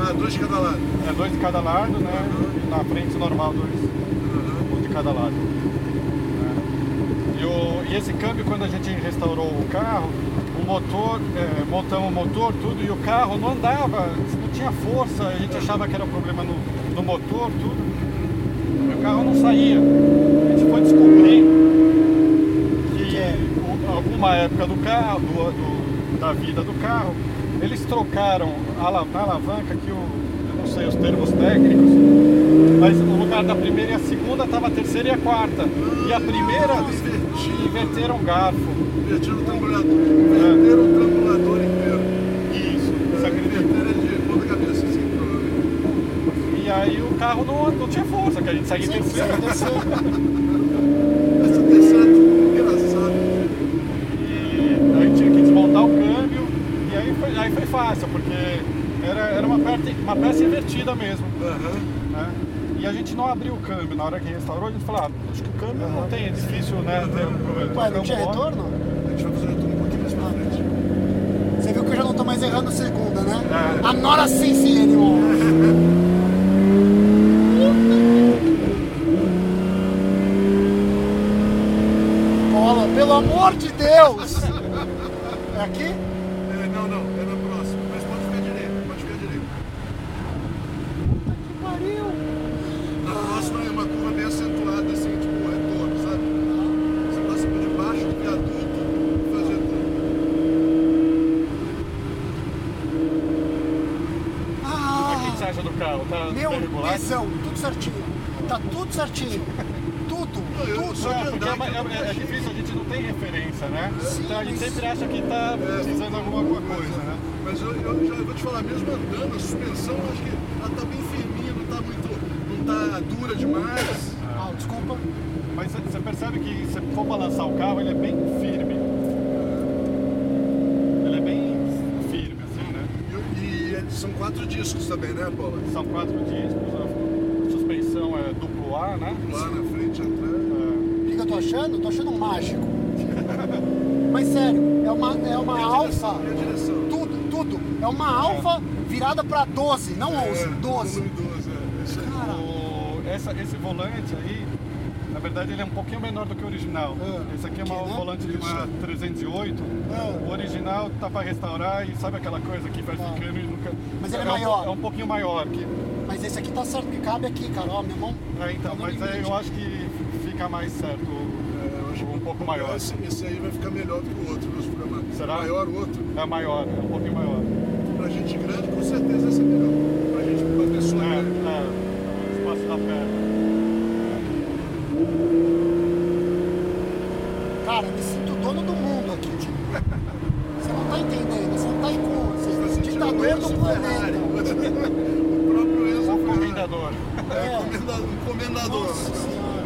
[SPEAKER 3] Ah, dois de cada lado.
[SPEAKER 4] é dois de cada lado, né? E na frente normal dois. um de cada lado. né? E, o- e esse câmbio, quando a gente restaurou o carro, o motor, é, montamos o motor, tudo, e o carro não andava, não tinha força, a gente achava que era um problema no, no motor, tudo. E o carro não saía. A gente foi descobrir que é, o- alguma época do carro, do- do- da vida do carro, eles trocaram a, ala- a alavanca que o, eu não sei os termos técnicos, mas no lugar da primeira e a segunda estava a terceira e a quarta. E a primeira
[SPEAKER 3] Invertido.
[SPEAKER 4] inverteram o garfo.
[SPEAKER 3] Invertiram o trambulador. Inverteram o trambulador inteiro.
[SPEAKER 4] Isso, você acredita?
[SPEAKER 3] Inverteram ele de ponta cabeça, assim, provavelmente.
[SPEAKER 4] E aí o carro não, não tinha força, que a gente saía em terceira.
[SPEAKER 3] Essa terceira é engraçada.
[SPEAKER 4] E aí Então, tinha que desmontar o câmbio. E aí foi, aí foi fácil, porque era, era uma, peça, uma peça invertida mesmo.
[SPEAKER 3] Aham.
[SPEAKER 4] né? E a gente não abriu o câmbio na hora que restaurou, a gente falou, ah, acho que o câmbio não tem, é difícil, né? Ter um problema.
[SPEAKER 2] Ué, não tinha
[SPEAKER 4] Câmbio bom.
[SPEAKER 2] retorno?
[SPEAKER 3] A gente vai fazer tudo um pouquinho mais pra frente.
[SPEAKER 2] Você viu que eu já não tô mais errando segunda, né?
[SPEAKER 4] É.
[SPEAKER 2] I'm not a sissy anymore. Bola, pelo amor de Deus! É aqui?
[SPEAKER 3] É, não, não, é na próxima. Mas pode ficar direito, pode ficar direito.
[SPEAKER 2] Que pariu!
[SPEAKER 3] Na próxima é uma curva bem acentuada, assim, tipo, é torto, sabe? Você passa por debaixo do viaduto e faz o retorno.
[SPEAKER 4] O que
[SPEAKER 2] Ah,
[SPEAKER 4] que você acha do carro? Tá tá
[SPEAKER 2] meu
[SPEAKER 4] regular?
[SPEAKER 2] tesão, tudo certinho. Tá tudo certinho. Tudo,
[SPEAKER 3] Eu
[SPEAKER 2] tudo.
[SPEAKER 3] só de
[SPEAKER 4] É, porque é,
[SPEAKER 3] andar.
[SPEAKER 4] uma- é- é difícil, a gente não tem referência, né?
[SPEAKER 2] Sim,
[SPEAKER 4] então a gente
[SPEAKER 2] mas- é.
[SPEAKER 4] sempre acha que tá precisando alguma coisa, né?
[SPEAKER 3] Mas eu, eu já vou te falar, mesmo andando, a suspensão, eu acho que ela tá bem firminha, não tá muito. não tá dura demais.
[SPEAKER 2] Ah, desculpa.
[SPEAKER 4] Mas você- você percebe que se for balançar o carro, ele é bem firme. Ele é bem firme, assim, né?
[SPEAKER 3] E, e é- são quatro discos também, né, Paula?
[SPEAKER 4] São quatro discos, a suspensão é duplo A, né?
[SPEAKER 3] Lá na frente, atrás.
[SPEAKER 2] O que que eu tô achando? Tô achando um mágico. Mas sério, é uma, é uma
[SPEAKER 3] E a
[SPEAKER 2] alfa.
[SPEAKER 3] direção, E a direção?
[SPEAKER 2] Tudo, tudo. É uma alfa virada pra 12, não 11,
[SPEAKER 3] É,
[SPEAKER 2] 12.
[SPEAKER 3] volume 12, é. Isso aí.
[SPEAKER 2] Cara,
[SPEAKER 4] O- essa- esse volante aí, na verdade, ele é um pouquinho menor do que o original.
[SPEAKER 2] Ah,
[SPEAKER 4] esse aqui é uma-
[SPEAKER 2] aqui,
[SPEAKER 4] um
[SPEAKER 2] né?
[SPEAKER 4] volante de uma 308.
[SPEAKER 2] Ah.
[SPEAKER 4] O original tá para restaurar e sabe aquela coisa que vai
[SPEAKER 2] Tá.
[SPEAKER 4] ficando e nunca.
[SPEAKER 2] Mas ele é
[SPEAKER 4] um-
[SPEAKER 2] maior.
[SPEAKER 4] é um pouquinho maior que.
[SPEAKER 2] mas esse aqui tá certo, que cabe aqui, cara. Ó, meu irmão.
[SPEAKER 4] É, então,
[SPEAKER 2] Tá no
[SPEAKER 4] mas aí
[SPEAKER 2] limite.
[SPEAKER 4] eu acho que fica mais certo.
[SPEAKER 3] É, eu acho
[SPEAKER 4] Um pouco maior.
[SPEAKER 3] Esse, esse aí vai ficar melhor do que o outro. Vai ficar ma-
[SPEAKER 4] Será?
[SPEAKER 3] Maior o outro.
[SPEAKER 4] É maior, é um pouquinho maior.
[SPEAKER 3] Pra gente grande, com certeza esse é melhor. Pra gente, pra pessoa
[SPEAKER 4] É,
[SPEAKER 3] grande.
[SPEAKER 4] é, o espaço da perna.
[SPEAKER 2] Cara, eu me sinto dono do mundo aqui, tipo. Você não tá entendendo, você não tá em conta. Você
[SPEAKER 3] Tá
[SPEAKER 2] é
[SPEAKER 3] sentindo o
[SPEAKER 2] ditador
[SPEAKER 3] Enzo
[SPEAKER 2] do
[SPEAKER 3] Ferrari.
[SPEAKER 2] planeta.
[SPEAKER 3] O próprio Enzo
[SPEAKER 4] Só um
[SPEAKER 3] Ferrari.
[SPEAKER 4] comendador.
[SPEAKER 3] É, comendador. comendador.
[SPEAKER 2] Nossa senhora.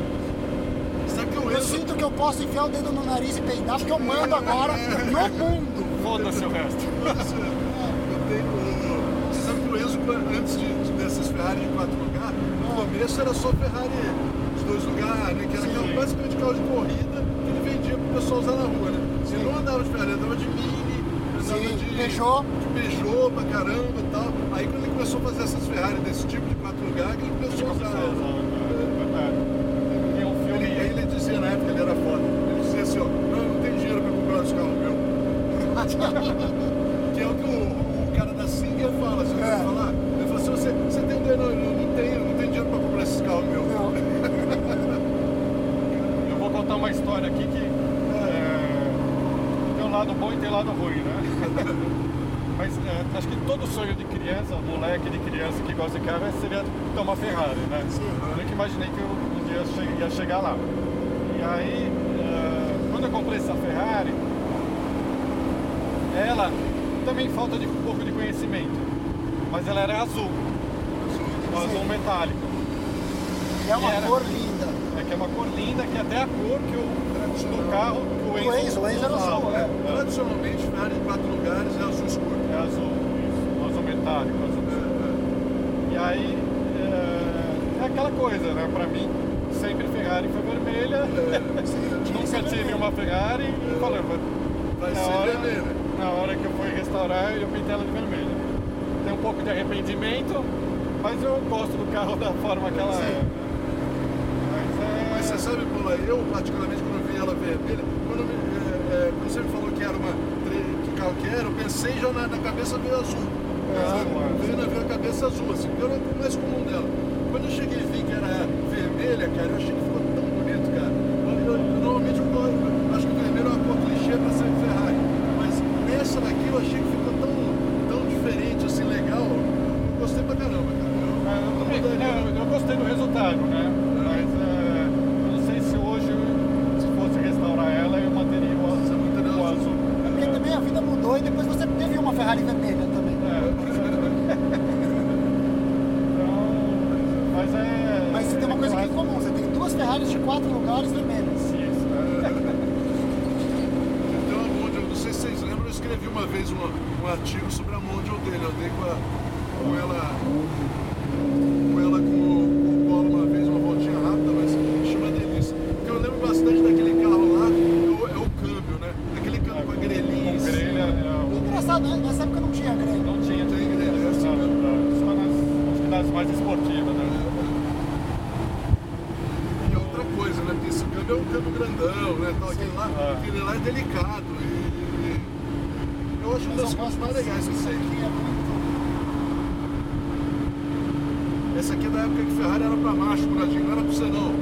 [SPEAKER 3] Sabe que é o
[SPEAKER 2] Eu
[SPEAKER 3] Enzo...
[SPEAKER 2] sinto que eu posso enfiar o dedo no nariz e peidar, porque eu mando agora no mundo.
[SPEAKER 4] Foda-se o resto.
[SPEAKER 3] um, Eu tenho... Você sabe que o Enzo, antes de, de- dessa essas Ferrari de quatro lugar, no começo era só Ferrari de dois lugares, né? Que era
[SPEAKER 4] Sim.
[SPEAKER 3] carro, basicamente carro de corrida que ele vendia pro pessoal usar na rua, né? Ele
[SPEAKER 2] Sim.
[SPEAKER 3] não andava de Ferrari, ele andava de Mini, ele andava
[SPEAKER 2] Sim,
[SPEAKER 3] de
[SPEAKER 2] Peugeot.
[SPEAKER 3] de Peugeot pra caramba e tal. Aí quando ele começou a fazer essas Ferrari desse tipo de quatro lugar, que ele começou a usar. né.
[SPEAKER 4] Tem um
[SPEAKER 3] Ele,
[SPEAKER 4] filme.
[SPEAKER 3] ele dizia na época, ele era foda. Ele dizia assim, ó, não, eu não tenho dinheiro pra comprar esse carro meu. que é o que o, o cara da Singer fala, se eu
[SPEAKER 2] É.
[SPEAKER 3] falar. Ele fala assim, você, você tem dinheiro? Não, eu não tenho, eu não tenho dinheiro pra comprar esse carro meu.
[SPEAKER 4] Eu vou contar uma história aqui que é, tem um lado bom e tem lado ruim, né? Mas é, acho que todo sonho de criança, moleque de criança que gosta de carro, é- seria ter uma Ferrari, né?
[SPEAKER 2] Sim.
[SPEAKER 4] Eu nunca imaginei que eu um dia che- ia chegar lá. E aí, é, quando eu comprei essa Ferrari, ela também falta de um pouco de conhecimento, mas ela era azul, um azul
[SPEAKER 2] Sim.
[SPEAKER 4] metálico.
[SPEAKER 2] E é uma
[SPEAKER 4] Era.
[SPEAKER 2] cor linda.
[SPEAKER 4] É que é uma cor linda, que até a cor que o do carro que o
[SPEAKER 2] O
[SPEAKER 4] Enzo,
[SPEAKER 2] Enzo, o Enzo era
[SPEAKER 4] usava,
[SPEAKER 2] azul,
[SPEAKER 4] né?
[SPEAKER 3] É, Tradicionalmente, Ferrari de quatro lugares é azul escuro.
[SPEAKER 4] É azul, isso, um azul metálico, um azul. E aí é, é aquela coisa, né? Pra mim, sempre Ferrari foi vermelha.
[SPEAKER 3] É,
[SPEAKER 4] Nunca tive uma Ferrari e falei,
[SPEAKER 3] Vai
[SPEAKER 4] na
[SPEAKER 3] ser
[SPEAKER 4] É hora,
[SPEAKER 3] vermelha.
[SPEAKER 4] na hora que eu fui restaurar eu pintei ela de vermelha. Tem um pouco de arrependimento, mas eu gosto do carro da forma que ela é.
[SPEAKER 3] Mas
[SPEAKER 4] Mas é.
[SPEAKER 3] você sabe, Pula, eu particularmente quando eu vi ela vermelha, quando, me, é, é, quando você me falou que era uma tre- que carro que era, eu pensei já na, na cabeça veio azul.
[SPEAKER 4] Ah,
[SPEAKER 3] Sabe?
[SPEAKER 4] claro.
[SPEAKER 3] veio na veio a cabeça azul, assim, porque era o mais comum dela. Quando eu cheguei e vi que era vermelha, cara, eu achei que ficou tão bonito, cara. Eu, eu- eu normalmente eu, gosto- eu acho que vermelho é uma cor clichê pra ser Ferrari. Mas nessa daqui eu achei que ficou tão, tão diferente, assim, legal. Eu gostei pra caramba, cara. Eu-
[SPEAKER 4] É, Eu, também,
[SPEAKER 3] eu mudaria.
[SPEAKER 4] né, eu- eu gostei do resultado, né? Mas é, eu não sei se hoje, se fosse restaurar ela, eu manteria o azul.
[SPEAKER 3] manteria
[SPEAKER 4] o
[SPEAKER 3] o
[SPEAKER 4] azul.
[SPEAKER 2] É porque também a vida mudou e depois você teve uma Ferrari vermelha também.
[SPEAKER 4] É, é. Então, mas é.
[SPEAKER 2] Mas você tem uma coisa
[SPEAKER 4] é
[SPEAKER 2] que é em comum, você tem duas Ferraris de quatro lugares vermelhas.
[SPEAKER 4] quase isso, né?
[SPEAKER 3] Tem uma Mondial, não sei se vocês lembram, Então, eu escrevi uma vez um, um artigo sobre a Mondial dele. Eu andei com, a, com ela com ela com o, com o Polo uma vez, uma voltinha rápida, mas chama delícia. Porque eu lembro bastante daquele carro lá, é o, é o câmbio, né? Aquele câmbio com a grelhinha. em
[SPEAKER 4] Com
[SPEAKER 3] cima.
[SPEAKER 4] grelha, é,
[SPEAKER 2] Engraçado, né? Nessa época não tinha grana.
[SPEAKER 4] não tinha.
[SPEAKER 3] Tem grelha,
[SPEAKER 4] não,
[SPEAKER 3] essa,
[SPEAKER 4] não,
[SPEAKER 3] né?
[SPEAKER 4] não, Só nas, acho que nas mais esportivas, né?
[SPEAKER 3] E outra coisa, né? Porque esse câmbio é um câmbio grandão, né? Tal, aquele, lá,
[SPEAKER 4] É.
[SPEAKER 3] aquele lá é delicado. e- e- eu acho uma das coisas mais legais que sei.
[SPEAKER 2] Aqui é muito-
[SPEAKER 3] Essa aqui é da época que Ferrari era pra macho, Bradinho, não era pra você não.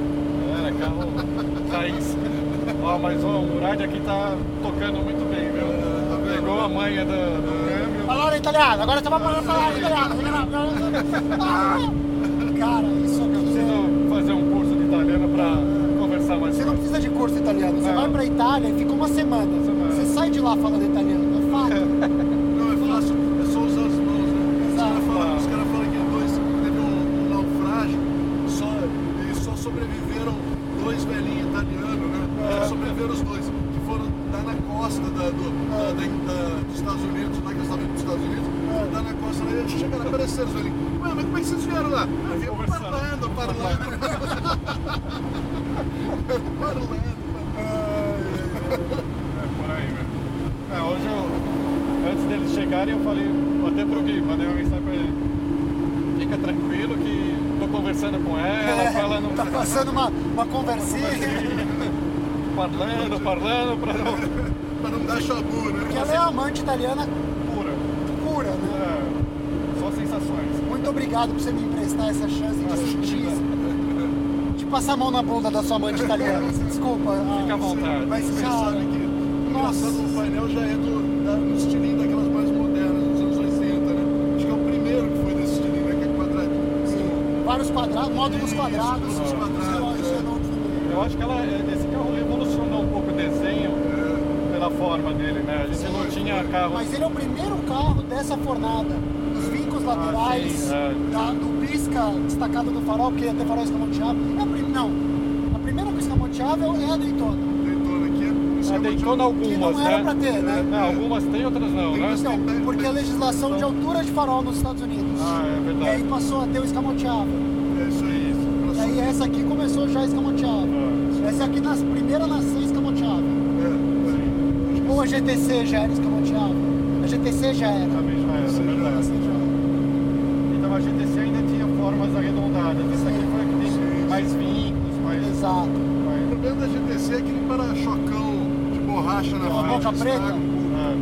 [SPEAKER 4] Era carro raiz. Ó, mas ó, o Murad aqui tá tocando muito bem, viu?
[SPEAKER 3] É, tá vendo?
[SPEAKER 4] Pegou a manha do, do câmbio.
[SPEAKER 2] Palavra italiana, agora você vai falar palavra italiana. Ah, Cara, isso
[SPEAKER 4] Eu
[SPEAKER 2] aqui é...
[SPEAKER 4] preciso fazer um curso de italiano pra conversar mais né?
[SPEAKER 2] Você não
[SPEAKER 4] com
[SPEAKER 2] precisa de curso italiano, você
[SPEAKER 4] Não.
[SPEAKER 2] vai pra Itália e fica uma semana.
[SPEAKER 4] Semana.
[SPEAKER 2] Você sai de lá falando italiano, é fato.
[SPEAKER 3] Não, é fácil, é só usar as mãos, né? Os caras falam, os caras falam que é dois teve um, um naufrágio só, e só sobreviveram dois velhinhos italianos, né? Só sobreviveram os dois, que foram dar na costa da, do, da- da- da- dos Estados Unidos, lá que eles estavam indo dos Estados Unidos, foram dar na costa lá e eles chegaram, apareceram os velhinhos. Ué, mas como é que vocês vieram lá? Eu vim
[SPEAKER 4] Conversando.
[SPEAKER 3] parlando, parlando. parlando.
[SPEAKER 4] É, por aí, velho. É, hoje eu, antes deles chegarem, eu falei, até pro Gui, mandei uma mensagem pra ele. Fica tranquilo que tô conversando com ela, pra ela não
[SPEAKER 2] Tá passando uma, uma conversinha.
[SPEAKER 4] falando, falando, pra não
[SPEAKER 3] Pra não dar chabu, né?
[SPEAKER 2] Porque ela é amante italiana
[SPEAKER 4] pura.
[SPEAKER 2] pura, né?
[SPEAKER 4] É, só sensações.
[SPEAKER 2] Muito obrigado por você me emprestar essa chance de assistir isso. De passar a mão na bunda da sua amante italiana. Desculpa. ah,
[SPEAKER 4] Fica à vontade.
[SPEAKER 3] Mas você
[SPEAKER 2] Cara,
[SPEAKER 3] sabe que
[SPEAKER 2] nossa.
[SPEAKER 3] nossa, o painel já é do, da, do estilinho daquelas mais modernas, dos anos 80, né? Acho que é o primeiro que foi desse estilinho, né? Que é quadradinho.
[SPEAKER 2] sim. Vários quadrados, módulos
[SPEAKER 3] Isso,
[SPEAKER 2] quadrados.
[SPEAKER 3] módulos
[SPEAKER 2] Isso,
[SPEAKER 3] quadrados,
[SPEAKER 2] isso
[SPEAKER 3] é.
[SPEAKER 2] eu não descobri.
[SPEAKER 4] Eu acho que ela, esse carro revolucionou um pouco o desenho
[SPEAKER 3] É,
[SPEAKER 4] pela forma dele, né? A gente não tinha carro
[SPEAKER 2] Mas ele é o primeiro carro dessa fornada. Os vincos laterais,
[SPEAKER 4] Ah, sim, é.
[SPEAKER 2] da- do pisca destacado do farol, porque ia ter farol escamoteado. É a prim... Não. A primeira com escamoteável é a Daytona.
[SPEAKER 3] Daytona aqui. é isso
[SPEAKER 4] A
[SPEAKER 2] Ah,
[SPEAKER 3] que eu
[SPEAKER 4] Daytona
[SPEAKER 3] vou te-
[SPEAKER 2] Que
[SPEAKER 4] algumas,
[SPEAKER 2] não era
[SPEAKER 4] né?
[SPEAKER 2] pra ter, né?
[SPEAKER 4] É, não, algumas tem, outras não, né?
[SPEAKER 2] Então, porque a legislação de altura de farol nos Estados Unidos
[SPEAKER 4] Ah, é
[SPEAKER 2] E aí
[SPEAKER 4] verdade.
[SPEAKER 2] passou a ter o escamoteável.
[SPEAKER 3] É isso aí.
[SPEAKER 4] Isso.
[SPEAKER 3] pra
[SPEAKER 2] E aí
[SPEAKER 3] subir.
[SPEAKER 2] essa aqui começou já escamoteável.
[SPEAKER 4] Ah,
[SPEAKER 2] Essa aqui nas primeira nasceu escamoteável.
[SPEAKER 3] É,
[SPEAKER 2] Ou a GTC já era escamoteável. A GTC já era.
[SPEAKER 4] também já era, é verdade. Então a GTC ainda tinha formas arredondadas. Essa aqui foi a que tem mais vincos, mais.
[SPEAKER 2] Exato.
[SPEAKER 3] O
[SPEAKER 4] mais-
[SPEAKER 3] problema da GTC é aquele para-chocão de borracha na
[SPEAKER 2] Com a
[SPEAKER 3] frente.
[SPEAKER 2] boca preta?
[SPEAKER 4] ah,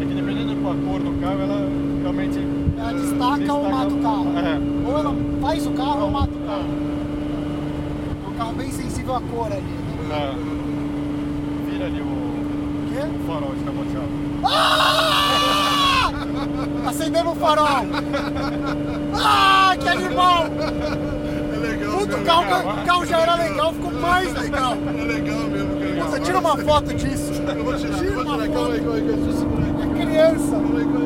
[SPEAKER 4] É que dependendo da cor do carro, ela realmente.
[SPEAKER 2] Ela destaca ou mata o carro.
[SPEAKER 4] É.
[SPEAKER 2] Ou ela faz o carro ou mata o carro. É um carro bem sensível à cor ali. né?
[SPEAKER 4] Ah, Vira ali o,
[SPEAKER 2] O quê?
[SPEAKER 4] o farol de caboteado.
[SPEAKER 2] Acendendo o farol! Ah, que animal!
[SPEAKER 3] É legal
[SPEAKER 2] Puta, o
[SPEAKER 3] mesmo,
[SPEAKER 2] carro,
[SPEAKER 3] cara.
[SPEAKER 2] o carro já era legal, ficou mais legal.
[SPEAKER 3] É legal mesmo, cara.
[SPEAKER 2] Você tira uma foto disso.
[SPEAKER 3] Eu vou tirar, eu
[SPEAKER 2] Tira
[SPEAKER 3] vou
[SPEAKER 2] uma
[SPEAKER 3] tirar.
[SPEAKER 2] foto.
[SPEAKER 3] Calma aí, calma aí, calma aí. deixa eu segurar aqui.
[SPEAKER 2] É criança.
[SPEAKER 3] Calma aí, calma aí.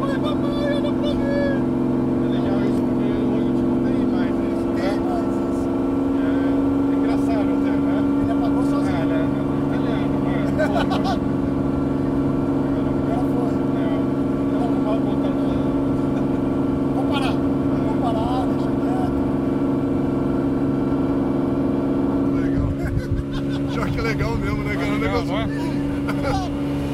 [SPEAKER 2] Ai, papai, olha pra mim.
[SPEAKER 4] É legal isso porque hoje tipo, não tem mais isso.
[SPEAKER 2] Tem
[SPEAKER 4] Né?
[SPEAKER 2] mais isso.
[SPEAKER 4] É, é engraçado até, né?
[SPEAKER 2] Ele apagou
[SPEAKER 4] Ah, não, não, não, italiano,
[SPEAKER 2] sozinho. Agora foi.
[SPEAKER 4] mas, porra. Não, não vou voltar pra-
[SPEAKER 2] Vamos parar. Vamos parar, deixa quieto.
[SPEAKER 3] Legal. Pior que é legal mesmo, né, cara? É um
[SPEAKER 4] Legal,
[SPEAKER 3] negócio
[SPEAKER 4] não é?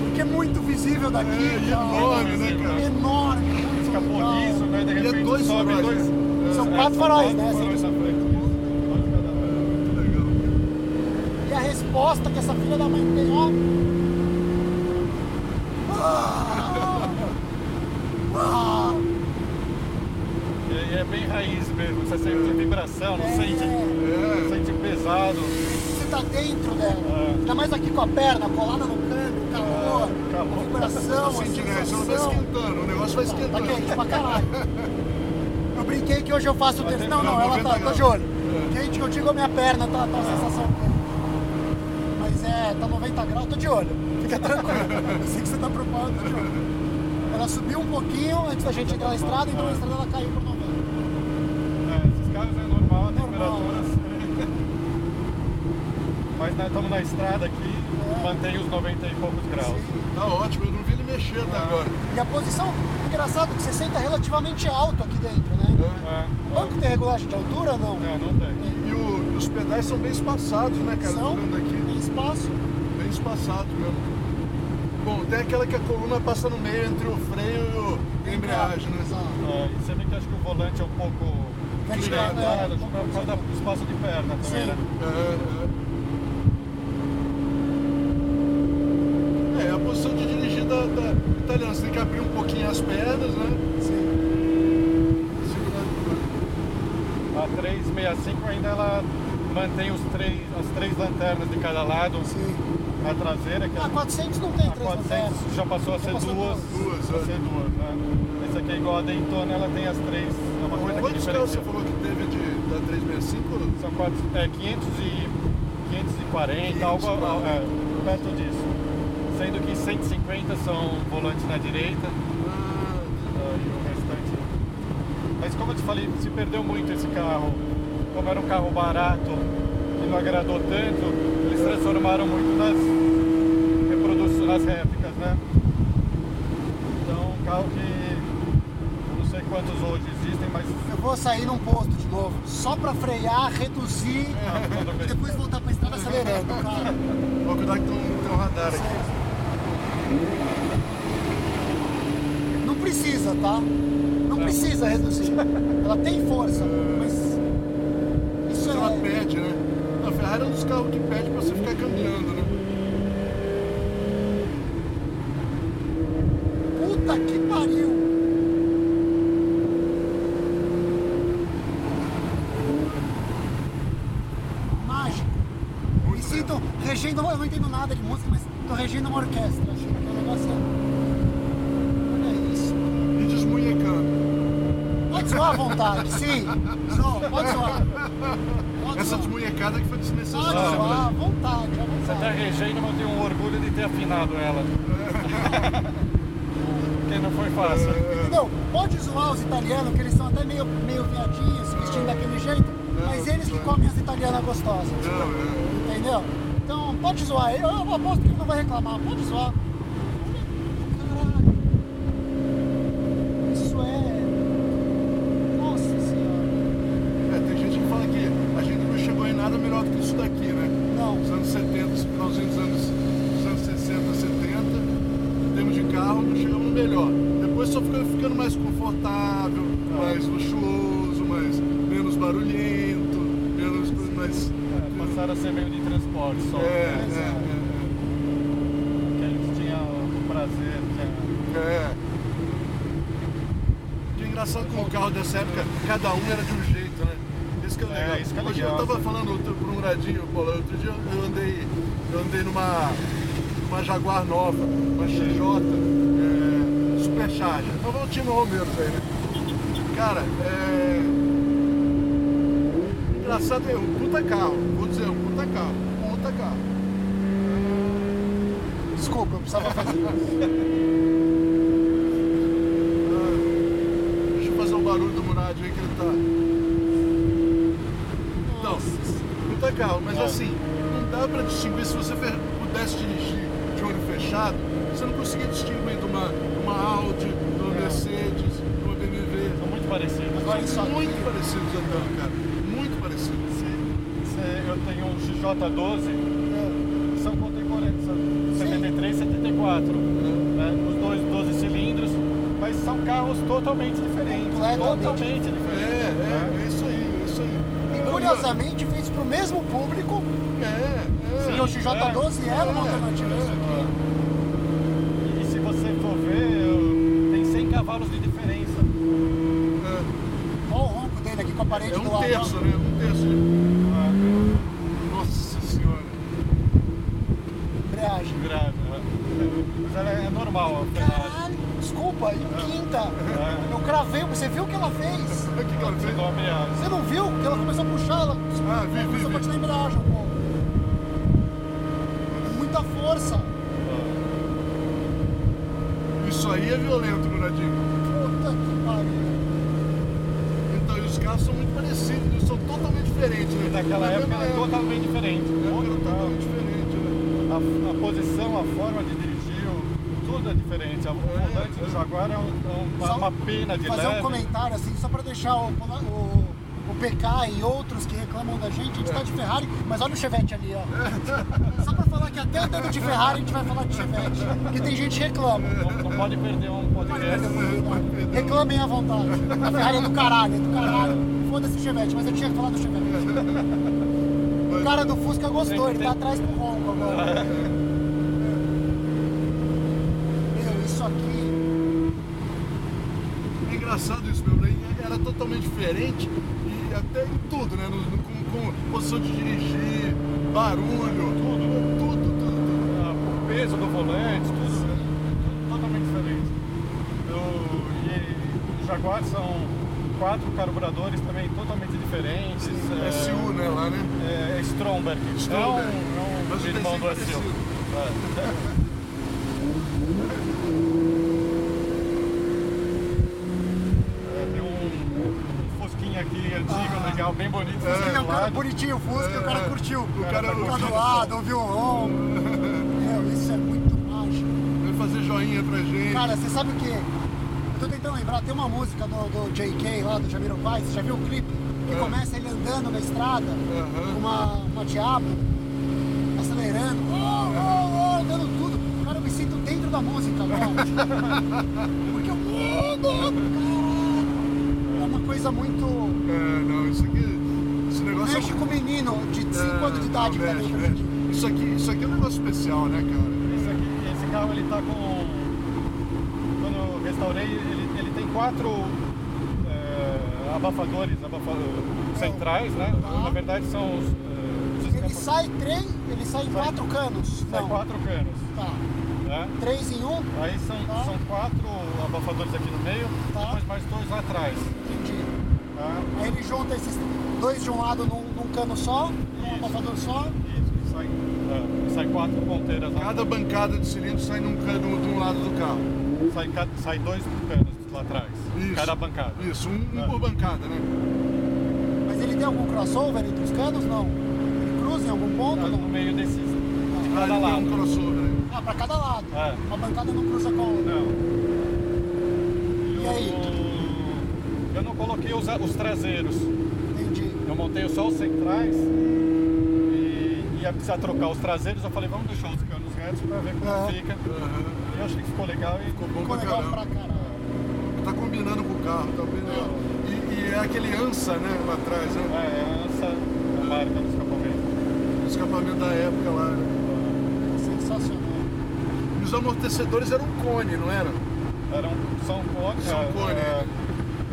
[SPEAKER 2] Porque é muito visível daqui.
[SPEAKER 3] É, e
[SPEAKER 2] cara.
[SPEAKER 3] enorme, né, cara?
[SPEAKER 2] é Enorme. muito
[SPEAKER 4] Escapou
[SPEAKER 2] legal.
[SPEAKER 4] disso, né? De
[SPEAKER 3] E é
[SPEAKER 4] repente
[SPEAKER 3] dois
[SPEAKER 4] sobe
[SPEAKER 3] faróis,
[SPEAKER 4] dois.
[SPEAKER 3] né?
[SPEAKER 4] É,
[SPEAKER 2] São
[SPEAKER 4] é,
[SPEAKER 2] quatro faróis, né?
[SPEAKER 4] faróis na frente. Dois de cada lado.
[SPEAKER 3] muito legal.
[SPEAKER 2] E a resposta que essa filha da mãe tem, ó. Ah! Ah!
[SPEAKER 4] E- e é bem raiz mesmo, você sente vibração, não
[SPEAKER 2] É.
[SPEAKER 4] sente,
[SPEAKER 3] É.
[SPEAKER 4] não sente pesado.
[SPEAKER 2] Você tá dentro dela.
[SPEAKER 4] É.
[SPEAKER 2] Ainda mais aqui com a perna colada no câmbio, calor,
[SPEAKER 4] É, calor.
[SPEAKER 2] a vibração,
[SPEAKER 3] Assim,
[SPEAKER 2] a
[SPEAKER 3] né? Você não tá
[SPEAKER 2] sensação.
[SPEAKER 3] esquentando, o negócio vai
[SPEAKER 2] Tá
[SPEAKER 3] esquentando.
[SPEAKER 2] quente pra caralho. Eu brinquei que hoje eu faço o
[SPEAKER 4] Vai
[SPEAKER 2] terceiro.
[SPEAKER 4] ter
[SPEAKER 2] Não, não, ela
[SPEAKER 3] 90
[SPEAKER 2] tá, tá de
[SPEAKER 3] graus.
[SPEAKER 2] olho. Quente que eu digo, a minha perna tá, tá a sensação. Mas é, tá 90 graus, tô de olho. Fica tranquilo. Eu sei que você tá preocupado, tô de olho. Ela subiu um pouquinho antes da gente ir na estrada, então a estrada ela caiu por 90.
[SPEAKER 4] É, esses carros é normal, a
[SPEAKER 2] Normal.
[SPEAKER 4] temperatura. Mas nós estamos na estrada aqui, mantém os 90 e poucos graus.
[SPEAKER 3] Tá ótimo, eu não vi ele mexer até agora.
[SPEAKER 2] E a posição, engraçado, que você senta relativamente alto aqui dentro, né?
[SPEAKER 4] É,
[SPEAKER 2] O banco tem regulagem de altura ou não?
[SPEAKER 4] não, não tem.
[SPEAKER 3] E o- os pedais são bem espaçados, né, cara?
[SPEAKER 2] São,
[SPEAKER 3] Tô vendo
[SPEAKER 2] tem
[SPEAKER 3] aqui,
[SPEAKER 2] espaço.
[SPEAKER 3] bem espaçados mesmo. Bom, tem aquela que a coluna passa no meio entre o freio e o- e a embreagem, né?
[SPEAKER 2] Exato.
[SPEAKER 4] É, e você vê que acho que o volante é um pouco
[SPEAKER 2] Tá ligado, é.
[SPEAKER 4] desgastado, acho que por causa do espaço de perna também,
[SPEAKER 2] Sim.
[SPEAKER 4] né?
[SPEAKER 3] É, é. É, a posição de dirigir da, da italiana, você tem que abrir um pouquinho as pernas, né?
[SPEAKER 2] Sim.
[SPEAKER 3] Segurar-
[SPEAKER 4] A 365 ainda ela mantém os três, as três lanternas de cada lado,
[SPEAKER 2] Sim.
[SPEAKER 4] a traseira, que
[SPEAKER 2] A
[SPEAKER 4] a,
[SPEAKER 2] 400 Ah, não tem
[SPEAKER 4] a
[SPEAKER 2] três lanternas.
[SPEAKER 4] 400 já passou a ser
[SPEAKER 2] passou
[SPEAKER 3] duas.
[SPEAKER 4] duas, vai
[SPEAKER 3] Duas, é.
[SPEAKER 4] ser duas, né? Essa aqui é igual a Daytona, ela tem as três, é uma coisa que
[SPEAKER 3] Quantos carros você
[SPEAKER 4] diferencia.
[SPEAKER 3] falou que teve de, da 365?
[SPEAKER 4] São quatro, é, 500 e, 540, algo é, perto disso. Sendo que 150 são volantes na direita,
[SPEAKER 3] Ah,
[SPEAKER 4] Ah, e o restante. Mas como eu te falei, se perdeu muito esse carro. Como era um carro barato, que não agradou tanto, eles transformaram muito nas reproduções, nas réplicas, né? Então, um carro que eu não sei quantos hoje existem, mas
[SPEAKER 2] Eu vou sair num posto de novo, só pra frear, reduzir
[SPEAKER 4] não, tudo
[SPEAKER 2] e
[SPEAKER 4] bem.
[SPEAKER 2] depois voltar pra estrada acelerando, tá? cara.
[SPEAKER 3] Vou cuidar que tem um, tem um radar aqui.
[SPEAKER 2] Não precisa, tá? Não precisa reduzir. Ela tem força, mas isso
[SPEAKER 3] Ela
[SPEAKER 2] é...
[SPEAKER 3] pede, né? A Ferrari é um dos carros que pede pra você ficar cambiando, né?
[SPEAKER 2] Puta que pariu! Mágico. Me sinto regendo, eu não entendo nada de música, mas tô regendo uma orquestra. Acho que o negócio é. Olha isso.
[SPEAKER 3] E desmunhecando.
[SPEAKER 2] Pode zoar à vontade, sim. Zoa, pode zoar. Pode
[SPEAKER 3] Essa
[SPEAKER 2] zoar.
[SPEAKER 3] desmunhecada que foi
[SPEAKER 2] Pode
[SPEAKER 3] desnecessária. né?
[SPEAKER 2] zoar, à vontade, à
[SPEAKER 4] Você tá
[SPEAKER 2] vontade.
[SPEAKER 4] regendo, mas eu tenho um orgulho de ter afinado ela. Porque não foi fácil.
[SPEAKER 2] Entendeu? Pode zoar os italianos, que eles são até meio, meio viadinhos, se vestindo daquele jeito, mas eles que comem as italianas gostosas.
[SPEAKER 3] Não, é.
[SPEAKER 2] Entendeu? Então pode zoar ele. Eu aposto que ele não vai reclamar. Pode zoar. Caralho, é.
[SPEAKER 3] É, né? mais confortável, mais luxuoso, mais, menos barulhento, menos. Mais,
[SPEAKER 4] É, passaram a ser meio de transporte só.
[SPEAKER 3] é,
[SPEAKER 4] né?
[SPEAKER 3] é,
[SPEAKER 4] Que a gente tinha o prazer, tinha...
[SPEAKER 3] é, é. E O engraçado com o carro dessa época, cada um era de um jeito, né? Isso que é o
[SPEAKER 4] É,
[SPEAKER 3] legal.
[SPEAKER 4] isso que é
[SPEAKER 3] Hoje eu
[SPEAKER 4] legal.
[SPEAKER 3] tava falando outro, pro Muradinho, pô, outro dia eu andei, eu andei numa, numa Jaguar nova, uma XJ, é, Supercharger. Então vamos tirar o menos aí, né? Cara, é. Engraçado é um puta carro. Vou dizer, um puta carro. Um puta carro.
[SPEAKER 2] Desculpa, eu precisava fazer isso.
[SPEAKER 3] Deixa eu fazer um barulho do Murad aí que ele tá. Não, puta carro, mas assim, não dá pra distinguir. Se você fer- pudesse dirigir de olho fechado, você não conseguia distinguir de uma, de uma Audi, de uma
[SPEAKER 4] Não.
[SPEAKER 3] Mercedes, de uma BMW.
[SPEAKER 4] São muito parecidos.
[SPEAKER 3] Agora, são muito parecidos andando, cara. Muito parecidos.
[SPEAKER 4] Se- se eu tenho um XJ12, são contemporâneos, são 73 e 74. né? Os dois 12 cilindros, mas são carros totalmente diferentes.
[SPEAKER 2] Completamente.
[SPEAKER 4] Totalmente
[SPEAKER 3] É,
[SPEAKER 4] diferentes.
[SPEAKER 3] é, é isso aí, é isso aí.
[SPEAKER 2] E curiosamente fez pro mesmo público
[SPEAKER 3] É, é.
[SPEAKER 2] e o XJ12 era uma alternativa.
[SPEAKER 4] E se você for ver, eu- tem 100 cavalos de diferença.
[SPEAKER 3] é.
[SPEAKER 2] Olha o ronco dele aqui com a parede
[SPEAKER 3] É
[SPEAKER 2] do
[SPEAKER 3] um
[SPEAKER 2] lado.
[SPEAKER 3] terço, né? Um terço. de- Ah, Nossa senhora.
[SPEAKER 2] Embreagem.
[SPEAKER 4] Grave, né? Mas ela é normal a frenagem.
[SPEAKER 2] Caralho, desculpa, e o quinta?
[SPEAKER 3] É.
[SPEAKER 2] Eu cravei, você viu o que ela fez?
[SPEAKER 3] Olha que
[SPEAKER 4] Você
[SPEAKER 3] galera.
[SPEAKER 4] come É a-
[SPEAKER 2] Você não viu que ela começou a puxar, ela
[SPEAKER 3] Ah, vi, vi,
[SPEAKER 2] começou a
[SPEAKER 3] vi.
[SPEAKER 2] bater na embreagem um pouco. Com Muita força.
[SPEAKER 3] Isso aí é violento, Muradinho.
[SPEAKER 2] Puta que pariu.
[SPEAKER 3] Então, e os carros são muito parecidos, eles são totalmente diferentes, né?
[SPEAKER 4] Naquela
[SPEAKER 3] É,
[SPEAKER 4] época
[SPEAKER 3] é,
[SPEAKER 4] era totalmente diferente.
[SPEAKER 3] é, era
[SPEAKER 4] Outro carro.
[SPEAKER 3] totalmente diferente, né?
[SPEAKER 4] a, a posição, a forma de dirigir, o- tudo é diferente. O volante do Jaguar é, um- é uma,
[SPEAKER 2] Só
[SPEAKER 4] uma pena de
[SPEAKER 2] Fazer
[SPEAKER 4] leve.
[SPEAKER 2] um comentário assim, só pra deixar o, o, o PK e outros que reclamam da gente, a gente tá de Ferrari, mas olha o Chevette ali, ó. Só pra falar que até andando de Ferrari a gente vai falar de Chevette. Porque tem gente que reclama.
[SPEAKER 4] Não, não pode perder um podcast.
[SPEAKER 2] Reclamem à vontade. A Ferrari é do caralho, é do caralho. Foda-se o Chevette, mas eu tinha que falar do Chevette. O cara do Fusca gostou, ele tá atrás pro ronco agora. Meu, isso aqui.
[SPEAKER 3] É engraçado isso, meu. né? Era totalmente diferente e até em tudo, né? No- no- com, com posição de dirigir, barulho, tudo, tudo, tudo.
[SPEAKER 4] Ah, O peso do volante, tudo, tudo totalmente diferente. O, e o Jaguar são quatro carburadores também totalmente diferentes.
[SPEAKER 3] tudo. É SU, né? Lá, né?
[SPEAKER 4] é, Stromberg.
[SPEAKER 3] Stromberg.
[SPEAKER 4] É um, é
[SPEAKER 3] Mas
[SPEAKER 4] um
[SPEAKER 3] o
[SPEAKER 4] irmão do
[SPEAKER 3] desenho
[SPEAKER 4] Asil.
[SPEAKER 3] parecido.
[SPEAKER 4] É, tem um, um Fusquinha aqui antigo, legal, bem bonito. né?
[SPEAKER 2] Ele é um cara
[SPEAKER 4] lado.
[SPEAKER 2] bonitinho, o Fusca, o cara curtiu. O
[SPEAKER 3] é, cara
[SPEAKER 2] cara ficou
[SPEAKER 3] curtiu.
[SPEAKER 2] do lado, ouviu o ronco. Meu, isso é muito mágico.
[SPEAKER 3] Vai fazer joinha pra
[SPEAKER 4] Ah,
[SPEAKER 3] gente.
[SPEAKER 2] Cara, você sabe o que? Tô tentando lembrar, tem uma música do, do JK lá, do Jamiroquai, você já viu o clipe? Que
[SPEAKER 3] É.
[SPEAKER 2] começa ele andando na estrada,
[SPEAKER 3] Aham.
[SPEAKER 2] com uma, uma diabo, acelerando, oh, oh, oh, dando tudo. Cara, eu me sinto dentro da música agora. Porque o mundo, caralho, é uma coisa muito...
[SPEAKER 3] É, não, isso aqui. Esse negócio
[SPEAKER 2] Mexe com menino de 5
[SPEAKER 3] É,
[SPEAKER 2] anos de idade pra
[SPEAKER 3] não,
[SPEAKER 2] dentro.
[SPEAKER 3] mexe, mexe. Isso aqui, isso aqui é um negócio especial, né, cara?
[SPEAKER 4] Esse, aqui- esse carro ele tá com. Quando eu restaurei, ele, ele tem quatro é, abafadores abafa- centrais, né? Na verdade são os. é, os
[SPEAKER 2] Ele
[SPEAKER 4] escapamentos.
[SPEAKER 2] sai então. trem, ele sai em quatro canos.
[SPEAKER 4] Sai
[SPEAKER 2] Não,
[SPEAKER 4] quatro canos.
[SPEAKER 2] tá.
[SPEAKER 4] Né?
[SPEAKER 2] Três em um,
[SPEAKER 4] Aí são,
[SPEAKER 2] Tá.
[SPEAKER 4] são quatro abafadores aqui no meio,
[SPEAKER 2] Tá.
[SPEAKER 4] depois mais dois lá atrás.
[SPEAKER 2] entendi.
[SPEAKER 4] Tá?
[SPEAKER 2] Aí ele junta esses dois de um lado num, num cano só, num
[SPEAKER 4] Isso.
[SPEAKER 2] abafador só.
[SPEAKER 4] E sai, é, sai quatro ponteiras lá.
[SPEAKER 3] Cada bancada de cilindro sai num cano de um lado do carro.
[SPEAKER 4] Sai, ca- sai dois canos lá atrás.
[SPEAKER 3] Isso.
[SPEAKER 4] Cada bancada.
[SPEAKER 3] Isso, um, um
[SPEAKER 4] É.
[SPEAKER 3] por bancada, né?
[SPEAKER 2] Mas ele tem algum crossover entre os canos? Não. Ele cruza em algum ponto?
[SPEAKER 4] Tá No
[SPEAKER 2] Não.
[SPEAKER 4] meio desses. De
[SPEAKER 3] Ah,
[SPEAKER 2] Tá,
[SPEAKER 3] ele
[SPEAKER 4] cada
[SPEAKER 3] tem
[SPEAKER 4] lado.
[SPEAKER 3] um crossover. né?
[SPEAKER 2] Ah, pra cada lado.
[SPEAKER 4] É.
[SPEAKER 2] Uma bancada não cruza com a outra.
[SPEAKER 4] Não.
[SPEAKER 2] E aí?
[SPEAKER 4] Eu, eu não coloquei os, os traseiros.
[SPEAKER 2] Entendi.
[SPEAKER 4] Eu montei só os centrais e ia precisar trocar os traseiros. Eu falei, vamos deixar os canos retos pra ver como
[SPEAKER 2] É.
[SPEAKER 4] fica. Eu achei que ficou legal e
[SPEAKER 3] Ficou bom
[SPEAKER 2] Ficou
[SPEAKER 3] pra
[SPEAKER 2] legal pra
[SPEAKER 3] caramba.
[SPEAKER 2] caralho.
[SPEAKER 3] Tá combinando combinando com o carro, tá bem E, e é aquele Ansa, né, lá atrás, né?
[SPEAKER 4] É, essa é a marca do escapamento.
[SPEAKER 3] O escapamento da época lá. né?
[SPEAKER 2] Sensacional.
[SPEAKER 3] E os amortecedores eram cone, não era?
[SPEAKER 4] Era um São Cone.
[SPEAKER 3] São
[SPEAKER 4] é,
[SPEAKER 3] Cone.
[SPEAKER 4] é,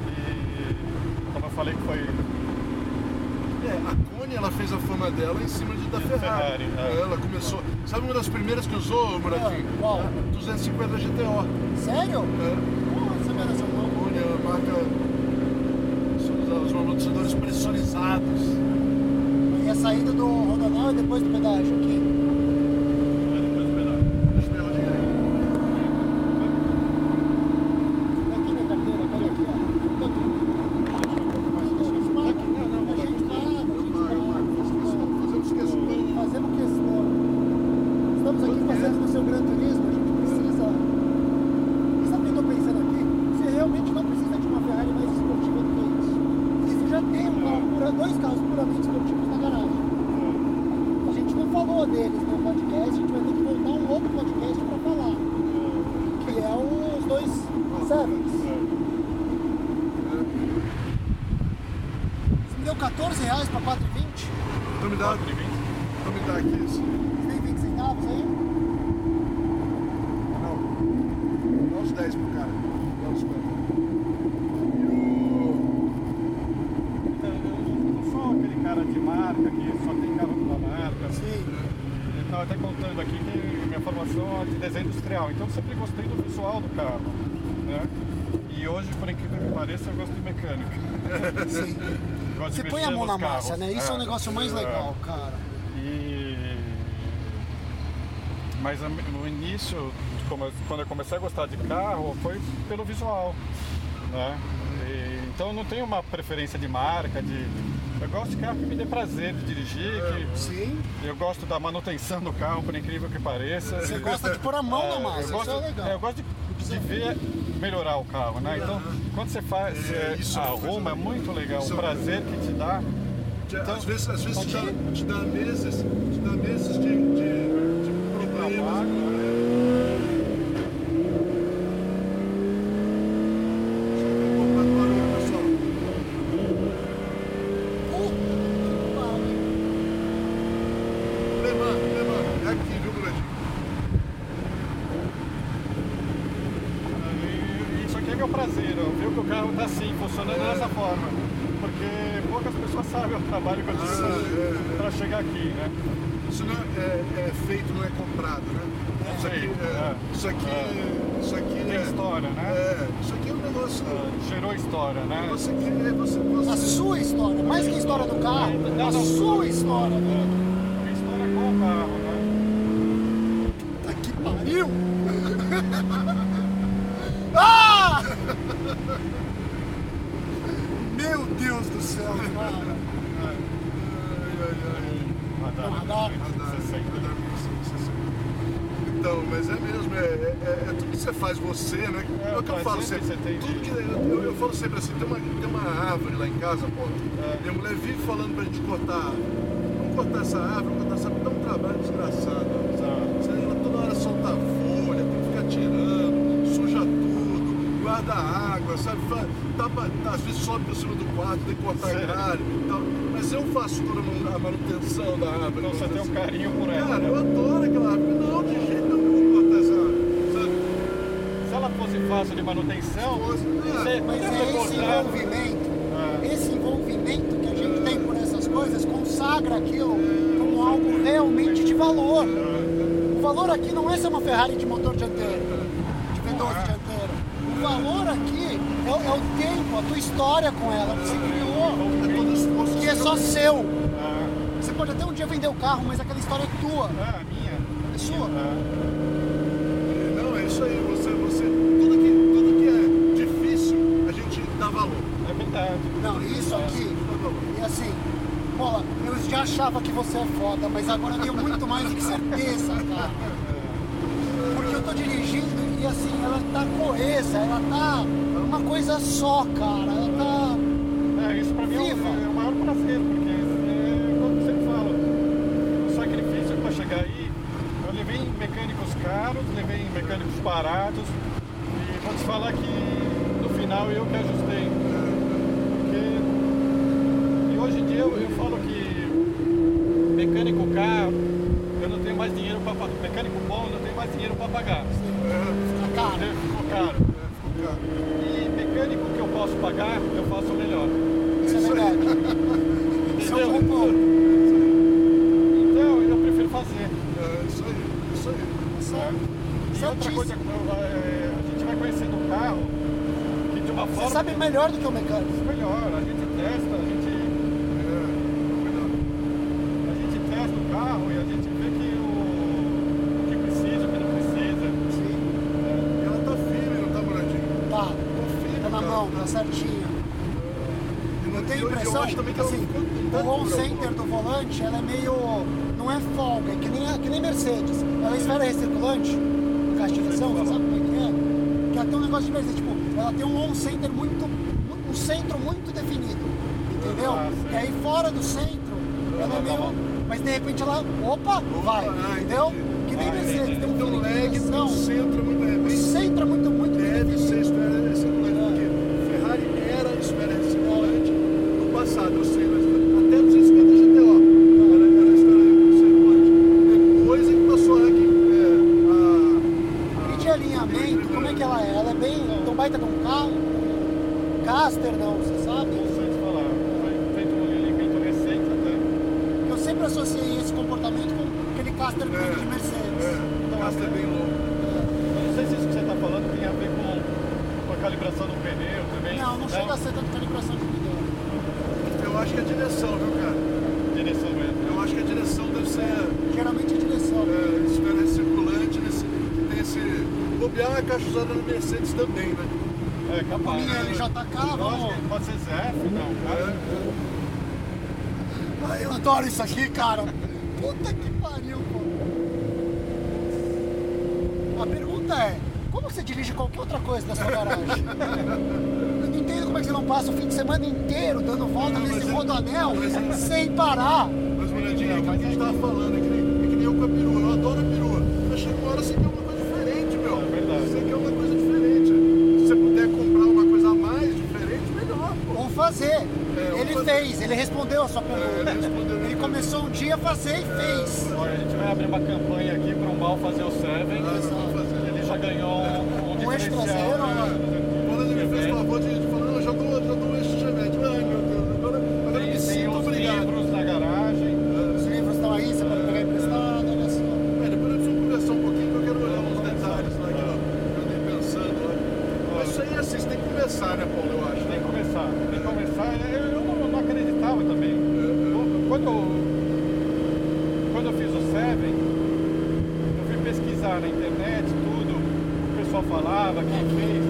[SPEAKER 4] e como eu falei que foi
[SPEAKER 3] É, a Cone ela fez a fama dela em cima de, da Ferrari.
[SPEAKER 4] Ferrari, é.
[SPEAKER 3] Ela começou. Sabe uma das primeiras que usou, Muradinho?
[SPEAKER 2] Ah, qual?
[SPEAKER 3] 250 GTO.
[SPEAKER 2] Sério?
[SPEAKER 3] né?
[SPEAKER 2] Porra, você merece um pouco.
[SPEAKER 3] Cone, a marca. São os amortecedores pressurizados.
[SPEAKER 2] E a saída do rodanel é depois do pedágio aqui.
[SPEAKER 4] depois do pedal.
[SPEAKER 2] Aqui na carteira, olha aqui, ó. Aqui. A gente tá- Fazemos questão. Estamos aqui fazendo o seu gran turismo, a gente precisa. Sabe o que eu tô pensando aqui? Você realmente não precisa de uma Ferrari mais esportiva do que isso. Porque você já tem um carro pura- dois carros puramente esportivos na garagem. A gente não falou deles no podcast, a gente vai ter que voltar um outro podcast para falar. Que é o- os dois Sevens. Você me deu 14 reais para 4,20?
[SPEAKER 3] Então me dá, então me dá aqui esse.
[SPEAKER 2] Você tem 20 centavos aí?
[SPEAKER 3] Não. Dá uns 10 pro cara. Dá uns 50. E
[SPEAKER 4] Não sou Então, aquele cara de marca que só tem carro da marca. Eu estava até contando aqui que minha formação é de desenho industrial, então eu sempre gostei do visual do carro. Né? E hoje, por incrível que pareça, eu gosto de mecânica.
[SPEAKER 2] Sim.
[SPEAKER 4] Gosto
[SPEAKER 2] Você
[SPEAKER 4] de
[SPEAKER 2] põe a
[SPEAKER 4] mexer
[SPEAKER 2] mão na
[SPEAKER 4] nos carros.
[SPEAKER 2] massa, né? Isso é, um negócio mais
[SPEAKER 4] é.
[SPEAKER 2] legal, cara.
[SPEAKER 4] E... Mas a- no início, de como eu- quando eu comecei a gostar de carro, foi pelo visual. Né? E- então eu não tenho uma preferência de marca, de. Eu gosto de carro que me dê prazer de dirigir, que
[SPEAKER 2] É, Sim.
[SPEAKER 4] eu gosto da manutenção do carro, por incrível que pareça.
[SPEAKER 2] Você gosta de pôr a mão
[SPEAKER 4] É,
[SPEAKER 2] na massa,
[SPEAKER 4] eu
[SPEAKER 2] isso
[SPEAKER 4] gosto,
[SPEAKER 2] é legal.
[SPEAKER 4] é, eu gosto de, de ver melhorar o carro, né? Então, quando você faz,
[SPEAKER 3] É,
[SPEAKER 4] você
[SPEAKER 3] isso é uma coisa
[SPEAKER 4] arruma, é muito legal,
[SPEAKER 3] isso é
[SPEAKER 4] o
[SPEAKER 3] uma
[SPEAKER 4] prazer que te dá.
[SPEAKER 3] o-
[SPEAKER 4] Então,
[SPEAKER 3] às vezes, às vezes te,
[SPEAKER 2] aqui-
[SPEAKER 3] dá, te dá meses, te dá meses de, de, de problemas.
[SPEAKER 4] trabalho,
[SPEAKER 3] Pessoal,
[SPEAKER 4] é.
[SPEAKER 2] Uh,
[SPEAKER 3] Levanta, levanta. É aqui, viu, Muradinho?
[SPEAKER 4] E Isso aqui é meu prazer, eu ver que o carro tá assim, funcionando
[SPEAKER 3] É.
[SPEAKER 4] dessa forma. Porque poucas pessoas sabem o trabalho que eu
[SPEAKER 3] Ah,
[SPEAKER 4] tive
[SPEAKER 3] é, é.
[SPEAKER 4] para chegar aqui, né?
[SPEAKER 3] Isso não é, é feito, não é comprado, né?
[SPEAKER 4] É
[SPEAKER 3] isso aqui,
[SPEAKER 4] feito,
[SPEAKER 3] é,
[SPEAKER 4] é.
[SPEAKER 3] isso aqui,
[SPEAKER 4] É.
[SPEAKER 3] isso aqui
[SPEAKER 4] Tem
[SPEAKER 3] é,
[SPEAKER 4] história, né?
[SPEAKER 3] é, isso aqui é um negócio.
[SPEAKER 4] Gerou história, né?
[SPEAKER 3] Você quer, você,
[SPEAKER 2] a
[SPEAKER 3] você
[SPEAKER 2] sua história, mais que a história do carro,
[SPEAKER 4] Não,
[SPEAKER 2] a
[SPEAKER 4] não.
[SPEAKER 2] sua história, velho.
[SPEAKER 4] Tem história com o carro, né?
[SPEAKER 2] Puta Tá que pariu! ah!
[SPEAKER 3] Meu Deus do céu!
[SPEAKER 4] Radar.
[SPEAKER 2] Radar.
[SPEAKER 3] Radar,
[SPEAKER 4] 60.
[SPEAKER 3] radar 1660. Então, mas é mesmo, é, é- é tudo que você faz você, né?
[SPEAKER 4] É,
[SPEAKER 3] É o que eu
[SPEAKER 4] faz
[SPEAKER 3] falo
[SPEAKER 4] sempre
[SPEAKER 3] sempre.
[SPEAKER 4] você tem de-
[SPEAKER 3] tudo que eu, eu- eu falo sempre assim, tem uma, tem uma árvore lá em casa, pô.
[SPEAKER 4] É.
[SPEAKER 3] Minha mulher vive falando pra gente cortar. a árvore. Vamos cortar essa árvore, vamos cortar essa árvore. Dá um trabalho desgraçado.
[SPEAKER 4] Tá.
[SPEAKER 3] Você ela toda hora solta a folha, tem que ficar tirando, suja tudo, guarda água, sabe? Fa- Tapa, às vezes sobe por cima do quadro, tem que cortar
[SPEAKER 4] Sério?
[SPEAKER 3] galho e tal. Mas eu faço toda a man- a manutenção da árvore.
[SPEAKER 4] Então
[SPEAKER 3] vamos
[SPEAKER 4] você tem um
[SPEAKER 3] dizer
[SPEAKER 4] carinho por ela.
[SPEAKER 3] Cara,
[SPEAKER 4] né?
[SPEAKER 3] eu adoro aquela árvore. Não, de jeito nenhum vou cortar essa árvore. Sabe?
[SPEAKER 4] Se ela fosse fácil de manutenção,
[SPEAKER 3] Fosse, né?
[SPEAKER 4] você
[SPEAKER 2] Mas
[SPEAKER 4] você
[SPEAKER 2] é esse
[SPEAKER 4] cortava.
[SPEAKER 2] envolvimento,
[SPEAKER 4] Ah.
[SPEAKER 2] esse envolvimento que a gente tem por essas coisas consagra aquilo como algo realmente de valor. O valor aqui não é ser uma Ferrari de motor dianteiro, de V12 dianteiro. O valor aqui é, o- é o tempo, a tua história com ela, o que você criou,
[SPEAKER 3] É todo esforço
[SPEAKER 2] que é
[SPEAKER 3] seu.
[SPEAKER 2] só seu.
[SPEAKER 4] Ah,
[SPEAKER 2] Você pode até um dia vender o carro, mas aquela história é tua,
[SPEAKER 4] ah, a minha.
[SPEAKER 2] é sua.
[SPEAKER 4] Ah,
[SPEAKER 3] Não, é isso aí. Você, você, tudo que, tudo que é difícil, a gente dá valor.
[SPEAKER 4] é verdade.
[SPEAKER 2] Não, isso aqui.
[SPEAKER 3] Dá valor.
[SPEAKER 2] E assim, Bola, eu já achava que você é foda, mas agora eu tenho muito mais do que certeza, cara. Porque eu tô dirigindo e assim, ela tá coesa, ela tá uma coisa só, cara. Ela tá.
[SPEAKER 4] É, isso pra mim é o,
[SPEAKER 2] Viva!
[SPEAKER 4] é o maior prazer, porque é, como eu sempre falo, o sacrifício pra chegar aí, eu levei em mecânicos caros, levei em mecânicos baratos, e vou te falar que no final original e eu que ajustei. Porque. E hoje em dia eu, eu falo que mecânico caro, eu não tenho mais dinheiro para pagar. Mecânico bom, eu não tenho mais dinheiro para pagar.
[SPEAKER 3] É,
[SPEAKER 2] Fica caro.
[SPEAKER 4] Né? Ficou caro. E mecânico que eu posso pagar, eu faço melhor.
[SPEAKER 2] Isso é verdade. Isso é
[SPEAKER 4] Entendeu?
[SPEAKER 2] um bom ponto.
[SPEAKER 4] Então eu prefiro fazer. né?
[SPEAKER 3] É, isso aí, isso aí.
[SPEAKER 2] é um
[SPEAKER 4] E outra
[SPEAKER 2] Certíssimo.
[SPEAKER 4] coisa, é, a gente vai conhecendo o carro que de uma
[SPEAKER 2] Você
[SPEAKER 4] forma
[SPEAKER 2] sabe melhor do que o mecânico.
[SPEAKER 4] melhor, a gente testa, a gente,
[SPEAKER 3] É,
[SPEAKER 4] a gente testa o carro e a gente vê que o, o que precisa, o que não precisa.
[SPEAKER 2] Sim.
[SPEAKER 3] cuidado. Ela tá firme, não tá moradinha?
[SPEAKER 2] Tá,
[SPEAKER 3] Tá firme.
[SPEAKER 2] tá na
[SPEAKER 3] cara.
[SPEAKER 2] mão, tá certinho.
[SPEAKER 3] E não
[SPEAKER 2] Eu tenho
[SPEAKER 3] e hoje
[SPEAKER 2] impressão,
[SPEAKER 3] Eu acho também que é um ela
[SPEAKER 2] assim,
[SPEAKER 3] ficou com
[SPEAKER 2] o
[SPEAKER 3] tanto
[SPEAKER 2] home
[SPEAKER 3] problema.
[SPEAKER 2] center do volante, ela é meio, não é folga, é que nem, que nem Mercedes. Ela é esfera recirculante, a caixa de direção, você sabe como é que é? Que ela tem um negócio de Mercedes, tipo, ela tem um home center muito, um centro muito definido, entendeu?
[SPEAKER 4] Ah,
[SPEAKER 2] e
[SPEAKER 4] sei.
[SPEAKER 2] aí fora do centro, ela é
[SPEAKER 4] tá bom.
[SPEAKER 2] meio, mas de repente ela, opa, vai,
[SPEAKER 3] ah,
[SPEAKER 2] entendeu?
[SPEAKER 3] entendi.
[SPEAKER 2] Que nem
[SPEAKER 4] Ah,
[SPEAKER 2] Mercedes,
[SPEAKER 4] entendi.
[SPEAKER 2] tem um
[SPEAKER 3] Então,
[SPEAKER 2] feeling de
[SPEAKER 3] lag
[SPEAKER 2] direção.
[SPEAKER 3] no centro muito é
[SPEAKER 2] O
[SPEAKER 3] bem
[SPEAKER 2] centro é muito, muito bem
[SPEAKER 3] deve
[SPEAKER 2] definido.
[SPEAKER 3] ser espera esse volante, porque Ferrari era espera esse volante no passado, eu sei, mas até 250 GTO. Era, era espera esse volante. Depois é que passou a que
[SPEAKER 2] E
[SPEAKER 3] é,
[SPEAKER 2] de
[SPEAKER 3] a, a,
[SPEAKER 2] alinhamento, como é que ela é? Ela é bem. Então baita com um carro. Caster não, você sabe?
[SPEAKER 4] Não sei te falar, foi feito um elemento recente até.
[SPEAKER 2] Eu sempre associei esse comportamento com aquele caster que tem de Mercedes. Então,
[SPEAKER 3] é, gasta bem louco.
[SPEAKER 4] Eu não sei se isso que você está falando tem a ver com, com a calibração do pneu também. né?
[SPEAKER 2] Não, não chega a ser tanto calibração de pneu.
[SPEAKER 3] Eu acho que a direção, viu, cara?
[SPEAKER 4] Direção mesmo.
[SPEAKER 3] Eu acho que a direção deve ser.
[SPEAKER 2] Geralmente é direção.
[SPEAKER 3] é, espera circulante nesse, que tem esse. Bobear a caixa usada na Mercedes também, né?
[SPEAKER 4] É capaz.
[SPEAKER 2] Minha tá
[SPEAKER 3] tá
[SPEAKER 2] LJK, vamos.
[SPEAKER 4] Lógico, pode ser Zé, não,
[SPEAKER 2] Ah, é?
[SPEAKER 4] cara.
[SPEAKER 2] Ai, eu adoro isso aqui, cara. Puta que pariu, pô. A pergunta é, como você dirige qualquer outra coisa da sua garagem? Eu não entendo como é que você não passa o fim de semana inteiro dando volta
[SPEAKER 3] Não,
[SPEAKER 2] nesse
[SPEAKER 3] mas é-
[SPEAKER 2] rodoanel
[SPEAKER 3] mas é-
[SPEAKER 2] sem parar.
[SPEAKER 3] Mas, Moradinha, é que a gente tava falando, é que, nem, é que nem eu com a perua, eu adoro a perua. Mas chega uma hora você quer uma coisa diferente, meu.
[SPEAKER 4] É verdade.
[SPEAKER 3] Você quer uma coisa diferente. Se você puder comprar uma coisa a mais diferente, melhor, pô.
[SPEAKER 2] Ou fazer.
[SPEAKER 3] É, ou
[SPEAKER 2] ele
[SPEAKER 3] fazer.
[SPEAKER 2] fez, ele respondeu a sua
[SPEAKER 3] É, ele
[SPEAKER 2] pergunta.
[SPEAKER 3] respondeu.
[SPEAKER 2] ele começou um dia a fazer e fez.
[SPEAKER 4] Olha, a gente vai abrir uma campanha aqui para um mal fazer o Seven.
[SPEAKER 3] Ah, vamos fazer.
[SPEAKER 4] Ele já ganhou um, um
[SPEAKER 2] Um
[SPEAKER 4] diferencial.
[SPEAKER 2] ex-traseiro,
[SPEAKER 3] Quando ele me fez o favor de, de falar, "Não, um eu já dou, já dou este chevette. Ai, meu Deus, agora, agora eu me
[SPEAKER 4] Tem, tem
[SPEAKER 3] sinto
[SPEAKER 4] os
[SPEAKER 3] obrigado. Ah.
[SPEAKER 4] livros na garagem.
[SPEAKER 2] Os livros estão aí, você pode pegar emprestado, olha só.
[SPEAKER 3] É, depois eu preciso conversar um pouquinho que eu quero olhar uns detalhes lá que ó, eu andei pensando lá. Mas isso aí é assim, você tem que começar, né, Paulo? Eu acho,
[SPEAKER 4] Tem
[SPEAKER 3] né?
[SPEAKER 4] que começar. Tem que começar. Eu, eu não, não acreditava
[SPEAKER 3] É,
[SPEAKER 4] também. Quando eu, quando eu fiz o Seven, eu fui pesquisar na internet tudo. O pessoal falava, quem fez.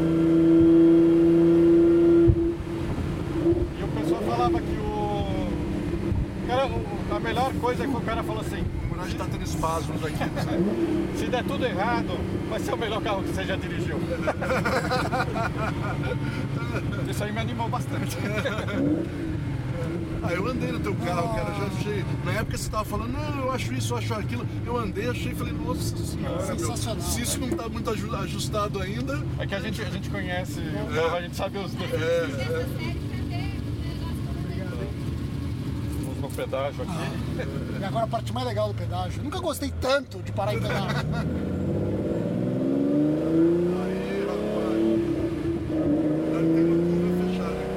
[SPEAKER 4] E o pessoal falava que o. o cara, o- a melhor coisa é que o cara falou assim.
[SPEAKER 3] O Murad tá tendo espasmos aqui.
[SPEAKER 4] Se der tudo errado, vai ser o melhor carro que você já dirigiu. Isso aí me animou bastante.
[SPEAKER 3] Ah, eu andei no teu carro, cara,
[SPEAKER 2] Ah.
[SPEAKER 3] já achei. Na época você tava falando, não, eu acho isso, eu acho aquilo. Eu andei, achei e falei, nossa senhora, meu,
[SPEAKER 2] Sensacional,
[SPEAKER 3] se isso não tá muito aju- ajustado ainda.
[SPEAKER 4] É que a gente, a gente conhece o carro, a gente sabe os defeitos,
[SPEAKER 3] É,
[SPEAKER 5] Essa série já teve um negócio como esse.
[SPEAKER 4] os no pedágio aqui.
[SPEAKER 2] E agora a parte mais legal do pedágio. Eu nunca gostei tanto de parar em pedágio.
[SPEAKER 3] Aí, rapaz. Agora tem uma curva fechada aqui.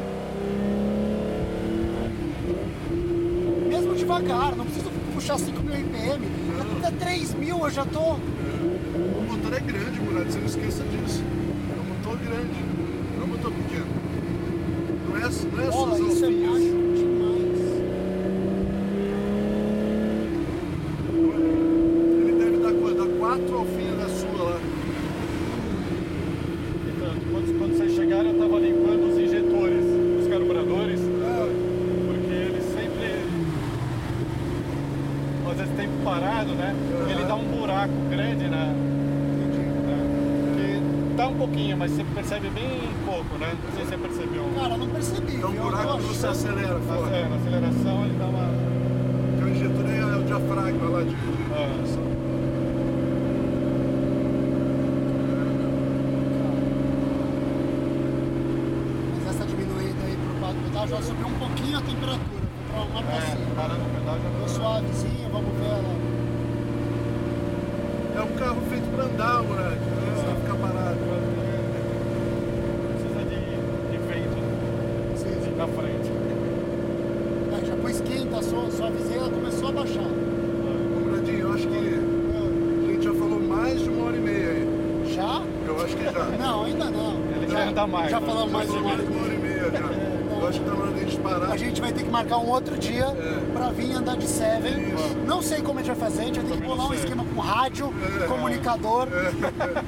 [SPEAKER 2] Mesmo devagar, não preciso puxar 5 mil RPM. Até 3 mil eu já tô.
[SPEAKER 3] O motor é grande, Murad, você não esqueça disso. É um motor grande, não é um motor pequeno. Não é, não é
[SPEAKER 2] Bola,
[SPEAKER 3] suas
[SPEAKER 2] isso é
[SPEAKER 3] alfinhas.
[SPEAKER 2] baixo demais.
[SPEAKER 3] Ele deve dar, qu- dar quatro alfinhas na sua lá.
[SPEAKER 4] Então, quando, quando vocês chegaram, eu tava limpando os injetores, os carburadores,
[SPEAKER 2] É,
[SPEAKER 4] porque eles sempre. Às vezes tempo parado, né? Ele dá um buraco grande na. né? Que dá um pouquinho, mas você percebe bem pouco, né? Não sei se você percebeu.
[SPEAKER 2] Cara, eu não percebi.
[SPEAKER 3] Dá
[SPEAKER 4] Então,
[SPEAKER 3] um
[SPEAKER 2] viu? Eu
[SPEAKER 3] buraco
[SPEAKER 2] tô
[SPEAKER 3] quando você
[SPEAKER 2] achando.
[SPEAKER 3] acelera
[SPEAKER 4] Na
[SPEAKER 3] fora.
[SPEAKER 4] é, na aceleração ele dá uma.
[SPEAKER 3] Porque o injetor é o diafragma lá de. de-
[SPEAKER 4] Ah,
[SPEAKER 2] pedal já subiu um pouquinho a temperatura. Pra uma pra
[SPEAKER 4] É,
[SPEAKER 2] cima.
[SPEAKER 4] parando o pedal já
[SPEAKER 2] Deu suavezinho, vamos ver ela.
[SPEAKER 3] É um carro feito pra andar, moleque. Não precisa ficar parado.
[SPEAKER 4] Precisa de, de vento né?
[SPEAKER 2] Vocês-
[SPEAKER 4] na frente.
[SPEAKER 2] É, já foi esquenta, sua, suavezinho, ela começou a baixar.
[SPEAKER 3] Compradinho, eu acho que a gente já falou mais de uma hora e meia aí.
[SPEAKER 2] Já?
[SPEAKER 3] Eu acho que já.
[SPEAKER 2] Não, ainda não.
[SPEAKER 4] Ele
[SPEAKER 2] já
[SPEAKER 4] já anda mais,
[SPEAKER 2] Já
[SPEAKER 4] né?
[SPEAKER 2] falamos mais um
[SPEAKER 3] Já
[SPEAKER 2] de uma
[SPEAKER 3] falou mais de uma
[SPEAKER 2] hora.
[SPEAKER 3] hora e meia já. Eu acho que tá na hora de gente
[SPEAKER 2] A
[SPEAKER 3] parar.
[SPEAKER 2] gente vai ter que marcar um outro dia
[SPEAKER 3] É.
[SPEAKER 2] pra vir andar de Seven.
[SPEAKER 3] Isso.
[SPEAKER 2] Não sei como a gente vai fazer, a gente vai ter que
[SPEAKER 4] Também não
[SPEAKER 2] bolar um
[SPEAKER 4] sei.
[SPEAKER 2] esquema com rádio,
[SPEAKER 3] É.
[SPEAKER 2] comunicador,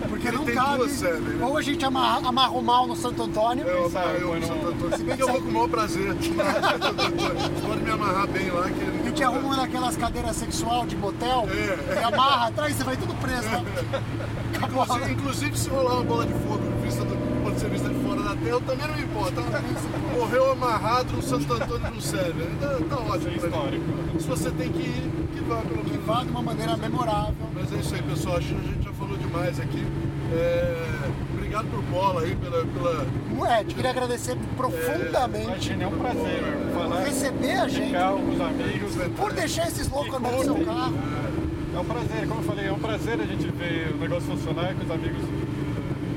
[SPEAKER 2] porque
[SPEAKER 3] Ele
[SPEAKER 2] não
[SPEAKER 3] tem
[SPEAKER 2] cabe.
[SPEAKER 3] duas Seven, né? É.
[SPEAKER 2] Ou a gente amarra, amarra o mal no Santo
[SPEAKER 4] É,
[SPEAKER 2] Antônio.
[SPEAKER 3] Eu,
[SPEAKER 4] sabe,
[SPEAKER 3] eu,
[SPEAKER 4] põe no-
[SPEAKER 3] Santo Antônio. Se bem que eu vou com o maior prazer. Pode me amarrar bem lá. Que
[SPEAKER 2] A gente arruma uma daquelas cadeiras sexual de motel
[SPEAKER 3] É.
[SPEAKER 2] e amarra atrás, você vai tudo preso. Né? Acabou.
[SPEAKER 3] Inclusive, inclusive, se rolar uma bola de fogo vista do, pode ser vista de fora da terra, eu também não me importa. Morreu amarrado no Santo Antônio do Sérvio. Tá, tá
[SPEAKER 4] Isso é
[SPEAKER 3] ótimo. pra mim.
[SPEAKER 4] histórico.
[SPEAKER 3] Se você tem que ir, que vá pelo
[SPEAKER 2] Que
[SPEAKER 3] menos.
[SPEAKER 2] vá de uma maneira memorável.
[SPEAKER 3] Mas é isso aí, pessoal. Acho que a gente já falou demais aqui. É, Obrigado por bola aí, pela. pela...
[SPEAKER 2] Ed, queria agradecer profundamente
[SPEAKER 4] Imagina, é um prazer meu,
[SPEAKER 2] por
[SPEAKER 4] falar,
[SPEAKER 2] receber a gente,
[SPEAKER 4] ficar com os amigos.
[SPEAKER 2] por deixar esses loucos andar no seu carro.
[SPEAKER 4] É um prazer, como eu falei, é um prazer a gente ver o negócio funcionar, que os amigos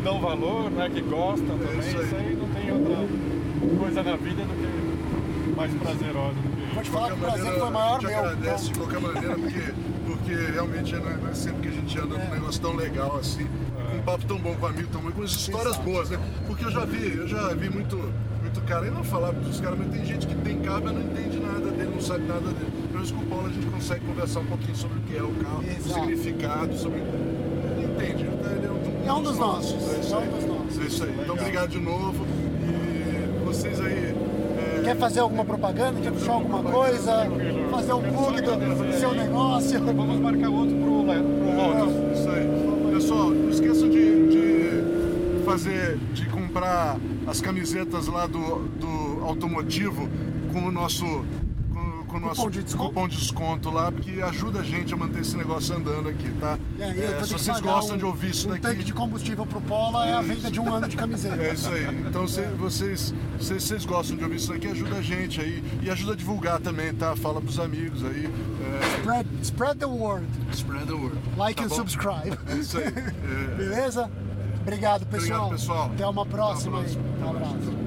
[SPEAKER 4] dão valor, né, que gostam também.
[SPEAKER 3] isso
[SPEAKER 4] isso,
[SPEAKER 3] aí.
[SPEAKER 4] aí. não tem outra coisa na vida do que mais prazerosa do que
[SPEAKER 2] Vou te
[SPEAKER 3] de
[SPEAKER 2] falar
[SPEAKER 3] qualquer
[SPEAKER 2] que o prazer
[SPEAKER 3] maneira,
[SPEAKER 2] foi maior
[SPEAKER 3] a gente
[SPEAKER 2] meu.
[SPEAKER 3] agradece de qualquer maneira, porque, porque realmente não é, não é sempre que a gente anda com um negócio tão legal assim, com um papo tão bom com amigo, tão bom, com as histórias boas, né? Porque eu já vi, eu já vi muito, muito cara, e não falar dos caras, mas tem gente que tem carro, mas não entende nada dele, não sabe nada dele. Pelo menos com o Paulo a gente consegue conversar um pouquinho sobre o que é o carro, o
[SPEAKER 2] Exato.
[SPEAKER 3] significado, sobre. Ele entende, ele é um,
[SPEAKER 2] É um dos nossos,
[SPEAKER 3] É isso
[SPEAKER 2] é um
[SPEAKER 3] aí.
[SPEAKER 2] dos nossos.
[SPEAKER 3] É isso aí. Então obrigado de novo. E vocês aí. é,
[SPEAKER 2] Quer fazer alguma propaganda? Quer puxar alguma coisa? Fazer um plug do, do seu negócio?
[SPEAKER 4] Vamos marcar outro pro, Le- pro Lotus.
[SPEAKER 3] Isso aí. Pessoal, não esqueçam de, de fazer, de comprar as camisetas lá do, do automotivo com o nosso. com- com o nosso
[SPEAKER 2] Cupom de desconto?
[SPEAKER 3] cupom de desconto lá, porque ajuda a gente a manter esse negócio andando aqui, tá?
[SPEAKER 2] E aí, eu
[SPEAKER 3] É,
[SPEAKER 2] vou ter
[SPEAKER 3] se
[SPEAKER 2] que
[SPEAKER 3] vocês
[SPEAKER 2] pagar
[SPEAKER 3] gostam
[SPEAKER 2] um-
[SPEAKER 3] de ouvir isso
[SPEAKER 2] um
[SPEAKER 3] daqui.
[SPEAKER 2] tanque de combustível pro Pola é a venda de um ano de camiseta.
[SPEAKER 3] É isso aí. Então se- vocês, vocês, vocês gostam de ouvir isso daqui, ajuda a gente aí. E ajuda a divulgar também, tá? Fala pros amigos aí. é,
[SPEAKER 2] Spread, spread the word.
[SPEAKER 3] spread the word.
[SPEAKER 2] Like
[SPEAKER 3] tá
[SPEAKER 2] and
[SPEAKER 3] bom?
[SPEAKER 2] subscribe.
[SPEAKER 3] É isso aí. É,
[SPEAKER 2] Beleza? Obrigado, pessoal.
[SPEAKER 3] Obrigado, pessoal.
[SPEAKER 2] Até uma próxima. aí.
[SPEAKER 3] Até a próxima.
[SPEAKER 2] Um abraço.